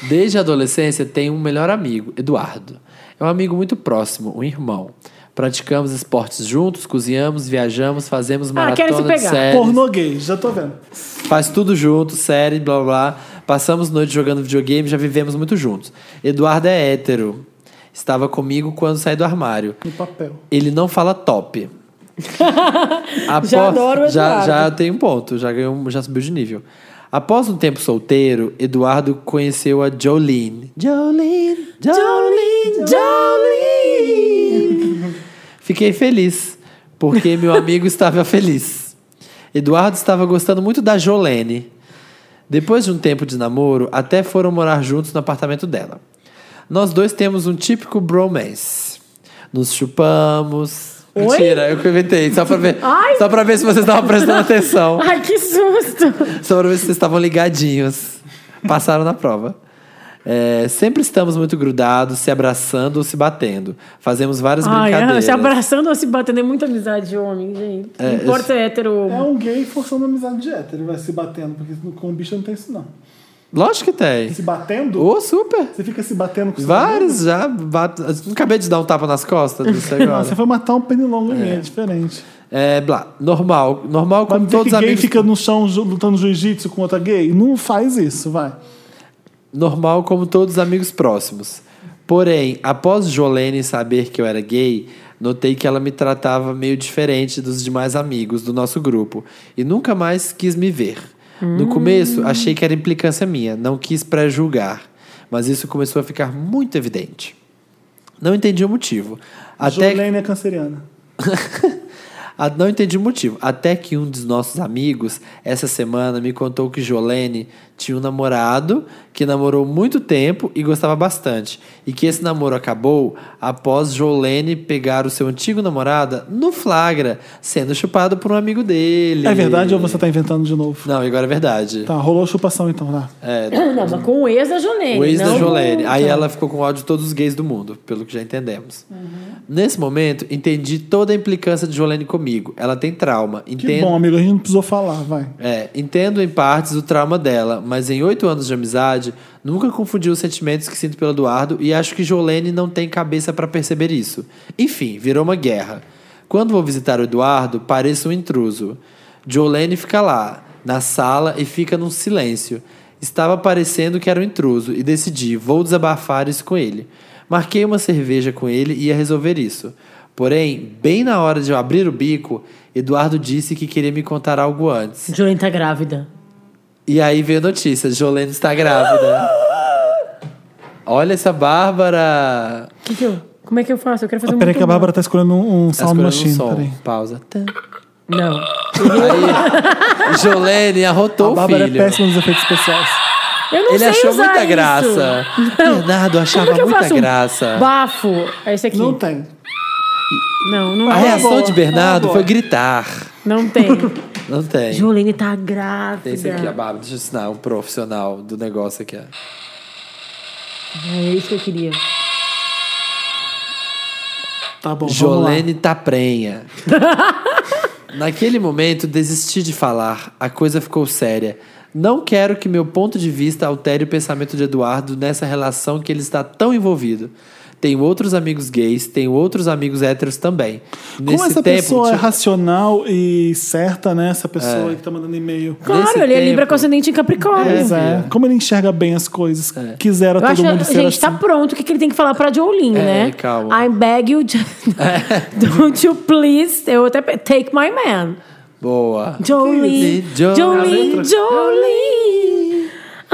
[SPEAKER 2] Desde a adolescência tem um melhor amigo, Eduardo. É um amigo muito próximo, um irmão. Praticamos esportes juntos, cozinhamos, viajamos, fazemos
[SPEAKER 3] Ah, querem se
[SPEAKER 2] maratona de
[SPEAKER 3] pegar.
[SPEAKER 2] séries.
[SPEAKER 1] Pornô gay, já tô vendo.
[SPEAKER 2] Faz tudo junto, série, blá blá. blá. Passamos noites jogando videogame, já vivemos muito juntos. Eduardo é hétero. Estava comigo quando saí do armário.
[SPEAKER 1] No papel.
[SPEAKER 2] Ele não fala top.
[SPEAKER 3] Já adoro o
[SPEAKER 2] já,
[SPEAKER 3] Eduardo.
[SPEAKER 2] já tem um ponto, já, ganhou, já subiu de nível. Após um tempo solteiro, Eduardo conheceu a Jolene. Jolene, Jolene, Jolene. Fiquei feliz, porque meu amigo estava feliz. Eduardo estava gostando muito da Jolene. Depois de um tempo de namoro, até foram morar juntos no apartamento dela. Nós dois temos um típico bromance. Nos chupamos.
[SPEAKER 3] Oi?
[SPEAKER 2] Mentira, eu que inventei, só pra ver.
[SPEAKER 3] Ai!
[SPEAKER 2] Só pra ver se vocês estavam prestando atenção.
[SPEAKER 3] Ai, que susto!
[SPEAKER 2] Só pra ver se vocês estavam ligadinhos. Passaram na prova. É, sempre estamos muito grudados, se abraçando ou se batendo. Fazemos várias
[SPEAKER 3] Ai, ah,
[SPEAKER 2] brincadeiras.
[SPEAKER 3] se abraçando ou se batendo é muita amizade de homem, gente.
[SPEAKER 2] É,
[SPEAKER 3] não importa se é hétero ou
[SPEAKER 1] É um gay forçando amizade de hétero, ele vai se batendo, porque com o bicho não tem isso, não.
[SPEAKER 2] Lógico que tem.
[SPEAKER 1] Se batendo?
[SPEAKER 2] Ô, super!
[SPEAKER 1] Você fica se batendo com seu amigo?
[SPEAKER 2] Vários já. Bat... Não acabei de dar um tapa nas costas disso
[SPEAKER 1] Não,
[SPEAKER 2] agora.
[SPEAKER 1] você foi matar um pernilongo em mim, é diferente.
[SPEAKER 2] É, blá, normal. Normal
[SPEAKER 1] Vai
[SPEAKER 2] como
[SPEAKER 1] me dizer
[SPEAKER 2] todos
[SPEAKER 1] que
[SPEAKER 2] os
[SPEAKER 1] gay
[SPEAKER 2] amigos.
[SPEAKER 1] fica no chão ju- lutando jiu-jitsu com outra gay? Não faz isso, vai.
[SPEAKER 2] Normal como todos os amigos próximos. Porém, após Jolene saber que eu era gay, notei que ela me tratava meio diferente dos demais amigos do nosso grupo e nunca mais quis me ver.
[SPEAKER 1] Hum.
[SPEAKER 2] No começo, achei que era implicância minha, não quis pré-julgar, mas isso começou a ficar muito evidente. Não entendi o motivo. Até
[SPEAKER 1] Jolene é canceriana.
[SPEAKER 2] Ah, Não entendi o motivo. Até que um dos nossos amigos, essa semana, me contou que Jolene tinha um namorado que namorou muito tempo e gostava bastante. E que esse namoro acabou após Jolene pegar o seu antigo namorado no flagra, sendo chupado por um amigo dele.
[SPEAKER 1] É verdade ou você tá inventando de novo?
[SPEAKER 2] Não, agora é verdade.
[SPEAKER 1] Tá, rolou chupação então, tá?
[SPEAKER 2] É,
[SPEAKER 3] Não, mas com o ex da Jolene.
[SPEAKER 2] O ex da
[SPEAKER 3] não-
[SPEAKER 2] Jolene. Aí ela ficou com ódio de todos os gays do mundo, pelo que já entendemos. Nesse momento, entendi toda a implicância de Jolene comigo. Ela tem trauma.
[SPEAKER 1] Que
[SPEAKER 2] Entendo.
[SPEAKER 1] bom, amigo, a gente não precisou falar, vai.
[SPEAKER 2] É, entendo em partes o trauma dela, mas em oito anos de amizade, nunca confundi os sentimentos que sinto pelo Eduardo e acho que Jolene não tem cabeça pra perceber isso. Enfim, virou uma guerra. Quando vou visitar o Eduardo, pareço um intruso. Jolene fica lá, na sala, e fica num silêncio. Estava parecendo que era um intruso e decidi, vou desabafar isso com ele. Marquei uma cerveja com ele e ia resolver isso. Porém, bem na hora de eu abrir o bico, Eduardo disse que queria me contar algo antes.
[SPEAKER 3] Jolene tá grávida.
[SPEAKER 2] E aí veio a notícia: Jolene está grávida. Olha essa Bárbara!
[SPEAKER 3] Que que eu, como é que eu faço? Eu quero fazer um.
[SPEAKER 1] Peraí que a
[SPEAKER 3] muito
[SPEAKER 1] Bárbara tá escolhendo um, um sound
[SPEAKER 2] Escolhendo um
[SPEAKER 1] machine,
[SPEAKER 2] som.
[SPEAKER 1] peraí.
[SPEAKER 2] Pausa. Tã.
[SPEAKER 3] bom. Não.
[SPEAKER 2] Aí, Jolene
[SPEAKER 1] A
[SPEAKER 2] arrotou o
[SPEAKER 1] Bárbara
[SPEAKER 2] filho.
[SPEAKER 1] é péssima nos efeitos especiais.
[SPEAKER 3] Eu não
[SPEAKER 2] Ele
[SPEAKER 3] sei
[SPEAKER 2] achou
[SPEAKER 3] usar
[SPEAKER 2] muita
[SPEAKER 3] isso.
[SPEAKER 2] graça. Bernardo achava
[SPEAKER 3] Como que eu
[SPEAKER 2] muita
[SPEAKER 3] faço um
[SPEAKER 2] graça.
[SPEAKER 3] Bafo. É esse aqui.
[SPEAKER 1] Não tem.
[SPEAKER 3] Não, não,
[SPEAKER 2] A
[SPEAKER 3] tem.
[SPEAKER 2] reação de Bernardo
[SPEAKER 1] boa.
[SPEAKER 2] foi gritar.
[SPEAKER 3] Não tem.
[SPEAKER 2] Não tem.
[SPEAKER 3] Jolene tá
[SPEAKER 2] Tem
[SPEAKER 3] grávida.
[SPEAKER 2] esse aqui, a Bárbara. Deixa eu ensinar um profissional do negócio aqui. ó.
[SPEAKER 3] É isso que eu queria.
[SPEAKER 1] Tá bom, vamos lá.
[SPEAKER 2] Jolene tá prenha. Naquele momento, desisti de falar. A coisa ficou séria. Não quero que meu ponto de vista altere o pensamento de Eduardo nessa relação que ele está tão envolvido. Tenho outros amigos gays, tenho outros amigos héteros também.
[SPEAKER 1] Como essa pessoa é
[SPEAKER 2] tinha- É.
[SPEAKER 1] racional e certa, né? Essa pessoa que tá mandando e-mail.
[SPEAKER 3] Claro,
[SPEAKER 2] Nesse
[SPEAKER 3] ele é Libra
[SPEAKER 2] tempo-
[SPEAKER 3] com ascendente em Capricórnio.
[SPEAKER 1] Pois é. Como ele enxerga bem as coisas. Quisera
[SPEAKER 3] Eu
[SPEAKER 1] todo
[SPEAKER 3] acho
[SPEAKER 1] mundo
[SPEAKER 3] que
[SPEAKER 1] ser
[SPEAKER 3] gente
[SPEAKER 1] assim.
[SPEAKER 3] tá pronto. O que, que ele tem que falar pra Jolene,
[SPEAKER 2] É,
[SPEAKER 3] né?
[SPEAKER 2] calma.
[SPEAKER 3] I beg you, to- don't you please. Eu até pe- take my man.
[SPEAKER 2] Boa.
[SPEAKER 3] Jolene,
[SPEAKER 2] Jo-
[SPEAKER 3] Jolene, Jolene.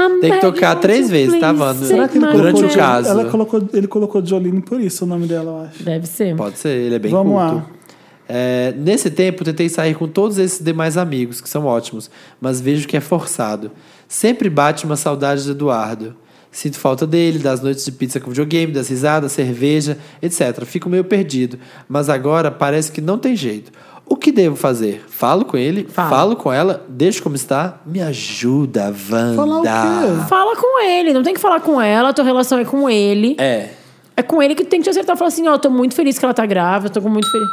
[SPEAKER 3] I'm
[SPEAKER 2] Tem que tocar
[SPEAKER 3] begging
[SPEAKER 2] três
[SPEAKER 3] you to
[SPEAKER 2] vezes, tá,
[SPEAKER 3] please
[SPEAKER 2] Wanda?
[SPEAKER 3] take
[SPEAKER 1] Será que ele
[SPEAKER 3] my
[SPEAKER 2] Durante
[SPEAKER 1] colocou
[SPEAKER 2] o
[SPEAKER 3] man.
[SPEAKER 2] caso.
[SPEAKER 1] Ela colocou, ele colocou Jolene por isso, o nome dela, eu acho.
[SPEAKER 3] Deve ser.
[SPEAKER 2] Pode ser, ele é bem
[SPEAKER 1] Vamos
[SPEAKER 2] culto.
[SPEAKER 1] lá.
[SPEAKER 2] É, nesse tempo, tentei sair com todos esses demais amigos, que são ótimos, mas vejo que é forçado. Sempre bate uma saudade de Eduardo. Sinto falta dele, das noites de pizza com videogame, das risadas, cerveja, etc. Fico meio perdido, mas agora parece que não tem jeito. O que devo fazer? Falo com ele,
[SPEAKER 3] Fala.
[SPEAKER 2] falo com ela, deixo como está. Me ajuda, Wanda.
[SPEAKER 1] Falar o quê?
[SPEAKER 3] Fala com ele, não tem que falar com ela, tua relação é com ele. É,
[SPEAKER 2] É,
[SPEAKER 3] com ele que tu tem que te acertar. Falar assim, ó, tô muito feliz que ela tá grávida, tô com muito feliz.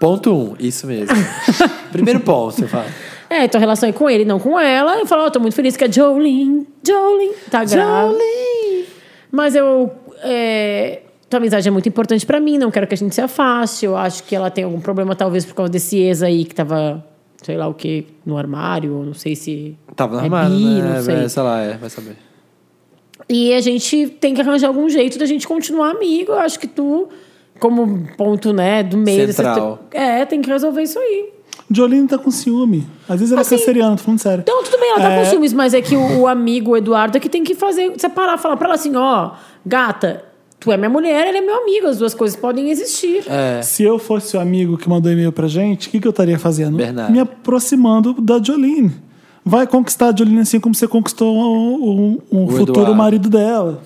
[SPEAKER 2] ponto um, isso mesmo. Primeiro ponto, você fala.
[SPEAKER 3] É, tua relação é com ele, não com ela. Eu falo, ó, tô muito feliz que a Jolene, Jolene, tá grávida. Mas eu. É, tua amizade é muito importante pra mim, não quero que a gente se afaste. Eu acho que ela tem algum problema, talvez, por causa desse ex aí que tava, sei lá o que, no armário, ou não sei se.
[SPEAKER 2] Tava na
[SPEAKER 3] é
[SPEAKER 2] armário,
[SPEAKER 3] bi,
[SPEAKER 2] né?
[SPEAKER 3] Não sei.
[SPEAKER 2] É, sei lá, é, vai saber.
[SPEAKER 3] E a gente tem que arranjar algum jeito da gente continuar amigo. Eu acho que tu, como ponto, né, do meio
[SPEAKER 2] Central.
[SPEAKER 3] dessa. É, tem que resolver isso aí.
[SPEAKER 1] Jolene tá com ciúme. Às vezes ela
[SPEAKER 3] Assim,
[SPEAKER 1] é canceriana, tô falando sério.
[SPEAKER 3] Então, tudo bem, ela tá
[SPEAKER 1] É.
[SPEAKER 3] com ciúmes, mas é que o, o amigo, o Eduardo, é que tem que fazer, separar, falar pra ela assim, ó, gata, tu é minha mulher, ela é meu amigo, as duas coisas podem existir.
[SPEAKER 2] É.
[SPEAKER 1] Se eu fosse o amigo que mandou e-mail pra gente, o que, que eu estaria fazendo?
[SPEAKER 2] Bernardo.
[SPEAKER 1] Me aproximando da Jolene. Vai conquistar a Jolene assim como você conquistou o, o- o
[SPEAKER 2] O
[SPEAKER 1] futuro
[SPEAKER 2] Eduardo.
[SPEAKER 1] marido dela.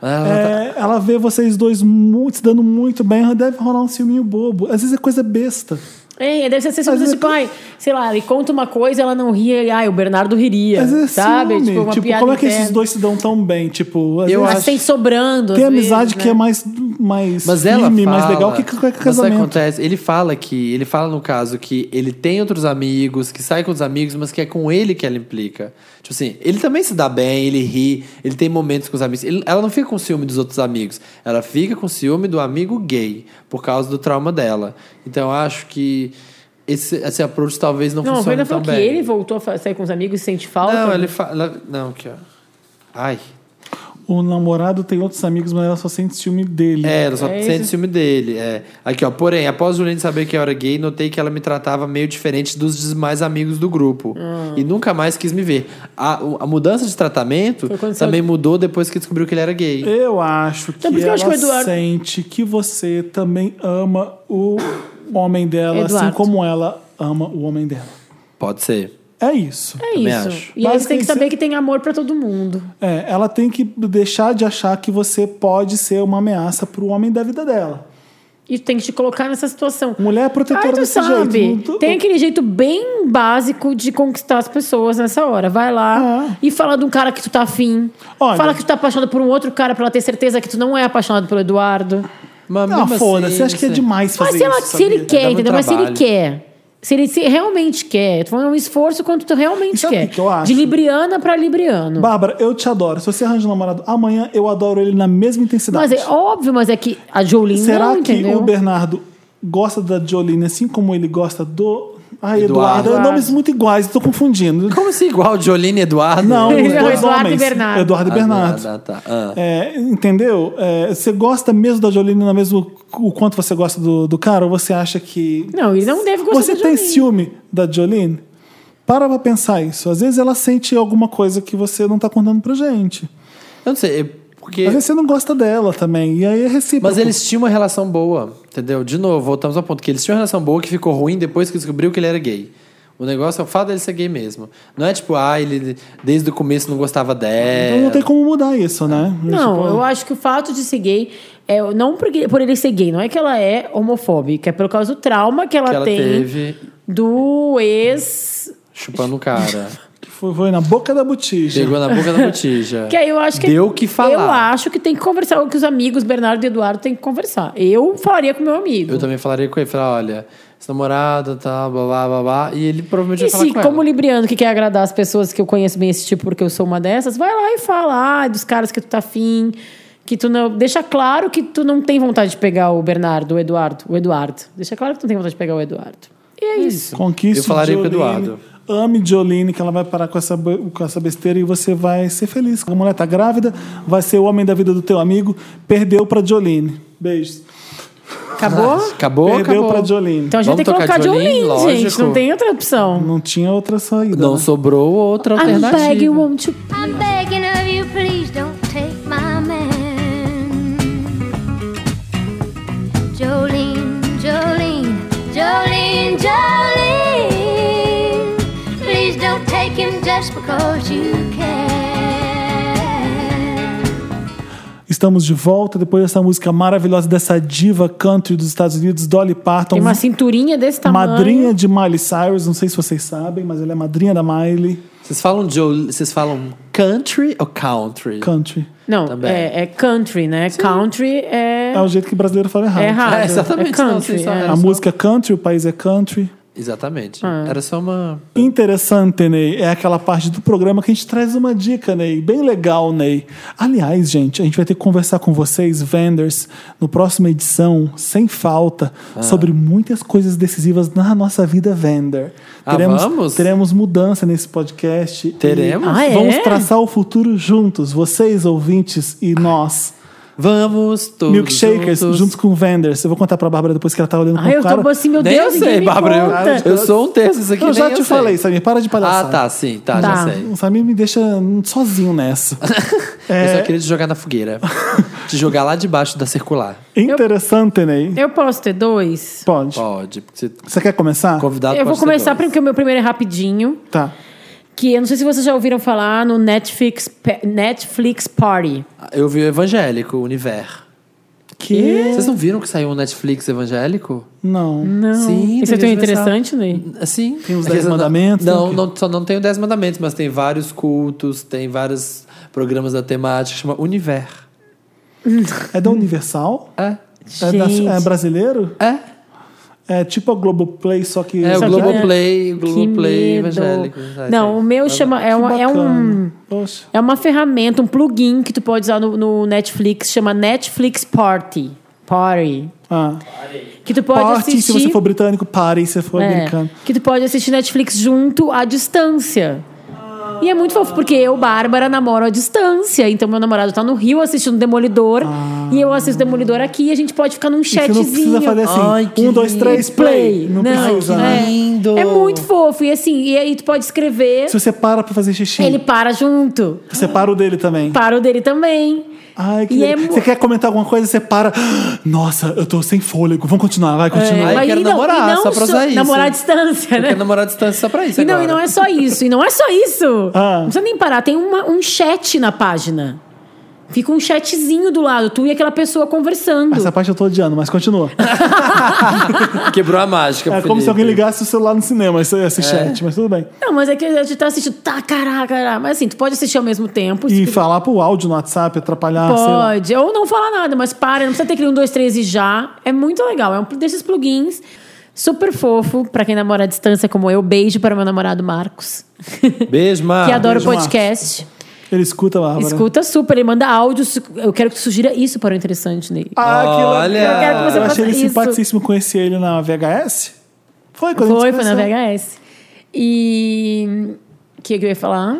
[SPEAKER 2] Ah,
[SPEAKER 3] tá-
[SPEAKER 1] É, ela vê vocês dois muito, se dando muito bem, deve rolar um ciúminho bobo. Às vezes é coisa besta.
[SPEAKER 3] É, deve ser assim,
[SPEAKER 1] Às
[SPEAKER 3] tipo, ai, sei lá, ele conta uma coisa, ela não ria, e ai, o Bernardo riria,
[SPEAKER 1] Às vezes é
[SPEAKER 3] sabe?
[SPEAKER 1] ciúme.
[SPEAKER 3] Tipo, uma piada
[SPEAKER 1] como é que esses
[SPEAKER 3] interna.
[SPEAKER 1] dois se dão tão bem? Tipo, às
[SPEAKER 2] Eu
[SPEAKER 1] vezes
[SPEAKER 2] acho-
[SPEAKER 3] Mas tem sobrando,
[SPEAKER 1] tem
[SPEAKER 3] às
[SPEAKER 1] amizade
[SPEAKER 3] vezes,
[SPEAKER 1] que
[SPEAKER 3] né?
[SPEAKER 1] é mais, mais
[SPEAKER 2] Mas ela
[SPEAKER 1] firme,
[SPEAKER 2] fala,
[SPEAKER 1] mais legal que,
[SPEAKER 3] é
[SPEAKER 1] que, que
[SPEAKER 2] mas sabe o que
[SPEAKER 1] casamento.
[SPEAKER 2] acontece, ele fala que, ele fala no caso que ele tem outros amigos, que sai com os amigos, mas que é com ele que ela implica. Tipo assim, ele também se dá bem, ele ri, ele tem momentos com os amigos. Ele- ela não fica com ciúme dos outros amigos, ela fica com ciúme do amigo gay por causa do trauma dela. Então eu acho que esse, esse approach talvez não,
[SPEAKER 3] Não, a
[SPEAKER 2] funcione
[SPEAKER 3] Brenda
[SPEAKER 2] tão
[SPEAKER 3] falou que
[SPEAKER 2] bem.
[SPEAKER 3] ele voltou a fa- sair com os amigos e sente falta.
[SPEAKER 2] Não, ele fala, não, aqui, ó. Ai.
[SPEAKER 1] O namorado tem outros amigos, mas ela só sente ciúme dele.
[SPEAKER 2] É, ela só
[SPEAKER 3] É
[SPEAKER 2] sente
[SPEAKER 3] isso.
[SPEAKER 2] ciúme dele. é. Aqui, ó. Porém, após Juliane saber que eu era gay, notei que ela me tratava meio diferente dos demais amigos do grupo.
[SPEAKER 1] Ah.
[SPEAKER 2] E nunca mais quis me ver. A, o- a mudança de tratamento
[SPEAKER 3] Foi quando
[SPEAKER 2] também mudou depois que descobriu que ele era gay.
[SPEAKER 1] Eu acho que
[SPEAKER 3] Então, por que eu
[SPEAKER 1] ela
[SPEAKER 3] acho que o Eduardo-
[SPEAKER 1] sente que você também ama o homem dela, assim
[SPEAKER 3] Eduardo.
[SPEAKER 1] como ela ama o homem dela.
[SPEAKER 2] Pode ser.
[SPEAKER 1] É isso.
[SPEAKER 3] É
[SPEAKER 2] Também
[SPEAKER 3] isso.
[SPEAKER 2] acho.
[SPEAKER 3] E aí você tem
[SPEAKER 1] Basicamente,
[SPEAKER 3] que saber que tem amor pra todo mundo.
[SPEAKER 1] É, ela tem que deixar de achar que você pode ser uma ameaça pro homem da vida dela.
[SPEAKER 3] E tu tem que te colocar nessa situação.
[SPEAKER 1] Mulher é protetora
[SPEAKER 3] Ai, tu
[SPEAKER 1] desse
[SPEAKER 3] sabe.
[SPEAKER 1] jeito. Não tô-
[SPEAKER 3] Tem aquele jeito bem básico de conquistar as pessoas nessa hora. Vai lá
[SPEAKER 1] Ah.
[SPEAKER 3] e fala de um cara que tu tá afim.
[SPEAKER 1] Olha.
[SPEAKER 3] Fala que tu tá apaixonado por um outro cara pra ela ter certeza que tu não é apaixonado pelo Eduardo.
[SPEAKER 2] Mas
[SPEAKER 1] Ah,
[SPEAKER 2] mesmo
[SPEAKER 1] foda-se,
[SPEAKER 2] assim,
[SPEAKER 1] acho que é
[SPEAKER 2] não sei.
[SPEAKER 1] demais fazer
[SPEAKER 3] Mas se, ela,
[SPEAKER 1] isso.
[SPEAKER 3] se ele
[SPEAKER 1] sabia? um
[SPEAKER 2] Dá
[SPEAKER 3] quer,
[SPEAKER 2] muito
[SPEAKER 3] entendeu? Mas se ele
[SPEAKER 2] trabalho.
[SPEAKER 3] quer. Se ele se realmente quer. Tô falando um esforço quanto tu
[SPEAKER 1] E
[SPEAKER 3] realmente
[SPEAKER 1] sabe o
[SPEAKER 3] quer.
[SPEAKER 1] que que eu acho?
[SPEAKER 3] De Libriana pra Libriano.
[SPEAKER 1] Bárbara, eu te adoro. Se você arranja um namorado amanhã, eu adoro ele na mesma intensidade.
[SPEAKER 3] mas é óbvio, mas é que a Jolene
[SPEAKER 1] Será
[SPEAKER 3] não,
[SPEAKER 1] que
[SPEAKER 3] entendeu?
[SPEAKER 1] o Bernardo gosta da Jolene assim como ele gosta do. Ai, Eduardo.
[SPEAKER 2] Eduardo.
[SPEAKER 1] Eduardo. é Nomes muito iguais, eu tô confundindo.
[SPEAKER 2] Como assim, igual Jolene e Eduardo?
[SPEAKER 1] Não, os
[SPEAKER 3] Não,
[SPEAKER 1] dois
[SPEAKER 3] Eduardo e
[SPEAKER 1] homens.
[SPEAKER 3] Bernardo.
[SPEAKER 1] Eduardo e
[SPEAKER 2] Ah,
[SPEAKER 1] Bernardo.
[SPEAKER 2] Ah, tá. Ah.
[SPEAKER 1] É, entendeu? É, você gosta mesmo da Jolene na mesmo o quanto você gosta do, do cara? Ou você acha que.
[SPEAKER 3] Não, ele não deve gostar
[SPEAKER 1] Você
[SPEAKER 3] da
[SPEAKER 1] tem tipo?
[SPEAKER 3] Jolene.
[SPEAKER 1] ciúme da Jolene? Para pra pensar isso. Às vezes ela sente alguma coisa que você não tá contando pra gente.
[SPEAKER 2] Eu não sei, é porque...
[SPEAKER 1] Às vezes você não gosta dela também. E aí é recíproco.
[SPEAKER 2] Mas eles tinham uma relação boa, entendeu? De novo, voltamos ao ponto que eles tinham uma relação boa que ficou ruim depois que descobriu que ele era gay. O negócio é o fato dele ser gay mesmo. Não é tipo, ah, ele desde o começo não gostava dela.
[SPEAKER 1] Então não tem como mudar isso, né?
[SPEAKER 3] Não,
[SPEAKER 1] Tipo,
[SPEAKER 3] eu acho que o fato de ser gay é não porque- por ele ser gay, não é que ela é homofóbica, é pelo causa do trauma que ela,
[SPEAKER 2] Que ela
[SPEAKER 3] tem
[SPEAKER 2] teve
[SPEAKER 3] do ex.
[SPEAKER 2] chupando o cara.
[SPEAKER 1] que Foi, foi na boca da botija.
[SPEAKER 2] Chegou na boca da botija.
[SPEAKER 3] Que aí eu acho que.
[SPEAKER 2] Deu o que falar.
[SPEAKER 3] Eu acho que tem que conversar o que os amigos Bernardo e Eduardo têm que conversar. Eu falaria com meu amigo.
[SPEAKER 2] Eu também falaria com ele. Falar, olha, esse namorado, tá, blá, blá, blá, blá. E ele provavelmente vai
[SPEAKER 3] E
[SPEAKER 2] falar
[SPEAKER 3] se,
[SPEAKER 2] com
[SPEAKER 3] como
[SPEAKER 2] ela.
[SPEAKER 3] libriano que quer agradar as pessoas que eu conheço bem esse tipo, porque eu sou uma dessas, vai lá e fala ah, dos caras que tu tá afim, que tu não. Deixa claro que tu não tem vontade de pegar o Bernardo, o Eduardo, o Eduardo. Deixa claro que tu não tem vontade de pegar o Eduardo. E é isso.
[SPEAKER 1] Conquiste
[SPEAKER 2] Eu falaria com o
[SPEAKER 1] Jolene,
[SPEAKER 2] Eduardo.
[SPEAKER 1] Ame Jolene, que ela vai parar com essa, be- com essa besteira e você vai ser feliz. A mulher tá grávida, vai ser o homem da vida do teu amigo. Perdeu pra Jolene. Beijos.
[SPEAKER 3] Acabou?
[SPEAKER 2] Acabou,
[SPEAKER 1] Perdeu
[SPEAKER 2] acabou.
[SPEAKER 1] pra Jolene.
[SPEAKER 3] Então a gente
[SPEAKER 2] Vamos
[SPEAKER 3] tem que
[SPEAKER 2] tocar
[SPEAKER 3] colocar
[SPEAKER 2] Jolene,
[SPEAKER 3] Jolene, gente.
[SPEAKER 2] lógico.
[SPEAKER 3] Não tem outra opção.
[SPEAKER 1] Não tinha outra saída.
[SPEAKER 2] Não
[SPEAKER 1] né?
[SPEAKER 2] sobrou outra
[SPEAKER 3] I'm begging,
[SPEAKER 2] alternativa.
[SPEAKER 3] won't you
[SPEAKER 4] I'm begging of you, please don't take my man. Jolene, Jolene, Jolene, Jolene. Please don't take him just because you can.
[SPEAKER 1] Estamos de volta depois dessa música maravilhosa dessa diva country dos Estados Unidos, Dolly Parton.
[SPEAKER 3] Tem uma cinturinha desse tamanho.
[SPEAKER 1] Madrinha de Miley Cyrus, não sei se vocês sabem, mas ela é madrinha da Miley
[SPEAKER 2] Vocês falam, Jol- vocês falam country ou country?
[SPEAKER 1] Country.
[SPEAKER 3] Não,
[SPEAKER 2] Também.
[SPEAKER 3] é, é country, né? Country é,
[SPEAKER 1] É o jeito que brasileiro fala errado.
[SPEAKER 3] é errado.
[SPEAKER 2] É, exatamente,
[SPEAKER 3] É
[SPEAKER 2] não, sim,
[SPEAKER 3] country.
[SPEAKER 2] só- Ah.
[SPEAKER 3] é.
[SPEAKER 1] A música é country, o país é country.
[SPEAKER 2] Exatamente. Era só uma.
[SPEAKER 1] Interessante, Ney, é aquela parte do programa que a gente traz uma dica, Ney. Bem legal, Ney. Aliás, gente, a gente vai ter que conversar com vocês, vendors, no próxima edição, sem falta,
[SPEAKER 2] Ah.
[SPEAKER 1] sobre muitas coisas decisivas na nossa vida, vendor.
[SPEAKER 2] Ah, vamos?
[SPEAKER 1] teremos mudança nesse podcast. e
[SPEAKER 2] Teremos?
[SPEAKER 3] Ah, é?
[SPEAKER 1] Vamos traçar o futuro juntos, vocês, ouvintes e nós.
[SPEAKER 2] Vamos todos.
[SPEAKER 1] Milkshakers, juntos,
[SPEAKER 2] juntos.
[SPEAKER 1] com vendors. Eu vou contar pra Bárbara depois que ela tá olhando com
[SPEAKER 3] Ai, eu
[SPEAKER 1] cara.
[SPEAKER 3] tô assim, meu
[SPEAKER 2] Nem eu
[SPEAKER 3] Deus, ninguém
[SPEAKER 2] sei,
[SPEAKER 3] me
[SPEAKER 2] Bárbara.
[SPEAKER 3] conta.
[SPEAKER 2] Eu, eu sou um terço isso aqui.
[SPEAKER 1] Eu já
[SPEAKER 2] nem sei.
[SPEAKER 1] te falei, Samir, para de
[SPEAKER 2] Ah,
[SPEAKER 1] palhaçada.
[SPEAKER 2] tá, sim, tá,
[SPEAKER 3] Tá.
[SPEAKER 2] já sei.
[SPEAKER 1] O Samir me deixa sozinho nessa. É.
[SPEAKER 2] Eu só queria te jogar na fogueira. te jogar lá debaixo da circular.
[SPEAKER 1] Interessante, Ney.
[SPEAKER 3] Eu posso ter dois?
[SPEAKER 1] Pode.
[SPEAKER 2] Pode. porque Você tá
[SPEAKER 1] Você quer começar?
[SPEAKER 2] convidado
[SPEAKER 3] eu
[SPEAKER 2] pode
[SPEAKER 3] vou
[SPEAKER 2] ser
[SPEAKER 3] começar
[SPEAKER 2] dois.
[SPEAKER 3] porque o meu primeiro é rapidinho.
[SPEAKER 1] Tá.
[SPEAKER 3] Que eu não sei se vocês já ouviram falar no Netflix, Pe- Netflix Party.
[SPEAKER 2] Ah, Eu vi o evangélico, o Univer.
[SPEAKER 1] Que?
[SPEAKER 2] Vocês não viram que saiu um Netflix evangélico?
[SPEAKER 1] Não.
[SPEAKER 3] Não.
[SPEAKER 2] Sim,
[SPEAKER 3] Isso é tão
[SPEAKER 2] tem gente pensar.
[SPEAKER 3] interessante, né?
[SPEAKER 2] Sim. É
[SPEAKER 1] Tem os Dez Mandamentos,
[SPEAKER 2] Não,
[SPEAKER 1] tem o
[SPEAKER 2] não, só não tem os Dez Mandamentos, mas tem vários cultos, tem vários programas da temática, chama Univer.
[SPEAKER 1] É da Universal?
[SPEAKER 2] É?
[SPEAKER 1] É, da-
[SPEAKER 3] Hum. Gente.
[SPEAKER 1] é brasileiro?
[SPEAKER 2] É?
[SPEAKER 1] É tipo a Globoplay, só que.
[SPEAKER 2] É, o
[SPEAKER 1] Só que-
[SPEAKER 3] Globo-
[SPEAKER 2] Globoplay, o
[SPEAKER 3] Que
[SPEAKER 2] Globoplay
[SPEAKER 3] medo.
[SPEAKER 2] evangélico. Ah,
[SPEAKER 3] Não,
[SPEAKER 2] tem.
[SPEAKER 3] o meu
[SPEAKER 2] Mas
[SPEAKER 3] chama.
[SPEAKER 1] Que
[SPEAKER 3] É, uma, é um.
[SPEAKER 1] bacana. Poxa.
[SPEAKER 3] É uma ferramenta, um plugin que tu pode usar no, no Netflix, chama Netflix Party. Party.
[SPEAKER 1] Ah.
[SPEAKER 3] Que tu pode
[SPEAKER 1] Party,
[SPEAKER 3] assistir.
[SPEAKER 1] se você for britânico, pare se você for
[SPEAKER 3] É,
[SPEAKER 1] americano.
[SPEAKER 3] que tu pode assistir Netflix junto à distância. E é muito fofo, porque eu, Bárbara, namoro à distância. Então, meu namorado tá no Rio assistindo Demolidor. E eu assisto Demolidor aqui. E a gente pode ficar num
[SPEAKER 1] Ah. Você
[SPEAKER 3] chatzinho.
[SPEAKER 1] não precisa fazer assim.
[SPEAKER 2] Ai, que
[SPEAKER 1] um, dois, três, play. Não, precisa,
[SPEAKER 3] é.
[SPEAKER 1] né?
[SPEAKER 2] lindo.
[SPEAKER 3] É muito fofo. E assim, e aí tu pode escrever.
[SPEAKER 1] Se você para pra fazer xixi,
[SPEAKER 3] Ele para junto.
[SPEAKER 1] você para o dele também.
[SPEAKER 3] Para o dele também.
[SPEAKER 1] Ai, que
[SPEAKER 3] E é
[SPEAKER 1] legal.
[SPEAKER 3] mu-
[SPEAKER 1] Você quer comentar alguma coisa, você para. Nossa, eu tô sem fôlego. Vamos continuar, vai,
[SPEAKER 3] É,
[SPEAKER 1] continua.
[SPEAKER 2] Ai, quero
[SPEAKER 3] e não-
[SPEAKER 2] namorar,
[SPEAKER 3] e não
[SPEAKER 2] só pra usar isso.
[SPEAKER 3] Namorar à distância, né?
[SPEAKER 2] Porque namorar à distância só pra isso
[SPEAKER 3] E não, e
[SPEAKER 2] agora.
[SPEAKER 3] não é só isso. E não é só isso.
[SPEAKER 1] Ah.
[SPEAKER 3] Não precisa nem parar. Tem uma- um chat na página. Fica um chatzinho do lado, tu e aquela pessoa conversando.
[SPEAKER 1] Essa parte eu tô odiando, mas continua.
[SPEAKER 2] Quebrou a mágica,
[SPEAKER 1] É
[SPEAKER 2] Felipe.
[SPEAKER 1] como se alguém ligasse o celular no cinema, esse, esse chat, mas tudo bem.
[SPEAKER 3] Não, mas é que a gente tá assistindo. Tá, caraca, caraca. Mas assim, tu pode assistir ao mesmo tempo.
[SPEAKER 1] E
[SPEAKER 3] se tu
[SPEAKER 1] falar pro áudio no WhatsApp, atrapalhar, sei lá.
[SPEAKER 3] pode. Ou não falar nada, mas para, não precisa ter aquele 1, 2, 3 e já. É muito legal. É um desses plugins. Super fofo, pra quem namora à distância como eu. Beijo para meu namorado Marcos.
[SPEAKER 2] Beijo, Mar.
[SPEAKER 3] que adora o
[SPEAKER 1] Ah, beijo, Marcos. Tá
[SPEAKER 3] podcast.
[SPEAKER 1] Ele escuta, Bárbara.
[SPEAKER 3] Escuta super, ele manda áudio. su- Eu quero que tu sugira isso para o interessante, Ney.
[SPEAKER 1] Ah, que legal.
[SPEAKER 2] Olha.
[SPEAKER 1] Eu,
[SPEAKER 2] Eu quero que você
[SPEAKER 1] achei
[SPEAKER 3] faça
[SPEAKER 1] ele
[SPEAKER 3] isso.
[SPEAKER 1] simpaticíssimo. Conheci ele na VHS? Foi quando a
[SPEAKER 3] Foi,
[SPEAKER 1] gente
[SPEAKER 3] foi na
[SPEAKER 1] conheceu.
[SPEAKER 3] VHS. E. O que, que eu ia falar?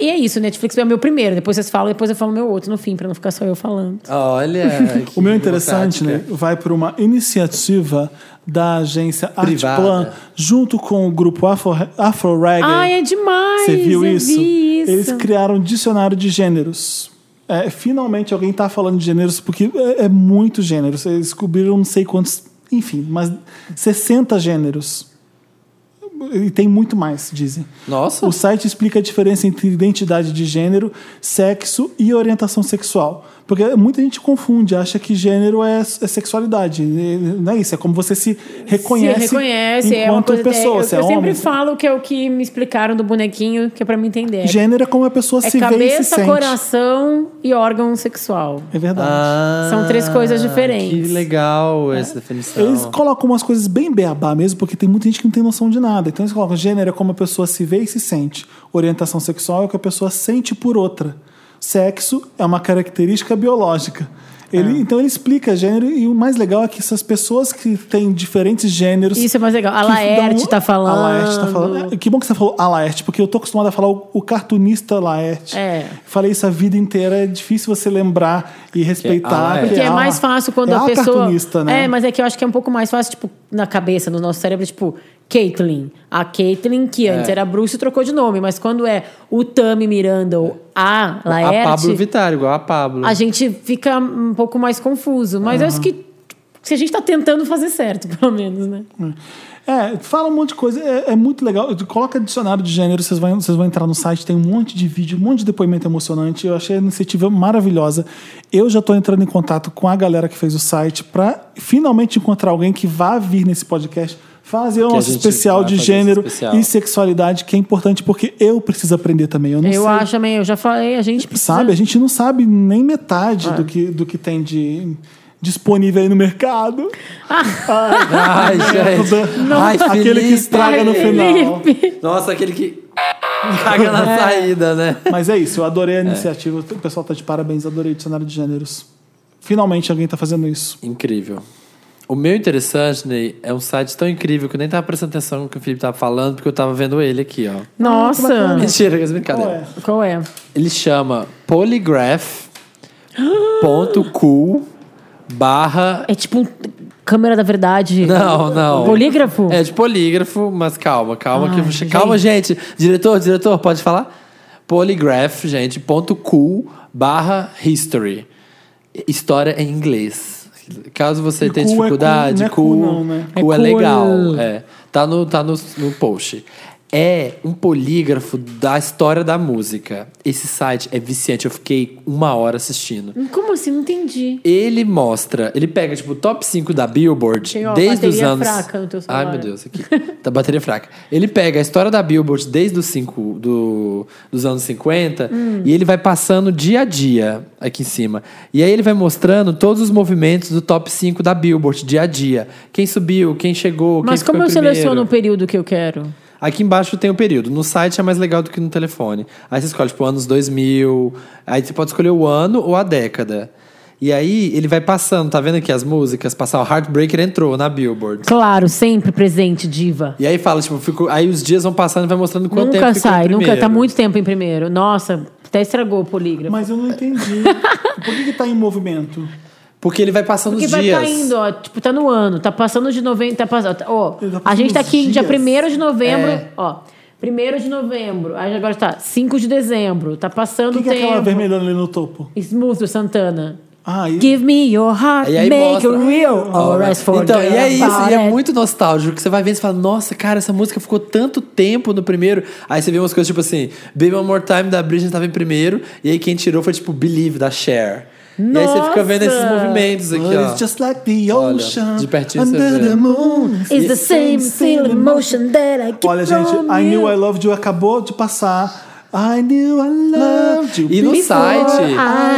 [SPEAKER 3] E é isso, Netflix é o meu primeiro. Depois vocês falam, depois eu falo o meu outro no fim, pra não ficar só eu falando.
[SPEAKER 2] Olha.
[SPEAKER 1] O meu
[SPEAKER 2] que
[SPEAKER 1] interessante, né,
[SPEAKER 2] democrática.
[SPEAKER 1] vai por uma iniciativa da agência
[SPEAKER 2] Privada.
[SPEAKER 1] Artplan, junto com o grupo Afro, Afro Reggae.
[SPEAKER 3] Ai, é demais!
[SPEAKER 1] Você viu
[SPEAKER 3] eu
[SPEAKER 1] isso?
[SPEAKER 3] Vi isso.
[SPEAKER 1] Eles criaram um dicionário de gêneros. É, finalmente alguém tá falando de gêneros, porque é, é muito gêneros. Eles descobriram não sei quantos, enfim, mas 60 gêneros. E tem muito mais, dizem.
[SPEAKER 2] Nossa.
[SPEAKER 1] O site explica a diferença entre identidade de gênero, sexo e orientação sexual. Porque muita gente confunde, acha que gênero é, é sexualidade. E Não é isso, é como você se reconhece,
[SPEAKER 3] se reconhece,
[SPEAKER 1] enquanto
[SPEAKER 3] é uma coisa.
[SPEAKER 1] pessoa.
[SPEAKER 3] é, eu
[SPEAKER 1] se
[SPEAKER 3] eu
[SPEAKER 1] é
[SPEAKER 3] sempre
[SPEAKER 1] homem.
[SPEAKER 3] falo que é o que me explicaram do bonequinho, que é pra me entender.
[SPEAKER 1] Gênero é como a pessoa
[SPEAKER 3] é
[SPEAKER 1] se vê e se
[SPEAKER 3] cabeça,
[SPEAKER 1] sente.
[SPEAKER 3] coração e órgão sexual.
[SPEAKER 1] É verdade.
[SPEAKER 2] Ah,
[SPEAKER 3] São três coisas diferentes.
[SPEAKER 2] Que legal essa definição.
[SPEAKER 3] Então,
[SPEAKER 1] Eles colocam umas coisas bem beabá mesmo, porque tem muita gente que não tem noção de nada. Então eles colocam gênero é como a pessoa se vê e se sente. Orientação sexual é o que a pessoa sente por outra. Sexo é uma característica biológica. Ele,
[SPEAKER 3] É.
[SPEAKER 1] Então ele explica gênero e o mais legal é que essas pessoas que têm diferentes gêneros.
[SPEAKER 3] Isso é mais legal. A
[SPEAKER 1] que
[SPEAKER 3] Laerte
[SPEAKER 1] dão-
[SPEAKER 3] tá falando.
[SPEAKER 1] A Laerte tá falando. É, Que bom que você falou a Laerte, porque eu tô acostumado a falar o, o cartunista Laerte.
[SPEAKER 3] É.
[SPEAKER 1] Falei isso a vida inteira, é difícil você lembrar e respeitar.
[SPEAKER 2] Laerte.
[SPEAKER 3] Porque é
[SPEAKER 1] a-
[SPEAKER 3] mais fácil quando
[SPEAKER 1] é
[SPEAKER 3] a pessoa.
[SPEAKER 1] cartunista, né?
[SPEAKER 3] É, mas é que eu acho que é um pouco mais fácil, tipo, na cabeça, no nosso cérebro, tipo, Caitlyn. A Caitlyn, que antes
[SPEAKER 2] É.
[SPEAKER 3] era Bruce, trocou de nome, mas quando é o Tami Miranda ou a Laerte.
[SPEAKER 2] A Pablo Vittar, igual a Pablo.
[SPEAKER 3] a gente fica um pouco mais confuso. Mas eu acho que se a gente tá tentando fazer certo, pelo menos, né?
[SPEAKER 1] É, fala um monte de coisa, é, é muito legal. Coloca dicionário de gênero, vocês vão, vocês vão entrar no site, tem um monte de vídeo, um monte de depoimento emocionante. Eu achei a iniciativa maravilhosa. Eu já estou entrando em contato com a galera que fez o site para finalmente encontrar alguém que vá vir nesse podcast. Fazer o
[SPEAKER 2] a
[SPEAKER 1] nosso
[SPEAKER 2] gente
[SPEAKER 1] especial
[SPEAKER 2] vai
[SPEAKER 1] de
[SPEAKER 2] fazer
[SPEAKER 1] gênero
[SPEAKER 2] esse especial.
[SPEAKER 1] e sexualidade, que é importante porque eu preciso aprender também. Eu não
[SPEAKER 3] eu
[SPEAKER 1] sei.
[SPEAKER 3] acho também, eu já falei, a gente precisa.
[SPEAKER 1] Sabe? A gente não sabe nem
[SPEAKER 2] Ah.
[SPEAKER 1] metade do, que, do que tem de disponível aí no mercado.
[SPEAKER 2] Ai, gente. Ai,
[SPEAKER 1] Aquele que
[SPEAKER 2] Felipe.
[SPEAKER 1] estraga no
[SPEAKER 3] Ai,
[SPEAKER 1] final.
[SPEAKER 2] Nossa, aquele que caga na saída, né?
[SPEAKER 1] Mas é isso, eu adorei a iniciativa. O pessoal tá de parabéns, adorei o dicionário de gêneros. Finalmente alguém tá fazendo isso.
[SPEAKER 2] Incrível. O meu interessante, Ney, é um site tão incrível que eu nem tava prestando atenção no que o Felipe tava falando, porque eu tava vendo ele aqui, ó.
[SPEAKER 3] Nossa!
[SPEAKER 2] Mentira, que é
[SPEAKER 1] Qual
[SPEAKER 2] brincadeira.
[SPEAKER 1] é?
[SPEAKER 3] Qual é?
[SPEAKER 2] Ele chama polygraph.cool barra...
[SPEAKER 3] É tipo um câmera da verdade.
[SPEAKER 2] Não, não.
[SPEAKER 3] Polígrafo?
[SPEAKER 2] É de polígrafo, mas calma, calma.
[SPEAKER 3] Ai,
[SPEAKER 2] que eu vou che- Calma, gente. Diretor, diretor, pode falar? Polygraph, gente, ponto cool barra history. História em inglês. Caso você tenha
[SPEAKER 1] cool é
[SPEAKER 2] dificuldade,
[SPEAKER 1] cool, não é
[SPEAKER 2] cool,
[SPEAKER 1] cool não, né?
[SPEAKER 2] cool
[SPEAKER 3] É
[SPEAKER 2] é
[SPEAKER 3] cool.
[SPEAKER 2] legal. É. Tá, no, tá no, no post. É um polígrafo da história da música. Esse site é viciante. Eu fiquei uma hora assistindo.
[SPEAKER 3] Como assim? Não entendi.
[SPEAKER 2] Ele mostra, ele pega tipo o top 5 da Billboard
[SPEAKER 3] Tem uma
[SPEAKER 2] desde os
[SPEAKER 3] bateria
[SPEAKER 2] anos.
[SPEAKER 3] fraca no teu celular.
[SPEAKER 2] Ai meu Deus, aqui. Tá bateria fraca. Ele pega a história da Billboard desde os cinco do, dos anos 50
[SPEAKER 3] Hum.
[SPEAKER 2] e ele vai passando dia a dia aqui em cima. E aí ele vai mostrando todos os movimentos do top 5 da Billboard dia a dia. Quem subiu, quem chegou,
[SPEAKER 3] Mas
[SPEAKER 2] quem
[SPEAKER 3] como
[SPEAKER 2] ficou
[SPEAKER 3] eu
[SPEAKER 2] em primeiro.
[SPEAKER 3] seleciono o período que eu quero?
[SPEAKER 2] Aqui embaixo tem o período. No site é mais legal do que no telefone. Aí você escolhe, tipo, anos 2000. Aí você pode escolher o ano ou a década. E aí ele vai passando, tá vendo aqui as músicas? Passar o Heartbreaker entrou na Billboard.
[SPEAKER 3] Claro, sempre presente, diva.
[SPEAKER 2] E aí fala, tipo, ficou, aí os dias vão passando e vai mostrando quanto tempo
[SPEAKER 3] nunca
[SPEAKER 2] ficou em
[SPEAKER 3] sai, nunca.
[SPEAKER 2] primeiro.
[SPEAKER 3] Tá muito tempo em primeiro. Nossa, até estragou o polígrafo.
[SPEAKER 1] Mas eu não entendi. Por que, que tá em movimento?
[SPEAKER 2] Porque ele vai passando
[SPEAKER 3] Porque
[SPEAKER 2] os
[SPEAKER 3] vai
[SPEAKER 2] dias.
[SPEAKER 3] caindo, ó. Tipo, tá no ano, tá passando de novembro. Tá passando, ó,
[SPEAKER 1] Ele tá
[SPEAKER 3] a gente tá
[SPEAKER 1] passando
[SPEAKER 3] aqui
[SPEAKER 1] os
[SPEAKER 3] dia
[SPEAKER 1] dias.
[SPEAKER 3] 1 de novembro,
[SPEAKER 2] É.
[SPEAKER 3] ó. 1 de novembro, aí agora tá 5 de dezembro, tá
[SPEAKER 1] O
[SPEAKER 3] passando
[SPEAKER 1] que,
[SPEAKER 3] o
[SPEAKER 1] que é
[SPEAKER 3] tempo.
[SPEAKER 1] aquela vermelha ali no topo?
[SPEAKER 3] Smooth do Santana.
[SPEAKER 1] Ah, e...
[SPEAKER 3] Give me your heart,
[SPEAKER 2] E aí
[SPEAKER 3] make
[SPEAKER 2] mostra-
[SPEAKER 3] it real, or else forget
[SPEAKER 2] Então, e é isso,
[SPEAKER 3] about
[SPEAKER 2] e é
[SPEAKER 3] it.
[SPEAKER 2] muito nostálgico. Que você vai vendo e fala, nossa, cara, essa música ficou tanto tempo no primeiro. Aí você vê umas coisas tipo assim, Baby One More Time da Britney tava em primeiro, e aí quem tirou foi tipo Believe da Cher. E aí você
[SPEAKER 3] Nossa!
[SPEAKER 2] fica vendo esses movimentos aqui, ó.
[SPEAKER 1] It's just like the
[SPEAKER 2] Olha,
[SPEAKER 1] ocean
[SPEAKER 2] de pertinho você
[SPEAKER 1] under
[SPEAKER 2] vê.
[SPEAKER 1] the moon.
[SPEAKER 3] It's the same silly motion that I keep
[SPEAKER 1] Olha, gente,
[SPEAKER 3] from
[SPEAKER 1] I
[SPEAKER 3] you.
[SPEAKER 1] Knew I Loved You acabou de passar. I Knew I Loved You.
[SPEAKER 2] E no
[SPEAKER 1] Before
[SPEAKER 2] site-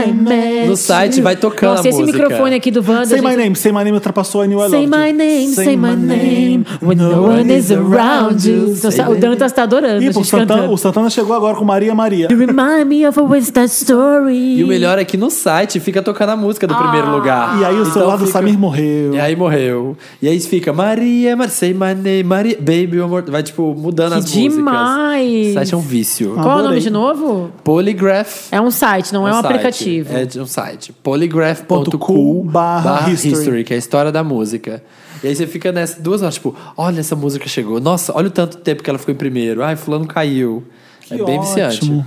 [SPEAKER 1] I met
[SPEAKER 2] No site vai tocando a
[SPEAKER 3] Nossa, esse
[SPEAKER 2] música.
[SPEAKER 3] microfone aqui do Wanda.
[SPEAKER 1] Say
[SPEAKER 3] gente,
[SPEAKER 1] My Name, Say My Name ultrapassou I Knew I Loved
[SPEAKER 3] Say
[SPEAKER 1] You.
[SPEAKER 3] my name, say my name, when no one is around you. Então,
[SPEAKER 2] Say
[SPEAKER 3] o Dantas tá adorando
[SPEAKER 1] Ih,
[SPEAKER 3] a
[SPEAKER 1] pô, o,
[SPEAKER 3] gente
[SPEAKER 1] Santana, o
[SPEAKER 3] cantando.
[SPEAKER 1] Santana chegou agora com Maria Maria.
[SPEAKER 3] You remind me of a West Side Story.
[SPEAKER 2] E o melhor é que no site fica tocando a música do
[SPEAKER 3] Ah.
[SPEAKER 2] primeiro lugar.
[SPEAKER 1] E aí o
[SPEAKER 2] Então
[SPEAKER 1] celular do
[SPEAKER 2] fica- É,
[SPEAKER 1] Samir morreu.
[SPEAKER 2] E aí morreu. E aí fica Maria, Mar- Say My Name, Maria, Baby One More Vai, tipo, mudando
[SPEAKER 3] Que
[SPEAKER 2] as músicas.
[SPEAKER 3] demais!
[SPEAKER 2] O site é um vício.
[SPEAKER 3] Qual é o nome
[SPEAKER 1] Adorei.
[SPEAKER 3] de novo?
[SPEAKER 2] Polygraph.
[SPEAKER 3] É um site, não é um
[SPEAKER 2] site.
[SPEAKER 3] aplicativo.
[SPEAKER 2] É de um site. polygraph.cool
[SPEAKER 1] .cool barra history.
[SPEAKER 2] que é a história da música. E aí você fica nessa duas horas, tipo, olha essa música chegou. Nossa, olha o tanto tempo que ela ficou em primeiro. Ai, fulano caiu. é bem viciante.
[SPEAKER 1] ótimo.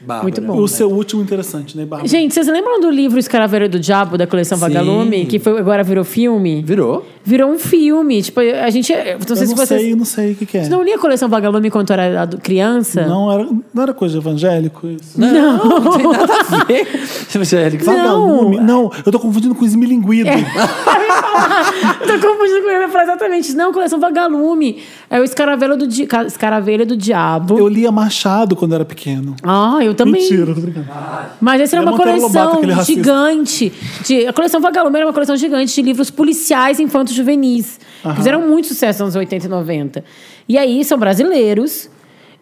[SPEAKER 2] Bárbara.
[SPEAKER 3] Muito bom.
[SPEAKER 1] O seu último interessante, né, Bárbara?
[SPEAKER 3] Gente, vocês lembram do livro Escaravelho do Diabo, da coleção
[SPEAKER 2] Sim.
[SPEAKER 3] Vagalume? Que foi, agora virou filme?
[SPEAKER 2] Virou.
[SPEAKER 3] virou um filme. Tipo, a gente. eu Não sei
[SPEAKER 1] eu
[SPEAKER 3] se
[SPEAKER 1] não
[SPEAKER 3] vocês.
[SPEAKER 1] sei, não sei o que, que é.
[SPEAKER 3] Você não é. lia a coleção Vagalume quando era ado- criança?
[SPEAKER 1] Não era, não era coisa de evangélico isso.
[SPEAKER 2] Não, não, tem nada a ver. Evangélico,
[SPEAKER 1] Vagalume? Não, eu tô confundindo com esmilinguido.
[SPEAKER 3] É. Tô confundindo com ele. Eu falei exatamente. Não, coleção Vagalume. É o Escaravelho do, di... Ca- Escaravelho do Diabo.
[SPEAKER 1] Eu lia Machado quando era pequeno.
[SPEAKER 3] Ah, eu também.
[SPEAKER 1] Mentira, tô brincando.
[SPEAKER 3] Mas essa era
[SPEAKER 1] Ele é
[SPEAKER 3] uma
[SPEAKER 1] Monteiro Lobato,
[SPEAKER 3] coleção
[SPEAKER 1] aquele racista.
[SPEAKER 3] gigante. De, a coleção Vagalume era uma coleção gigante de livros policiais infantos juvenis. Fizeram muito sucesso nos anos 80 e 90. E aí são brasileiros.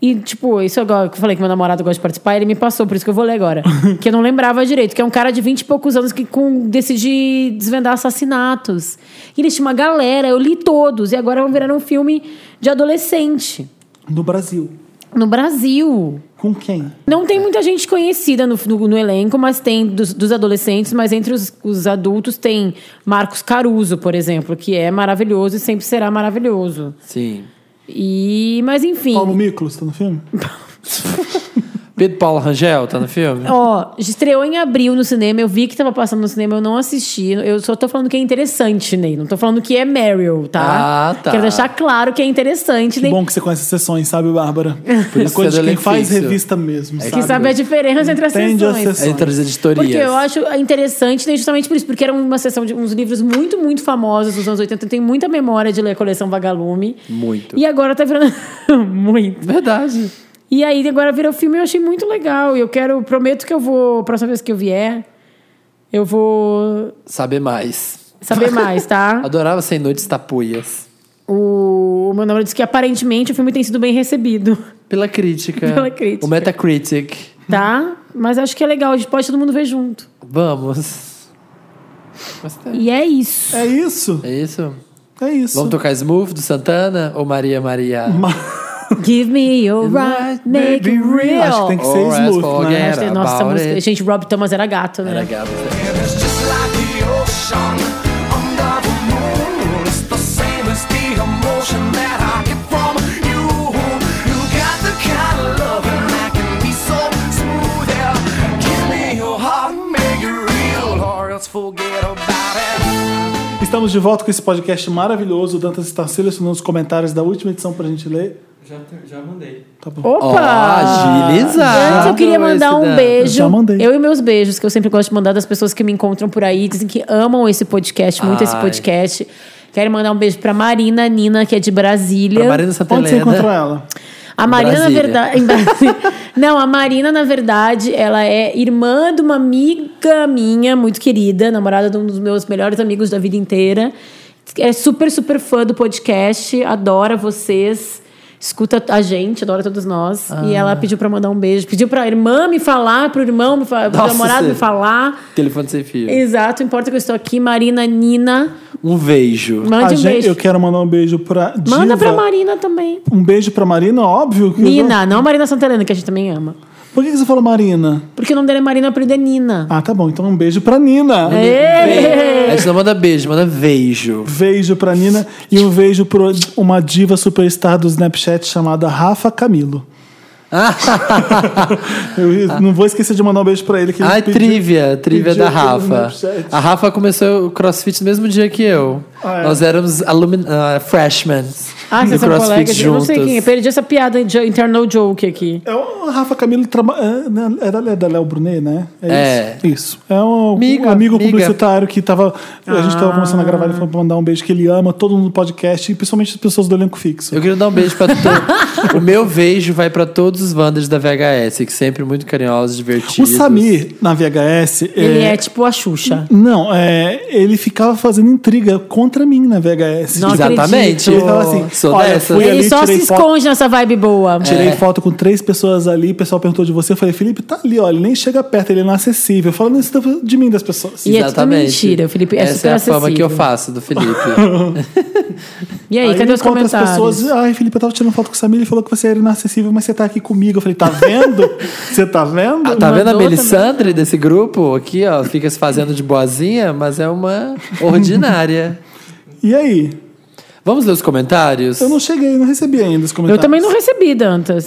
[SPEAKER 3] E, tipo, isso agora que eu falei que meu namorado gosta de participar, ele me passou, por isso que eu vou ler agora. que eu não lembrava direito, que é um cara de 20 e poucos anos que com, decide desvendar assassinatos. E eles tinham uma galera, eu li todos, e agora vão virar um filme de adolescente.
[SPEAKER 1] No Brasil.
[SPEAKER 3] No Brasil.
[SPEAKER 1] Com quem?
[SPEAKER 3] Não tem muita gente conhecida no, no- no elenco, mas tem dos, dos adolescentes, mas entre os, os adultos tem Marcos Caruso, por exemplo, que é maravilhoso e sempre será maravilhoso.
[SPEAKER 2] Sim.
[SPEAKER 3] E, mas enfim.
[SPEAKER 1] Paulo Miklos, tá no filme?
[SPEAKER 2] Pedro Paulo Rangel tá no filme?
[SPEAKER 3] Ó, estreou em abril no cinema, eu vi que tava passando no cinema, eu não assisti. Eu só tô falando que é interessante, Ney. Não tô falando que é Meryl, tá?
[SPEAKER 2] Ah, tá.
[SPEAKER 3] Quero deixar claro que é interessante,
[SPEAKER 1] Que
[SPEAKER 3] Ney.
[SPEAKER 1] bom que você conhece as sessões, sabe, Bárbara?
[SPEAKER 2] Por isso
[SPEAKER 1] é coisa
[SPEAKER 2] que é
[SPEAKER 1] de quem
[SPEAKER 2] do
[SPEAKER 1] faz
[SPEAKER 2] edifício.
[SPEAKER 1] revista mesmo,
[SPEAKER 2] que
[SPEAKER 1] sabe?
[SPEAKER 3] É Que sabe a diferença entre as
[SPEAKER 1] Entende as
[SPEAKER 3] sessões.
[SPEAKER 1] sessões.
[SPEAKER 2] É Entre as editorias.
[SPEAKER 3] Porque eu acho interessante né, justamente por isso, porque era uma sessão de uns livros muito, muito famosos dos anos 80. Eu tenho muita memória de ler a coleção Vagalume.
[SPEAKER 2] Muito.
[SPEAKER 3] E agora tá virando. muito.
[SPEAKER 2] Verdade.
[SPEAKER 3] E aí agora virou filme e eu achei muito legal. E eu quero, prometo que eu vou, próxima vez que eu vier, eu vou
[SPEAKER 2] Saber mais.
[SPEAKER 3] saber mais, tá?
[SPEAKER 2] Adorava ser em noites tapuias.
[SPEAKER 3] O, o meu namorado disse que aparentemente o filme tem sido bem recebido,
[SPEAKER 2] Pela crítica.
[SPEAKER 3] Pela crítica.
[SPEAKER 2] O Metacritic.
[SPEAKER 3] tá? Mas acho que é legal, a gente pode todo mundo ver junto.
[SPEAKER 2] Vamos. Gostei.
[SPEAKER 3] E é isso.
[SPEAKER 1] É isso,
[SPEAKER 2] É isso?
[SPEAKER 1] é isso.
[SPEAKER 2] Vamos tocar Smooth do Santana ou Maria Maria?
[SPEAKER 3] Give me your right, make it real.
[SPEAKER 1] Acho que tem que ser
[SPEAKER 2] Or as
[SPEAKER 1] smooth,
[SPEAKER 2] for
[SPEAKER 1] né?
[SPEAKER 2] again.
[SPEAKER 3] Hashtag-
[SPEAKER 2] Era
[SPEAKER 3] nossa, essa
[SPEAKER 2] about
[SPEAKER 3] música.
[SPEAKER 2] it.
[SPEAKER 3] Gente, Rob Thomas era gato, né?
[SPEAKER 2] É, Era gato.
[SPEAKER 6] It's just like the ocean under the moon. It's the same as the emotion that I get from you. You got the kind of loving that can be so smooth. Yeah. Give me your heart, make it real, or else forget about it.
[SPEAKER 1] Estamos de volta com esse podcast maravilhoso. O Dantas está selecionando os comentários da última edição pra gente ler.
[SPEAKER 7] Já, te- já mandei.
[SPEAKER 1] Tá bom.
[SPEAKER 3] Opa!
[SPEAKER 2] Ó, agilizado
[SPEAKER 3] Antes eu queria mandar
[SPEAKER 2] esse
[SPEAKER 3] um
[SPEAKER 2] Dan.
[SPEAKER 3] beijo.
[SPEAKER 1] Já mandei.
[SPEAKER 3] Eu e meus beijos, que eu sempre gosto de mandar das pessoas que me encontram por aí, dizem que amam esse podcast, muito esse
[SPEAKER 2] Ai.
[SPEAKER 3] podcast. Quero mandar um beijo pra Marina Nina, que é de Brasília.
[SPEAKER 2] Pra Marina Santa
[SPEAKER 3] né?
[SPEAKER 1] Onde você encontrou
[SPEAKER 2] Helena.
[SPEAKER 1] ela?
[SPEAKER 3] A Marina, na
[SPEAKER 2] Brasília.
[SPEAKER 3] verdade. em Brasília. Não, a Marina, na verdade, ela é irmã de uma amiga minha, muito querida, namorada de um dos meus melhores amigos da vida inteira. É super, super fã do podcast, adora vocês. Escuta a gente, adora todos nós. E
[SPEAKER 1] Ah.
[SPEAKER 3] ela pediu pra mandar um beijo. Pediu pra irmã me falar, pro irmão me falar, pro
[SPEAKER 2] Nossa,
[SPEAKER 3] namorado me
[SPEAKER 2] sério?
[SPEAKER 3] falar.
[SPEAKER 2] Telefone sem fio.
[SPEAKER 3] Exato, importa que eu estou aqui. Marina, Nina,
[SPEAKER 2] Um beijo.
[SPEAKER 1] A
[SPEAKER 3] mande um
[SPEAKER 1] gente-
[SPEAKER 3] beijo.
[SPEAKER 1] Eu quero mandar um beijo pra Diva.
[SPEAKER 3] Manda pra Marina também.
[SPEAKER 1] Um beijo pra Marina, óbvio. que eu
[SPEAKER 3] Nina, não Marina Santelena, que a gente também ama.
[SPEAKER 1] não- Por que que você falou Marina?
[SPEAKER 3] Porque o nome dela é Marina, o apelido é Nina.
[SPEAKER 1] Ah, tá bom. Então um beijo pra Nina.
[SPEAKER 3] É.
[SPEAKER 2] A gente não manda beijo, manda beijo.
[SPEAKER 1] Um Beijo pra Nina e um beijo pra uma diva superstar do Snapchat chamada Rafa Camilo. Ah,
[SPEAKER 3] Ah.
[SPEAKER 1] eu não vou esquecer de mandar um beijo pra ele. Que ele
[SPEAKER 2] Ai,
[SPEAKER 1] pediu-
[SPEAKER 2] trivia, trivia
[SPEAKER 1] pediu
[SPEAKER 2] da
[SPEAKER 1] pelo
[SPEAKER 2] Rafa.
[SPEAKER 1] Snapchat.
[SPEAKER 2] A Rafa começou o crossfit no mesmo dia que eu.
[SPEAKER 1] Ah, é.
[SPEAKER 2] Nós éramos alumin- ah, freshmen
[SPEAKER 3] Ah,
[SPEAKER 2] do
[SPEAKER 3] vocês são
[SPEAKER 2] crossfit
[SPEAKER 3] colegas. Eu não
[SPEAKER 2] juntos.
[SPEAKER 3] sei quem. é. Perdi essa piada de internal joke aqui.
[SPEAKER 1] É o Rafa Camilo traba- é, né, é da- é da Léo Brunet, né?
[SPEAKER 2] É.
[SPEAKER 1] Isso. isso. É um
[SPEAKER 2] Amiga,
[SPEAKER 1] um amigo
[SPEAKER 2] amiga.
[SPEAKER 1] publicitário que tava. A gente
[SPEAKER 2] Ah.
[SPEAKER 1] tava começando a gravar, ele falou pra mandar um beijo que ele ama todo mundo do podcast e principalmente as pessoas do elenco fixo.
[SPEAKER 2] Eu queria dar um beijo pra todo. o meu beijo vai pra todos os Wanders da VHS, que sempre muito carinhosos,
[SPEAKER 1] O
[SPEAKER 2] divertidos.
[SPEAKER 1] Samir, na VHS.
[SPEAKER 3] Ele é tipo a Xuxa.
[SPEAKER 1] Não, é, ele ficava fazendo intriga contra mim na VHS.
[SPEAKER 3] Não
[SPEAKER 2] Exatamente.
[SPEAKER 1] Ele falava assim,
[SPEAKER 2] Sou
[SPEAKER 1] olha,
[SPEAKER 2] dessa. É.
[SPEAKER 1] fui-
[SPEAKER 3] Ele
[SPEAKER 1] ali,
[SPEAKER 3] só se
[SPEAKER 1] tirei foto. É.
[SPEAKER 3] esconde nessa vibe boa.
[SPEAKER 1] Tirei foto com três pessoas ali, o pessoal perguntou de você. Eu falei, Felipe, tá ali, ó, ele nem chega perto, ele é inacessível. Falando isso de mim, das pessoas.
[SPEAKER 3] E é tudo mentira, o Felipe é
[SPEAKER 2] Essa
[SPEAKER 3] super
[SPEAKER 2] é a fama
[SPEAKER 3] acessível.
[SPEAKER 2] que eu faço do Felipe. Tá
[SPEAKER 3] E aí, cadê os
[SPEAKER 1] encontra as
[SPEAKER 3] comentários?
[SPEAKER 1] pessoas, ai, Felipe, eu tava tirando foto com o Samir, ele falou que você era inacessível, mas você tá aqui comigo. Eu falei, tá vendo? Você tá vendo?
[SPEAKER 3] Ah,
[SPEAKER 2] tá vendo a
[SPEAKER 1] Mandou
[SPEAKER 2] Melissandre desse grupo aqui, ó? Fica se fazendo de boazinha, mas é uma ordinária.
[SPEAKER 1] também. E aí?
[SPEAKER 2] Vamos ler os comentários?
[SPEAKER 1] Eu não cheguei, não recebi ainda os
[SPEAKER 3] Eu
[SPEAKER 1] comentários.
[SPEAKER 3] também não recebi, Dantas.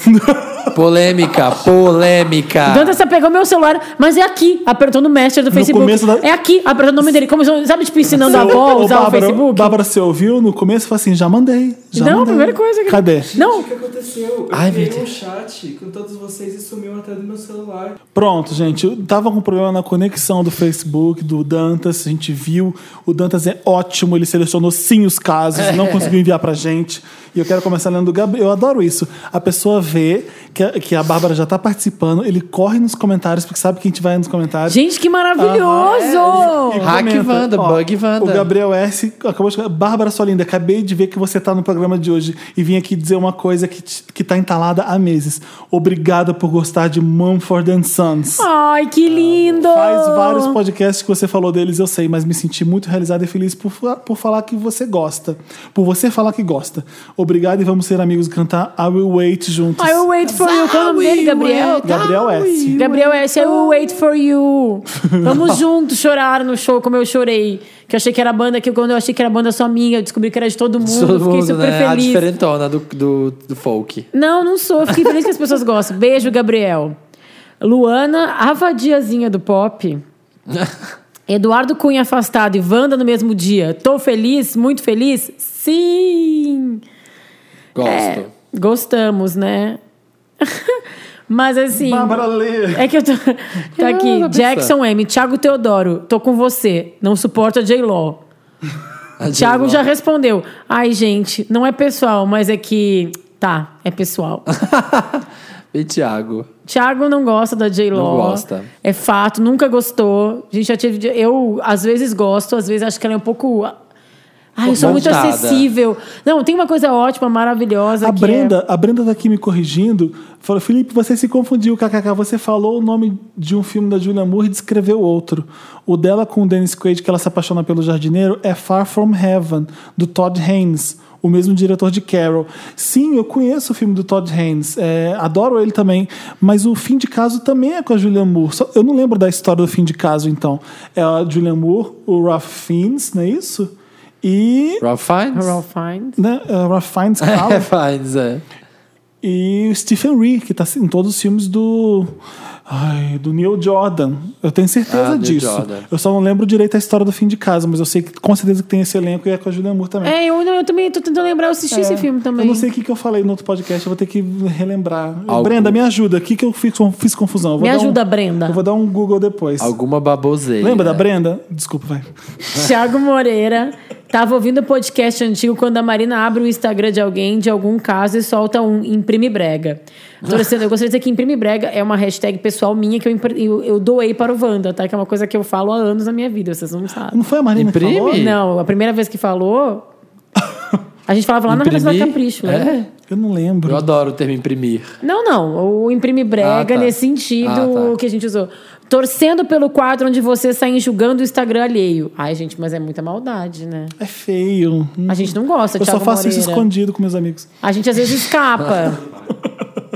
[SPEAKER 2] Polêmica,
[SPEAKER 1] Ah.
[SPEAKER 2] polêmica.
[SPEAKER 3] Dantas pegou meu celular, mas é aqui, apertou no Messenger do Facebook.
[SPEAKER 1] começo da-
[SPEAKER 3] É aqui, apertou o nome dele. Começou, sabe, tipo, ensinando a avó a
[SPEAKER 1] Ô,
[SPEAKER 3] usar
[SPEAKER 1] Bárbara,
[SPEAKER 3] o Facebook?
[SPEAKER 1] Bárbara, você ouviu no começo e falou assim: já mandei. Já
[SPEAKER 3] Não,
[SPEAKER 1] mandei.
[SPEAKER 3] primeira coisa que-
[SPEAKER 1] Cadê?
[SPEAKER 3] Não,
[SPEAKER 7] que aconteceu? Eu
[SPEAKER 2] Ai,
[SPEAKER 7] criei
[SPEAKER 2] meu
[SPEAKER 7] um chat com todos vocês e sumiu até do meu celular.
[SPEAKER 1] Pronto, gente. Eu tava com problema na conexão do Facebook, do Dantas. A gente viu. O Dantas é ótimo. Ele selecionou sim os casos. Não conseguiu enviar pra gente. E eu quero começar lendo do Gabriel. Eu adoro isso. A pessoa vê que a, que a Bárbara já tá participando. Ele corre nos comentários, porque sabe que a gente vai nos comentários.
[SPEAKER 3] gente, que
[SPEAKER 1] E
[SPEAKER 3] maravilhoso!
[SPEAKER 2] é. Hack
[SPEAKER 1] comenta,
[SPEAKER 2] Wanda,
[SPEAKER 1] ó,
[SPEAKER 2] Bug Wanda.
[SPEAKER 1] O Gabriel S. acabou de. Bárbara Solinda, acabei de ver que você tá no programa de hoje e vim aqui dizer uma coisa que, te- que tá entalada há meses. Obrigada por gostar de Mumford and Sons.
[SPEAKER 3] Ai, que lindo!
[SPEAKER 1] Faz vários podcasts que você falou deles, eu sei, mas me senti muito realizado e feliz por, fa- por falar que você gosta. Por você falar que gosta. Obrigado e vamos ser amigos e cantar I Will Wait juntos.
[SPEAKER 3] I will wait for you. Qual é o nome dele, Gabriel?
[SPEAKER 1] Gabriel S.
[SPEAKER 3] Gabriel S, I will wait for you. Vamos juntos chorar no show, como eu chorei. Que eu achei que era a banda, que eu- quando eu achei que era a banda só minha, eu descobri que era de todo mundo.
[SPEAKER 2] Todo
[SPEAKER 3] fiquei
[SPEAKER 2] mundo,
[SPEAKER 3] super
[SPEAKER 2] né? A
[SPEAKER 3] feliz.
[SPEAKER 2] diferentona do, do, do folk.
[SPEAKER 3] Não, não sou. Eu fiquei feliz que as pessoas gostam. Beijo, Gabriel. Luana, a vadiazinha do pop. Eduardo Cunha afastado e Wanda no mesmo dia. Tô feliz, muito feliz? Sim!
[SPEAKER 2] Gosto.
[SPEAKER 3] É, gostamos, né? Mas assim.
[SPEAKER 1] Bárbara Lê.
[SPEAKER 3] É que eu tô. Tá aqui.
[SPEAKER 2] pensando.
[SPEAKER 3] Jackson M. Thiago Teodoro, tô com você. Não suporto a J-Law.
[SPEAKER 2] A
[SPEAKER 3] É. Thiago
[SPEAKER 2] J-Lo.
[SPEAKER 3] já respondeu. Ai, gente, não é pessoal, mas é que. Tá, é pessoal.
[SPEAKER 2] E Thiago.
[SPEAKER 3] Thiago não gosta da J. Law.
[SPEAKER 2] Não gosta.
[SPEAKER 3] É fato, nunca gostou. A gente já tive. Eu, às vezes, gosto, às vezes acho que ela é um pouco.
[SPEAKER 2] Um
[SPEAKER 3] Ai, eu sou muito
[SPEAKER 2] Montada.
[SPEAKER 3] acessível. Não, tem uma coisa ótima, maravilhosa.
[SPEAKER 1] A
[SPEAKER 3] que é
[SPEAKER 1] Brenda, a Brenda tá aqui me corrigindo. Falou, Felipe, você se confundiu, kkk. Você falou o nome de um filme da Julia Moore e descreveu outro. O dela com o Dennis Quaid, que ela se apaixona pelo jardineiro, é Far From Heaven, do Todd Haynes, o mesmo diretor de Carol. Sim, eu conheço o filme do Todd Haynes, é, adoro ele também, mas o Fim de Caso também é com a Julia Moore. Só- eu não lembro da história do Fim de Caso, então. É a Julia Moore, o Ralph Fiennes, não é isso? E...
[SPEAKER 2] Ralph Fiennes?
[SPEAKER 3] É... Ralph Fiennes.
[SPEAKER 1] Né, é, Ralph Fiennes, fala.
[SPEAKER 2] É, Fiennes, é.
[SPEAKER 1] E o Stephen Ree, que tá em todos os filmes do. Ai, do Neil Jordan. Eu tenho certeza
[SPEAKER 2] Ah, Neil
[SPEAKER 1] disso.
[SPEAKER 2] Jordan.
[SPEAKER 1] Eu só não lembro direito a história do fim de casa, mas eu sei que com certeza que tem esse elenco e é com a Julia Moore também.
[SPEAKER 3] É, eu, não, eu também tô tentando lembrar, eu assisti esse filme também.
[SPEAKER 1] É. Eu não sei o que, que eu falei no outro podcast, eu vou ter que relembrar.
[SPEAKER 2] Algo.
[SPEAKER 1] Brenda, me ajuda. O que, que eu fiz, fiz confusão? Eu vou
[SPEAKER 3] Me
[SPEAKER 1] dar um-
[SPEAKER 3] ajuda, Brenda.
[SPEAKER 1] Eu vou dar um Google depois.
[SPEAKER 2] Alguma baboseira.
[SPEAKER 1] Lembra da Brenda? Desculpa, vai.
[SPEAKER 3] Thiago Moreira. Tava ouvindo o podcast antigo quando a Marina abre o Instagram de alguém, de algum caso, e solta um imprime brega. Torcendo, eu gostaria de dizer que imprime brega é uma hashtag pessoal minha que eu, impr- eu, eu doei para o Wanda, tá? Que é uma coisa que eu falo há anos na minha vida, vocês não sabem.
[SPEAKER 1] Não foi a Marina
[SPEAKER 2] Imprime?
[SPEAKER 1] que falou?
[SPEAKER 3] Não, a primeira vez que falou, a gente falava lá na Casa da
[SPEAKER 2] Imprimir?
[SPEAKER 3] Capricho, né?
[SPEAKER 2] É.
[SPEAKER 1] Eu não lembro.
[SPEAKER 2] Eu adoro o termo imprimir.
[SPEAKER 3] Não, não. O imprime brega
[SPEAKER 2] Ah, tá.
[SPEAKER 3] nesse sentido
[SPEAKER 2] Ah, tá.
[SPEAKER 3] que a gente usou. Torcendo pelo quadro onde você sai julgando o Instagram alheio. Ai, gente, mas é muita maldade, né?
[SPEAKER 1] É feio. Hum.
[SPEAKER 3] A gente não gosta,
[SPEAKER 1] Eu só
[SPEAKER 3] Thiago
[SPEAKER 1] faço isso
[SPEAKER 3] Moreira.
[SPEAKER 1] escondido com meus amigos.
[SPEAKER 3] A gente às vezes escapa.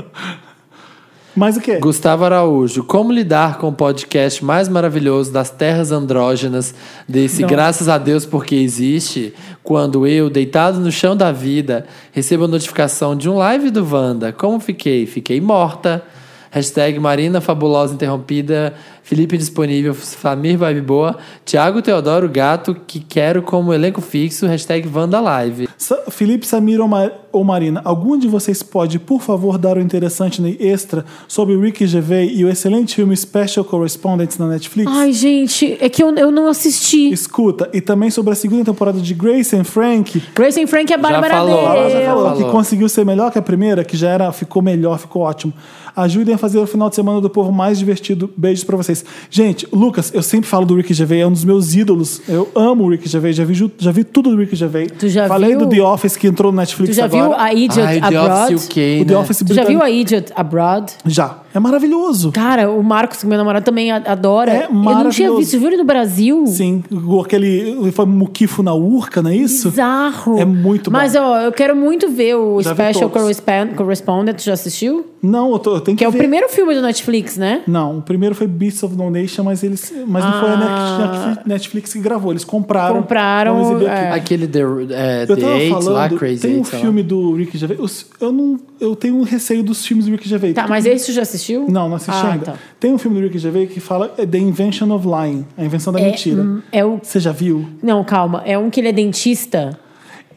[SPEAKER 1] Mas o quê?
[SPEAKER 2] Gustavo Araújo, como lidar com o podcast mais maravilhoso das terras andrógenas desse Graças a Deus Porque Existe, quando eu, deitado no chão da vida, recebo a notificação de um live do Wanda. Como fiquei? Fiquei morta. Hashtag Marina Fabulosa Interrompida, Felipe Disponível, Famir Vibe Boa, Tiago Teodoro Gato, que quero como elenco fixo, hashtag Wanda Live.
[SPEAKER 1] Sa- Felipe, Samir ou, Ma- ou Marina, algum de vocês pode, por favor, dar o interessante e extra sobre Ricky Gervais e o excelente filme Special Correspondents na Netflix?
[SPEAKER 3] Ai, gente, é que eu, eu não assisti.
[SPEAKER 1] Escuta, e também sobre a segunda temporada de Grace and Frank,
[SPEAKER 3] Grace and Frank é Bárbara
[SPEAKER 2] falou, ela já
[SPEAKER 3] Deu.
[SPEAKER 2] falou.
[SPEAKER 1] que conseguiu ser melhor que a primeira, que já era, ficou melhor, ficou ótimo. Ajudem a fazer o final de semana do povo mais divertido. Beijos pra vocês. Gente, Lucas, eu sempre falo do Ricky Gervais, é um dos meus ídolos. Eu amo o Ricky Gervais, já vi, ju- já vi tudo do Ricky Gervais.
[SPEAKER 3] Tu já
[SPEAKER 1] Falei
[SPEAKER 3] viu-
[SPEAKER 1] do The Office que entrou no
[SPEAKER 3] Tu
[SPEAKER 1] Netflix
[SPEAKER 3] já
[SPEAKER 1] agora.
[SPEAKER 3] viu a Idiot
[SPEAKER 2] Ai, The
[SPEAKER 3] Abroad?
[SPEAKER 2] Office UK,
[SPEAKER 1] O The
[SPEAKER 2] né?
[SPEAKER 1] Office
[SPEAKER 3] Tu já
[SPEAKER 1] britânico-
[SPEAKER 3] viu Então- a Idiot Abroad?
[SPEAKER 1] Já. É maravilhoso.
[SPEAKER 3] Cara, o Marcos, meu namorado, também a- adora.
[SPEAKER 1] É
[SPEAKER 3] eu não tinha
[SPEAKER 1] maravilhoso.
[SPEAKER 3] visto, viu ele no Brasil?
[SPEAKER 1] Sim. o- Aquele. Foi muquifo na urca, não é isso?
[SPEAKER 3] Bizarro.
[SPEAKER 1] É muito bom.
[SPEAKER 3] Mas, ó, eu quero muito ver o
[SPEAKER 1] Já vi
[SPEAKER 3] Special
[SPEAKER 1] todos.
[SPEAKER 3] Correspondent. Tu já assistiu?
[SPEAKER 1] Não, eu, tô- eu tenho que.
[SPEAKER 3] Que é o
[SPEAKER 1] ver.
[SPEAKER 3] primeiro filme do Netflix, né?
[SPEAKER 1] Não, o primeiro foi Beasts of No Nation, mas eles. Mas não foi a
[SPEAKER 3] Ah.
[SPEAKER 1] Net- Netflix que gravou, eles compraram.
[SPEAKER 3] Compraram,
[SPEAKER 1] Vamos exibir
[SPEAKER 3] é.
[SPEAKER 1] aqui.
[SPEAKER 2] Aquele The, é, The
[SPEAKER 1] Eu tava
[SPEAKER 2] Eight
[SPEAKER 1] falando,
[SPEAKER 2] lá, Crazy
[SPEAKER 1] tem um
[SPEAKER 2] Eight, sei lá.
[SPEAKER 1] filme do Rick Gervais. Eu- Eu, não, eu tenho um receio dos filmes do Rick Gervais.
[SPEAKER 3] Tá, mas esse tu já assistiu?
[SPEAKER 1] Não, não assisti
[SPEAKER 3] ah,
[SPEAKER 1] ainda.
[SPEAKER 3] Tá.
[SPEAKER 1] Tem um filme do Rick Gervais que fala é, The Invention of Lying, a invenção da
[SPEAKER 3] É,
[SPEAKER 1] mentira.
[SPEAKER 3] hum, é o.
[SPEAKER 1] Você já viu?
[SPEAKER 3] Não, calma. É um que ele é dentista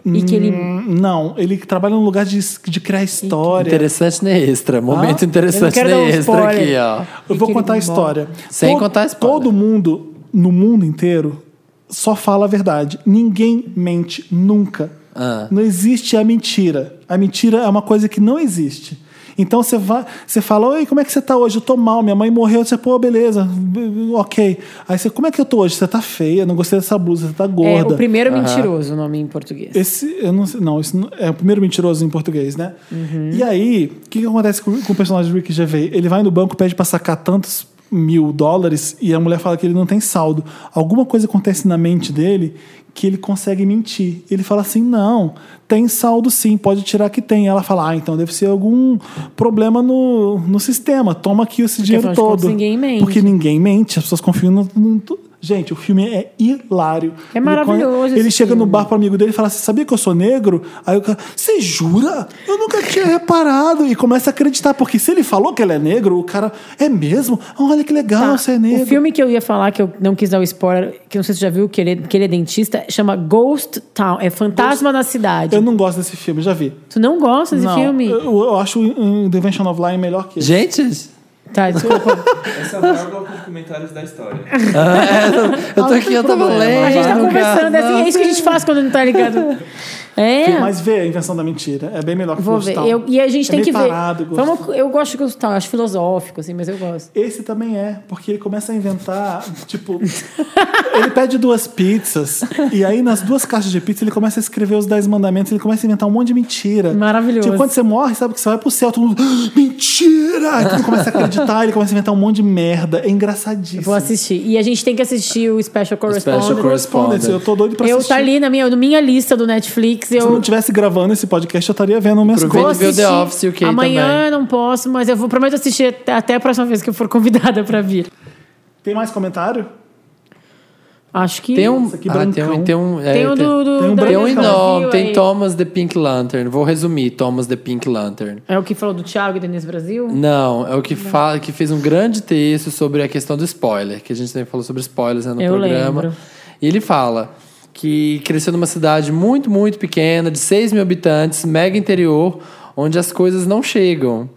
[SPEAKER 3] e que ele.
[SPEAKER 1] Hum, Não, ele trabalha num lugar de, de criar história.
[SPEAKER 2] Interessante na extra. Momento
[SPEAKER 1] Ah,
[SPEAKER 2] interessante
[SPEAKER 3] eu
[SPEAKER 2] na
[SPEAKER 3] não quero dar um
[SPEAKER 2] extra aqui,
[SPEAKER 3] spoiler.
[SPEAKER 2] ó.
[SPEAKER 1] Eu vou
[SPEAKER 3] que
[SPEAKER 1] contar a
[SPEAKER 3] ele morre.
[SPEAKER 1] história.
[SPEAKER 2] Sem
[SPEAKER 1] Todo-
[SPEAKER 2] contar a história.
[SPEAKER 1] Todo mundo, no mundo inteiro, só fala a verdade. Ninguém mente nunca.
[SPEAKER 2] Ah.
[SPEAKER 1] Não existe a mentira. A mentira é uma coisa que não existe. Então você vai, você fala, oi, como é que você tá hoje? Eu tô mal, minha mãe morreu. Você, pô, beleza, b- b- ok. Aí você, como é que eu tô hoje? Você tá feia, não gostei dessa blusa, você tá
[SPEAKER 3] É,
[SPEAKER 1] gorda.
[SPEAKER 3] o primeiro mentiroso, o nome em português.
[SPEAKER 1] Esse, eu não sei, não, isso não- é o primeiro mentiroso em português, né?
[SPEAKER 3] Uhum.
[SPEAKER 1] E aí, o que, que acontece com, com o personagem do Rick Gervais? Ele vai no banco, pede pra sacar tantos mil dólares e a mulher fala que ele não tem saldo. Alguma coisa acontece na mente dele que ele consegue mentir. Ele fala assim, não, tem saldo sim, pode tirar que tem. Ela fala, ah, então deve ser algum problema no, no sistema, toma aqui esse dinheiro
[SPEAKER 3] afinal de
[SPEAKER 1] todo.
[SPEAKER 3] contas, ninguém mente.
[SPEAKER 1] Porque ninguém mente, as pessoas confiam no... no- Gente, o filme é hilário.
[SPEAKER 3] É
[SPEAKER 1] Ele
[SPEAKER 3] maravilhoso
[SPEAKER 1] conhe- Ele,
[SPEAKER 3] esse
[SPEAKER 1] chega no
[SPEAKER 3] filme.
[SPEAKER 1] bar pro amigo dele e fala assim: sabia que eu sou negro? Aí o cara, você jura? Eu nunca tinha reparado. E começa a acreditar, porque se ele falou que ele é negro, o cara, é mesmo? Olha que legal,
[SPEAKER 3] Tá.
[SPEAKER 1] você é negro.
[SPEAKER 3] O filme que eu ia falar, que eu não quis dar o spoiler, que não sei se você já viu, que ele, que ele é dentista, chama Ghost Town. É Fantasma na Cidade.
[SPEAKER 1] Eu não gosto desse filme, já vi.
[SPEAKER 3] Tu não gosta desse
[SPEAKER 1] não,
[SPEAKER 3] filme?
[SPEAKER 1] Eu, eu acho um, The Invention of Lying melhor que esse.
[SPEAKER 2] Gente,
[SPEAKER 3] Tá, desculpa.
[SPEAKER 7] Essa é a maior bloco de comentários da história.
[SPEAKER 2] eu tô aqui, eu tava lendo.
[SPEAKER 3] a gente tá
[SPEAKER 2] no
[SPEAKER 3] conversando, é
[SPEAKER 2] carro.
[SPEAKER 3] assim, é isso que a gente faz quando não tá ligado. É.
[SPEAKER 1] Mas vê a invenção da mentira. É bem melhor que
[SPEAKER 3] Vou
[SPEAKER 1] Ghost
[SPEAKER 3] ver.
[SPEAKER 1] Town.
[SPEAKER 3] Eu- e a gente
[SPEAKER 1] É
[SPEAKER 3] tem
[SPEAKER 1] meio
[SPEAKER 3] que ver.
[SPEAKER 1] parado, Ghost
[SPEAKER 3] Vamos, eu gosto de Ghost Town, acho filosófico, assim, mas eu gosto.
[SPEAKER 1] Esse também é, porque ele começa a inventar, tipo, ele pede duas pizzas e aí nas duas caixas de pizza ele começa a escrever os dez mandamentos, ele começa a inventar um monte de mentira.
[SPEAKER 3] Maravilhoso.
[SPEAKER 1] Tipo, quando você morre, sabe que você vai pro céu, todo mundo, "Ah, mentira! Aí todo mundo começa a acreditar, ele começa a inventar um monte de merda, é engraçadíssimo.
[SPEAKER 3] Vou assistir. E a gente tem que assistir o Special Correspondent.
[SPEAKER 1] Special Correspondence, eu tô doido pra
[SPEAKER 3] eu
[SPEAKER 1] assistir.
[SPEAKER 3] tá ali na minha, na minha lista do Netflix.
[SPEAKER 1] Se eu não
[SPEAKER 3] Eu
[SPEAKER 1] estivesse gravando esse podcast, eu estaria vendo minhas
[SPEAKER 2] Aproveita
[SPEAKER 1] coisas.
[SPEAKER 2] e vê o The Office e o Kay
[SPEAKER 3] Amanhã
[SPEAKER 2] também.
[SPEAKER 3] eu não posso, mas eu vou, prometo assistir até- até a próxima vez que eu for convidada pra vir.
[SPEAKER 1] Tem mais comentário?
[SPEAKER 3] Acho que.
[SPEAKER 2] Tem um,
[SPEAKER 1] Isso aqui,
[SPEAKER 2] ah,
[SPEAKER 1] brancão.
[SPEAKER 2] tem um, tem um, é,
[SPEAKER 3] Tem o do. é do
[SPEAKER 1] tem um
[SPEAKER 3] da
[SPEAKER 2] tem um
[SPEAKER 1] Brancão.
[SPEAKER 2] enorme, tem
[SPEAKER 3] aí.
[SPEAKER 2] Thomas the Pink Lantern. Vou resumir, Thomas the Pink Lantern.
[SPEAKER 3] É o que falou do Thiago e Denise Brasil?
[SPEAKER 2] Não, é o que fala que fez um grande texto sobre a questão do spoiler, que a gente também falou sobre spoilers né, no
[SPEAKER 3] Eu
[SPEAKER 2] programa.
[SPEAKER 3] lembro.
[SPEAKER 2] E ele fala que cresceu numa cidade muito, muito pequena, de 6 mil habitantes, mega interior, onde as coisas não chegam.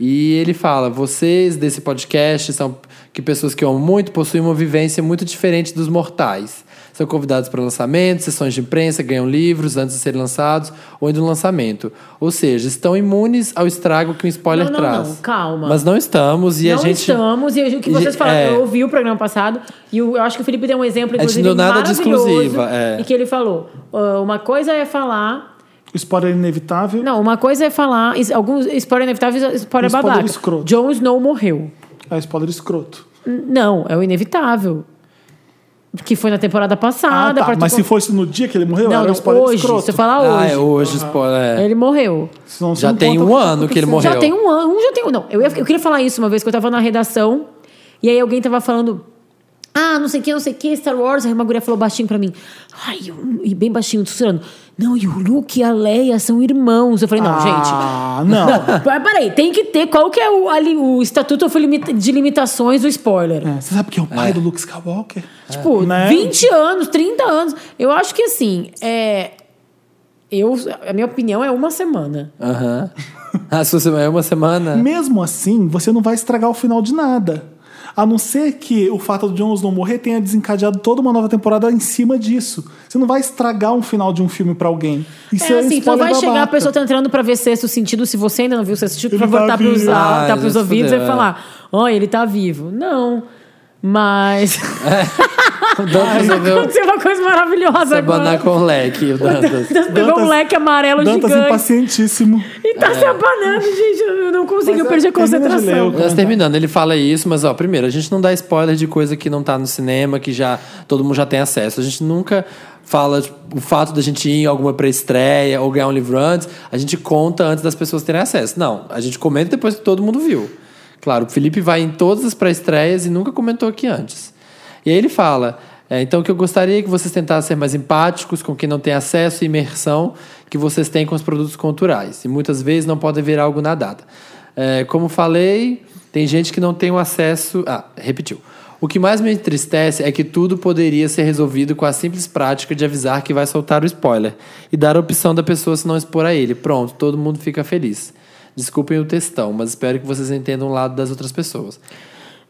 [SPEAKER 2] E ele fala: vocês desse podcast são que pessoas que amam muito possuem uma vivência muito diferente dos mortais. São convidados para lançamentos, sessões de imprensa, ganham livros antes de serem lançados ou indo no lançamento. Ou seja, estão imunes ao estrago que um spoiler
[SPEAKER 3] Não, não,
[SPEAKER 2] traz.
[SPEAKER 3] não, calma.
[SPEAKER 2] Mas não estamos e
[SPEAKER 3] não
[SPEAKER 2] a gente.
[SPEAKER 3] estamos, e o que
[SPEAKER 2] e-
[SPEAKER 3] vocês falaram,
[SPEAKER 2] é.
[SPEAKER 3] eu ouvi o programa passado, e o- eu acho que o Felipe deu um exemplo,
[SPEAKER 2] A gente
[SPEAKER 3] inclusive,
[SPEAKER 2] não deu nada de
[SPEAKER 3] maravilhoso,
[SPEAKER 2] exclusiva, é.
[SPEAKER 3] E que ele falou, ah, uma coisa é falar...
[SPEAKER 1] O spoiler é inevitável.
[SPEAKER 3] Não, uma coisa é falar... is- Alguns spoiler inevitável, spoiler
[SPEAKER 1] Um spoiler
[SPEAKER 3] babaca.
[SPEAKER 1] escroto.
[SPEAKER 3] Jon Snow morreu.
[SPEAKER 1] É spoiler escroto.
[SPEAKER 3] N- Não, é o inevitável. Que foi na temporada
[SPEAKER 1] Ah,
[SPEAKER 3] passada.
[SPEAKER 1] tá.
[SPEAKER 3] partiu
[SPEAKER 1] Mas
[SPEAKER 3] com-
[SPEAKER 1] se fosse no dia que ele morreu,
[SPEAKER 3] Não,
[SPEAKER 1] era um
[SPEAKER 3] não,
[SPEAKER 1] spoiler
[SPEAKER 3] hoje.
[SPEAKER 1] escroto.
[SPEAKER 3] Você fala
[SPEAKER 2] Ah,
[SPEAKER 3] hoje.
[SPEAKER 2] é hoje, spoiler. é.
[SPEAKER 3] Ele morreu.
[SPEAKER 1] Senão você
[SPEAKER 2] Já
[SPEAKER 1] não
[SPEAKER 2] tem
[SPEAKER 1] conta
[SPEAKER 2] um
[SPEAKER 1] o que tá
[SPEAKER 2] ano que ele
[SPEAKER 1] acontecendo.
[SPEAKER 2] morreu.
[SPEAKER 3] Já tem um ano, um já tem um. Não, eu, ia, eu queria falar isso uma vez que eu tava na redação e aí alguém tava falando. Ah, não sei o que, não sei o que, Star Wars. Aí uma guria falou baixinho pra mim. Ai, eu, e bem baixinho, sussurrando. Não, e o Luke e a Leia são irmãos. Eu falei, não, gente.
[SPEAKER 1] Ah, não.
[SPEAKER 3] Mas peraí, tem que ter. Qual que é o, ali, o estatuto of limita- de limitações do spoiler?
[SPEAKER 1] É, Você sabe que é o pai do Luke Skywalker?
[SPEAKER 3] Tipo,
[SPEAKER 1] Né?
[SPEAKER 3] 20 anos, 30 anos. Eu acho que assim, é. Eu, a minha opinião é uma semana.
[SPEAKER 2] Aham. A sua semana é uma semana?
[SPEAKER 1] Mesmo assim, você não vai estragar o final de nada. A não ser que o fato do Jon Snow morrer tenha desencadeado toda uma nova temporada em cima disso. Você não vai estragar um final de um filme pra alguém. Isso é,
[SPEAKER 3] É,
[SPEAKER 1] um
[SPEAKER 3] assim, tu não
[SPEAKER 1] spoiler
[SPEAKER 3] vai chegar, a
[SPEAKER 1] babaca.
[SPEAKER 3] pessoa tá entrando pra ver sexto sentido, se você ainda não viu sexto sentido,
[SPEAKER 1] Ele
[SPEAKER 3] pra voltar
[SPEAKER 1] tá
[SPEAKER 3] pros,
[SPEAKER 1] vivo.
[SPEAKER 2] Ah,
[SPEAKER 3] ah, tá
[SPEAKER 2] já
[SPEAKER 3] pros
[SPEAKER 2] se
[SPEAKER 3] ouvidos
[SPEAKER 2] fudeu,
[SPEAKER 3] e
[SPEAKER 2] é.
[SPEAKER 3] falar, olha, ele tá vivo. Não, mas...
[SPEAKER 2] O Dantas resolveu
[SPEAKER 3] Aconteceu uma coisa maravilhosa
[SPEAKER 2] se
[SPEAKER 3] agora.
[SPEAKER 2] abanar com o leque, o Dantas.
[SPEAKER 3] Dantas pegou
[SPEAKER 1] Dantas-
[SPEAKER 3] um leque amarelo
[SPEAKER 1] Dantas
[SPEAKER 3] gigante
[SPEAKER 1] impacientíssimo.
[SPEAKER 3] e tá se abanando, gente, eu não consegui,
[SPEAKER 1] Mas
[SPEAKER 3] eu
[SPEAKER 1] é,
[SPEAKER 3] perdi a
[SPEAKER 1] termina de ler
[SPEAKER 3] concentração.
[SPEAKER 1] o-
[SPEAKER 2] Nós terminando, ele fala isso, mas ó, primeiro, a gente não dá spoiler de coisa que não tá no cinema, que já todo mundo já tem acesso. A gente nunca fala tipo, o fato da gente ir em alguma pré-estreia ou ganhar um livro antes, a gente conta antes das pessoas terem acesso. Não, a gente comenta depois que todo mundo viu. Claro, o Felipe vai em todas as pré-estreias e nunca comentou aqui antes. E aí ele fala: é, então, que eu gostaria que vocês tentassem ser mais empáticos com quem não tem acesso e imersão que vocês têm com os produtos culturais. E muitas vezes não podem virar algo na data. É, como falei, tem gente que não tem o acesso. Ah, repetiu. O que mais me entristece é que tudo poderia ser resolvido com a simples prática de avisar que vai soltar o spoiler e dar a opção da pessoa se não expor a ele. Pronto, todo mundo fica feliz. Desculpem o textão, mas espero que vocês entendam o lado das outras pessoas.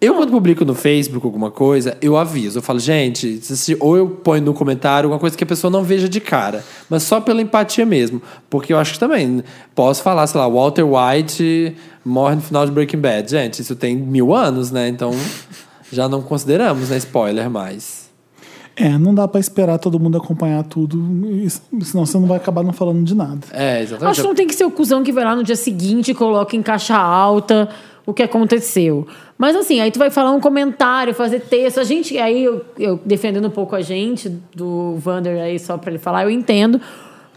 [SPEAKER 2] Eu, quando publico no Facebook alguma coisa, eu aviso. Eu falo, gente, se- se- ou eu ponho no comentário alguma coisa que a pessoa não veja de cara, mas só pela empatia mesmo. Porque eu acho que também posso falar, sei lá, Walter White morre no final de Breaking Bad. Gente, isso tem mil anos, né? Então já não consideramos, né? Spoiler mais.
[SPEAKER 1] É, não dá pra esperar todo mundo acompanhar tudo, isso- senão você não vai acabar não falando de nada.
[SPEAKER 2] É,
[SPEAKER 3] Acho
[SPEAKER 2] exatamente.
[SPEAKER 3] que
[SPEAKER 1] um
[SPEAKER 3] não tem que ser o cuzão que vai lá no dia seguinte e coloca em caixa alta o que aconteceu. Mas assim, aí tu vai falar um comentário, fazer texto. A gente, aí eu, eu defendendo um pouco a gente do Vander aí, só pra ele falar, eu entendo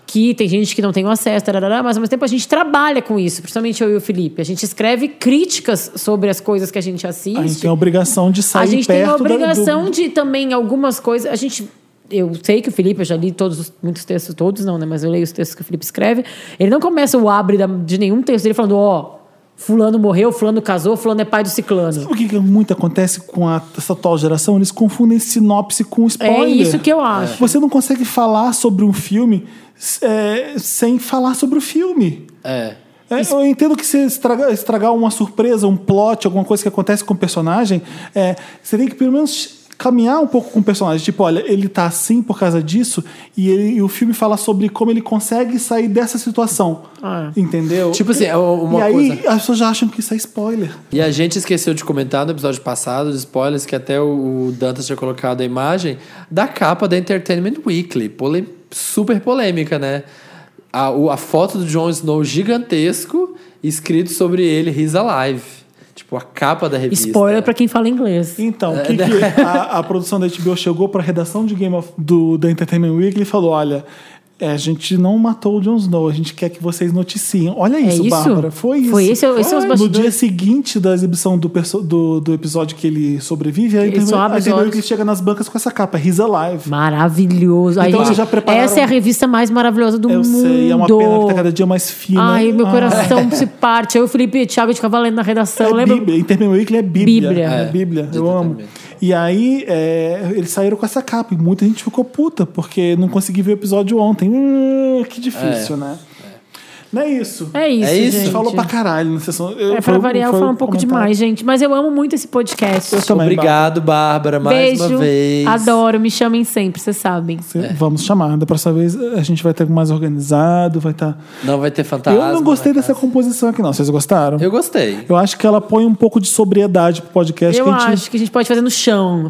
[SPEAKER 3] que tem gente que não tem o acesso, tarará, mas ao mesmo tempo a gente trabalha com isso, principalmente eu e o Felipe. A gente escreve críticas sobre as coisas que a gente assiste.
[SPEAKER 1] A gente tem a obrigação de sair
[SPEAKER 3] A gente tem
[SPEAKER 1] perto
[SPEAKER 3] a
[SPEAKER 1] da- do-
[SPEAKER 3] obrigação de também algumas coisas. A gente. Eu sei que o Felipe, eu já li todos os- muitos textos, todos não, né? Mas eu leio os textos que o Felipe escreve. Ele não começa o abre da- de nenhum texto dele falando, ó, fulano morreu, fulano casou, fulano é pai do ciclano.
[SPEAKER 1] O que, que muito acontece com a- essa atual geração? Eles confundem sinopse com spoiler.
[SPEAKER 3] É isso que eu acho.
[SPEAKER 1] Você não consegue falar sobre um filme é, sem falar sobre o filme.
[SPEAKER 2] É.
[SPEAKER 1] É, eu entendo que você estragar, estragar uma surpresa, um plot, alguma coisa que acontece com o personagem, é, você tem que pelo menos caminhar um pouco com o personagem. Tipo, olha, ele tá assim por causa disso, e, ele- e o filme fala sobre como ele consegue sair dessa situação.
[SPEAKER 3] Ah,
[SPEAKER 1] Entendeu?
[SPEAKER 2] Tipo assim, é uma
[SPEAKER 1] e aí
[SPEAKER 2] coisa.
[SPEAKER 1] as pessoas já acham que isso é spoiler.
[SPEAKER 2] E a gente esqueceu de comentar no episódio passado, os spoilers, que até o o Dantas tinha colocado a imagem, da capa da Entertainment Weekly. Pole- super polêmica, né? A, o- a foto do Jon Snow gigantesco, escrito sobre ele, He's Alive. Tipo, a capa da revista.
[SPEAKER 1] é.
[SPEAKER 3] Spoiler pra quem fala inglês.
[SPEAKER 1] Então, o que
[SPEAKER 3] né?
[SPEAKER 1] que a, a produção da HBO chegou para a redação de Game of, do, da Entertainment Weekly e falou: olha, é, a gente não matou o Jon Snow, a gente quer que vocês noticiem. Olha isso,
[SPEAKER 3] É isso?
[SPEAKER 1] Bárbara. Foi isso.
[SPEAKER 3] Foi esse- esse é os
[SPEAKER 1] No
[SPEAKER 3] bastidores.
[SPEAKER 1] dia seguinte da exibição do, perso- do, do episódio que ele sobrevive, a
[SPEAKER 3] Ele só
[SPEAKER 1] Entertainment a
[SPEAKER 3] abre os
[SPEAKER 1] Entertainment
[SPEAKER 3] olhos.
[SPEAKER 1] Weekly chega nas bancas com essa capa, He's Alive.
[SPEAKER 3] Maravilhoso. Aí,
[SPEAKER 1] Então,
[SPEAKER 3] gente,
[SPEAKER 1] vocês já prepararam-
[SPEAKER 3] Essa é a revista mais maravilhosa do
[SPEAKER 1] Eu
[SPEAKER 3] mundo.
[SPEAKER 1] sei, é uma pena que tá cada dia mais fina.
[SPEAKER 3] Ai, meu
[SPEAKER 1] Ah,
[SPEAKER 3] coração se parte. Eu, Felipe e Thiago de Cavalento na redação,
[SPEAKER 1] É
[SPEAKER 3] lembra?
[SPEAKER 1] Bíblia. Entertainment Weekly é Bíblia.
[SPEAKER 3] Bíblia.
[SPEAKER 1] É, Bíblia. Eu amo.
[SPEAKER 2] Exatamente.
[SPEAKER 1] E aí, é, eles saíram com essa capa. E muita gente ficou puta, porque não consegui ver o episódio ontem. Hum, que difícil, né? Não é isso.
[SPEAKER 3] É isso,
[SPEAKER 2] É isso?
[SPEAKER 1] A
[SPEAKER 3] gente.
[SPEAKER 1] gente falou pra caralho na sessão. Eu-
[SPEAKER 3] É,
[SPEAKER 1] foi
[SPEAKER 3] pra
[SPEAKER 1] o-
[SPEAKER 3] variar, eu
[SPEAKER 1] foi o
[SPEAKER 3] falo um pouco
[SPEAKER 1] comentário.
[SPEAKER 3] demais, gente. Mas eu amo muito esse podcast.
[SPEAKER 1] Eu também,
[SPEAKER 2] Obrigado, Bárbara, mais
[SPEAKER 3] Beijo.
[SPEAKER 2] uma vez.
[SPEAKER 3] Adoro, me chamem sempre, vocês sabem.
[SPEAKER 1] Bárbara. Vamos chamar. Da próxima vez a gente vai ter mais organizado, vai estar.
[SPEAKER 2] Não vai ter fantasma.
[SPEAKER 1] Eu não gostei
[SPEAKER 2] né?
[SPEAKER 1] dessa composição aqui, não. Vocês gostaram?
[SPEAKER 2] Eu gostei.
[SPEAKER 1] Eu acho que ela põe um pouco de sobriedade pro podcast.
[SPEAKER 3] eu
[SPEAKER 1] que a gente...
[SPEAKER 3] acho que a gente pode fazer no chão.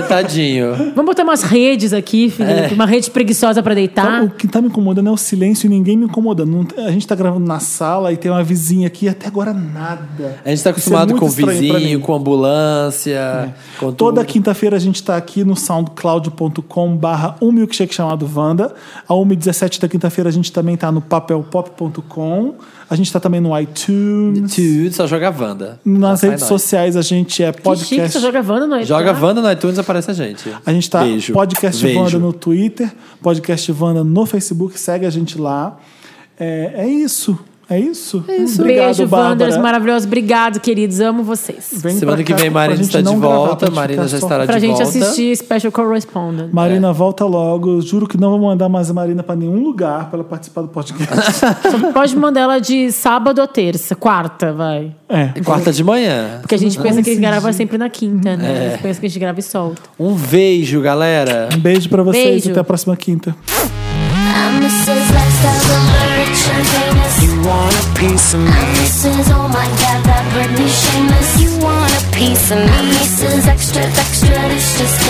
[SPEAKER 2] Deitadinho.
[SPEAKER 3] Vamos botar umas redes aqui,
[SPEAKER 2] É.
[SPEAKER 3] Felipe. Uma rede preguiçosa pra
[SPEAKER 1] Tá-
[SPEAKER 3] deitar.
[SPEAKER 1] O que tá me incomodando é o silêncio e ninguém me incomodando. Não- a gente tá gravando na sala e tem uma vizinha aqui e até agora nada.
[SPEAKER 2] A gente tá
[SPEAKER 1] Isso é
[SPEAKER 2] acostumado
[SPEAKER 1] muito
[SPEAKER 2] com o
[SPEAKER 1] estranho pra
[SPEAKER 2] vizinho,
[SPEAKER 1] mim. É.
[SPEAKER 2] com ambulância, com
[SPEAKER 1] Toda
[SPEAKER 2] tudo.
[SPEAKER 1] quinta-feira a gente tá aqui no soundcloud.com barra um milkshake chamado Vanda. A 1h17 da quinta-feira a gente também tá no papelpop.com. A gente tá também no iTunes.
[SPEAKER 2] Tudo, só joga Wanda.
[SPEAKER 1] Nas
[SPEAKER 2] Sai
[SPEAKER 1] redes
[SPEAKER 2] nós.
[SPEAKER 1] sociais a gente é
[SPEAKER 3] que chique,
[SPEAKER 1] podcast.
[SPEAKER 3] você joga Wanda, não é?
[SPEAKER 2] Joga
[SPEAKER 3] Tá?
[SPEAKER 2] Wanda no iTunes aparece a gente.
[SPEAKER 1] Então, A gente tá
[SPEAKER 2] Beijo.
[SPEAKER 1] Podcast
[SPEAKER 2] Beijo.
[SPEAKER 1] Vanda no Twitter, Podcast Vanda no Facebook, segue a gente lá. É, é isso. É isso. É isso.
[SPEAKER 3] Um Beijo, Wanders, maravilhoso. Obrigado, queridos. Amo vocês.
[SPEAKER 1] Vem
[SPEAKER 2] Semana
[SPEAKER 1] pra
[SPEAKER 2] que
[SPEAKER 1] cá
[SPEAKER 2] vem,
[SPEAKER 1] pra
[SPEAKER 2] Marina
[SPEAKER 1] gente
[SPEAKER 2] está de
[SPEAKER 1] não gravar,
[SPEAKER 2] volta.
[SPEAKER 1] pra gente
[SPEAKER 2] Marina
[SPEAKER 1] ficar
[SPEAKER 2] já
[SPEAKER 1] só-
[SPEAKER 2] estará
[SPEAKER 3] Pra
[SPEAKER 2] de
[SPEAKER 3] gente
[SPEAKER 2] volta.
[SPEAKER 3] assistir Special Correspondent.
[SPEAKER 1] Marina, volta logo. Juro que não vou mandar mais a Marina pra nenhum lugar pra ela participar do podcast.
[SPEAKER 3] Pode mandar ela de sábado a terça, quarta, vai.
[SPEAKER 1] é.
[SPEAKER 2] Quarta de manhã.
[SPEAKER 3] Porque a gente pensa que a
[SPEAKER 1] esse
[SPEAKER 3] gente grava
[SPEAKER 1] dia.
[SPEAKER 3] sempre na quinta, né?
[SPEAKER 2] É.
[SPEAKER 3] A gente pensa que a gente grava e solta.
[SPEAKER 2] Um beijo, galera.
[SPEAKER 1] Um beijo pra vocês
[SPEAKER 3] Beijo.
[SPEAKER 1] até a próxima quinta.
[SPEAKER 4] I'm Mrs. Lifestyle, the merchant famous.
[SPEAKER 5] You want a piece of
[SPEAKER 4] I'm Mrs. Oh my God, that Britney shameless. You want a piece of me? I'm Mrs. Extra, extra, it's just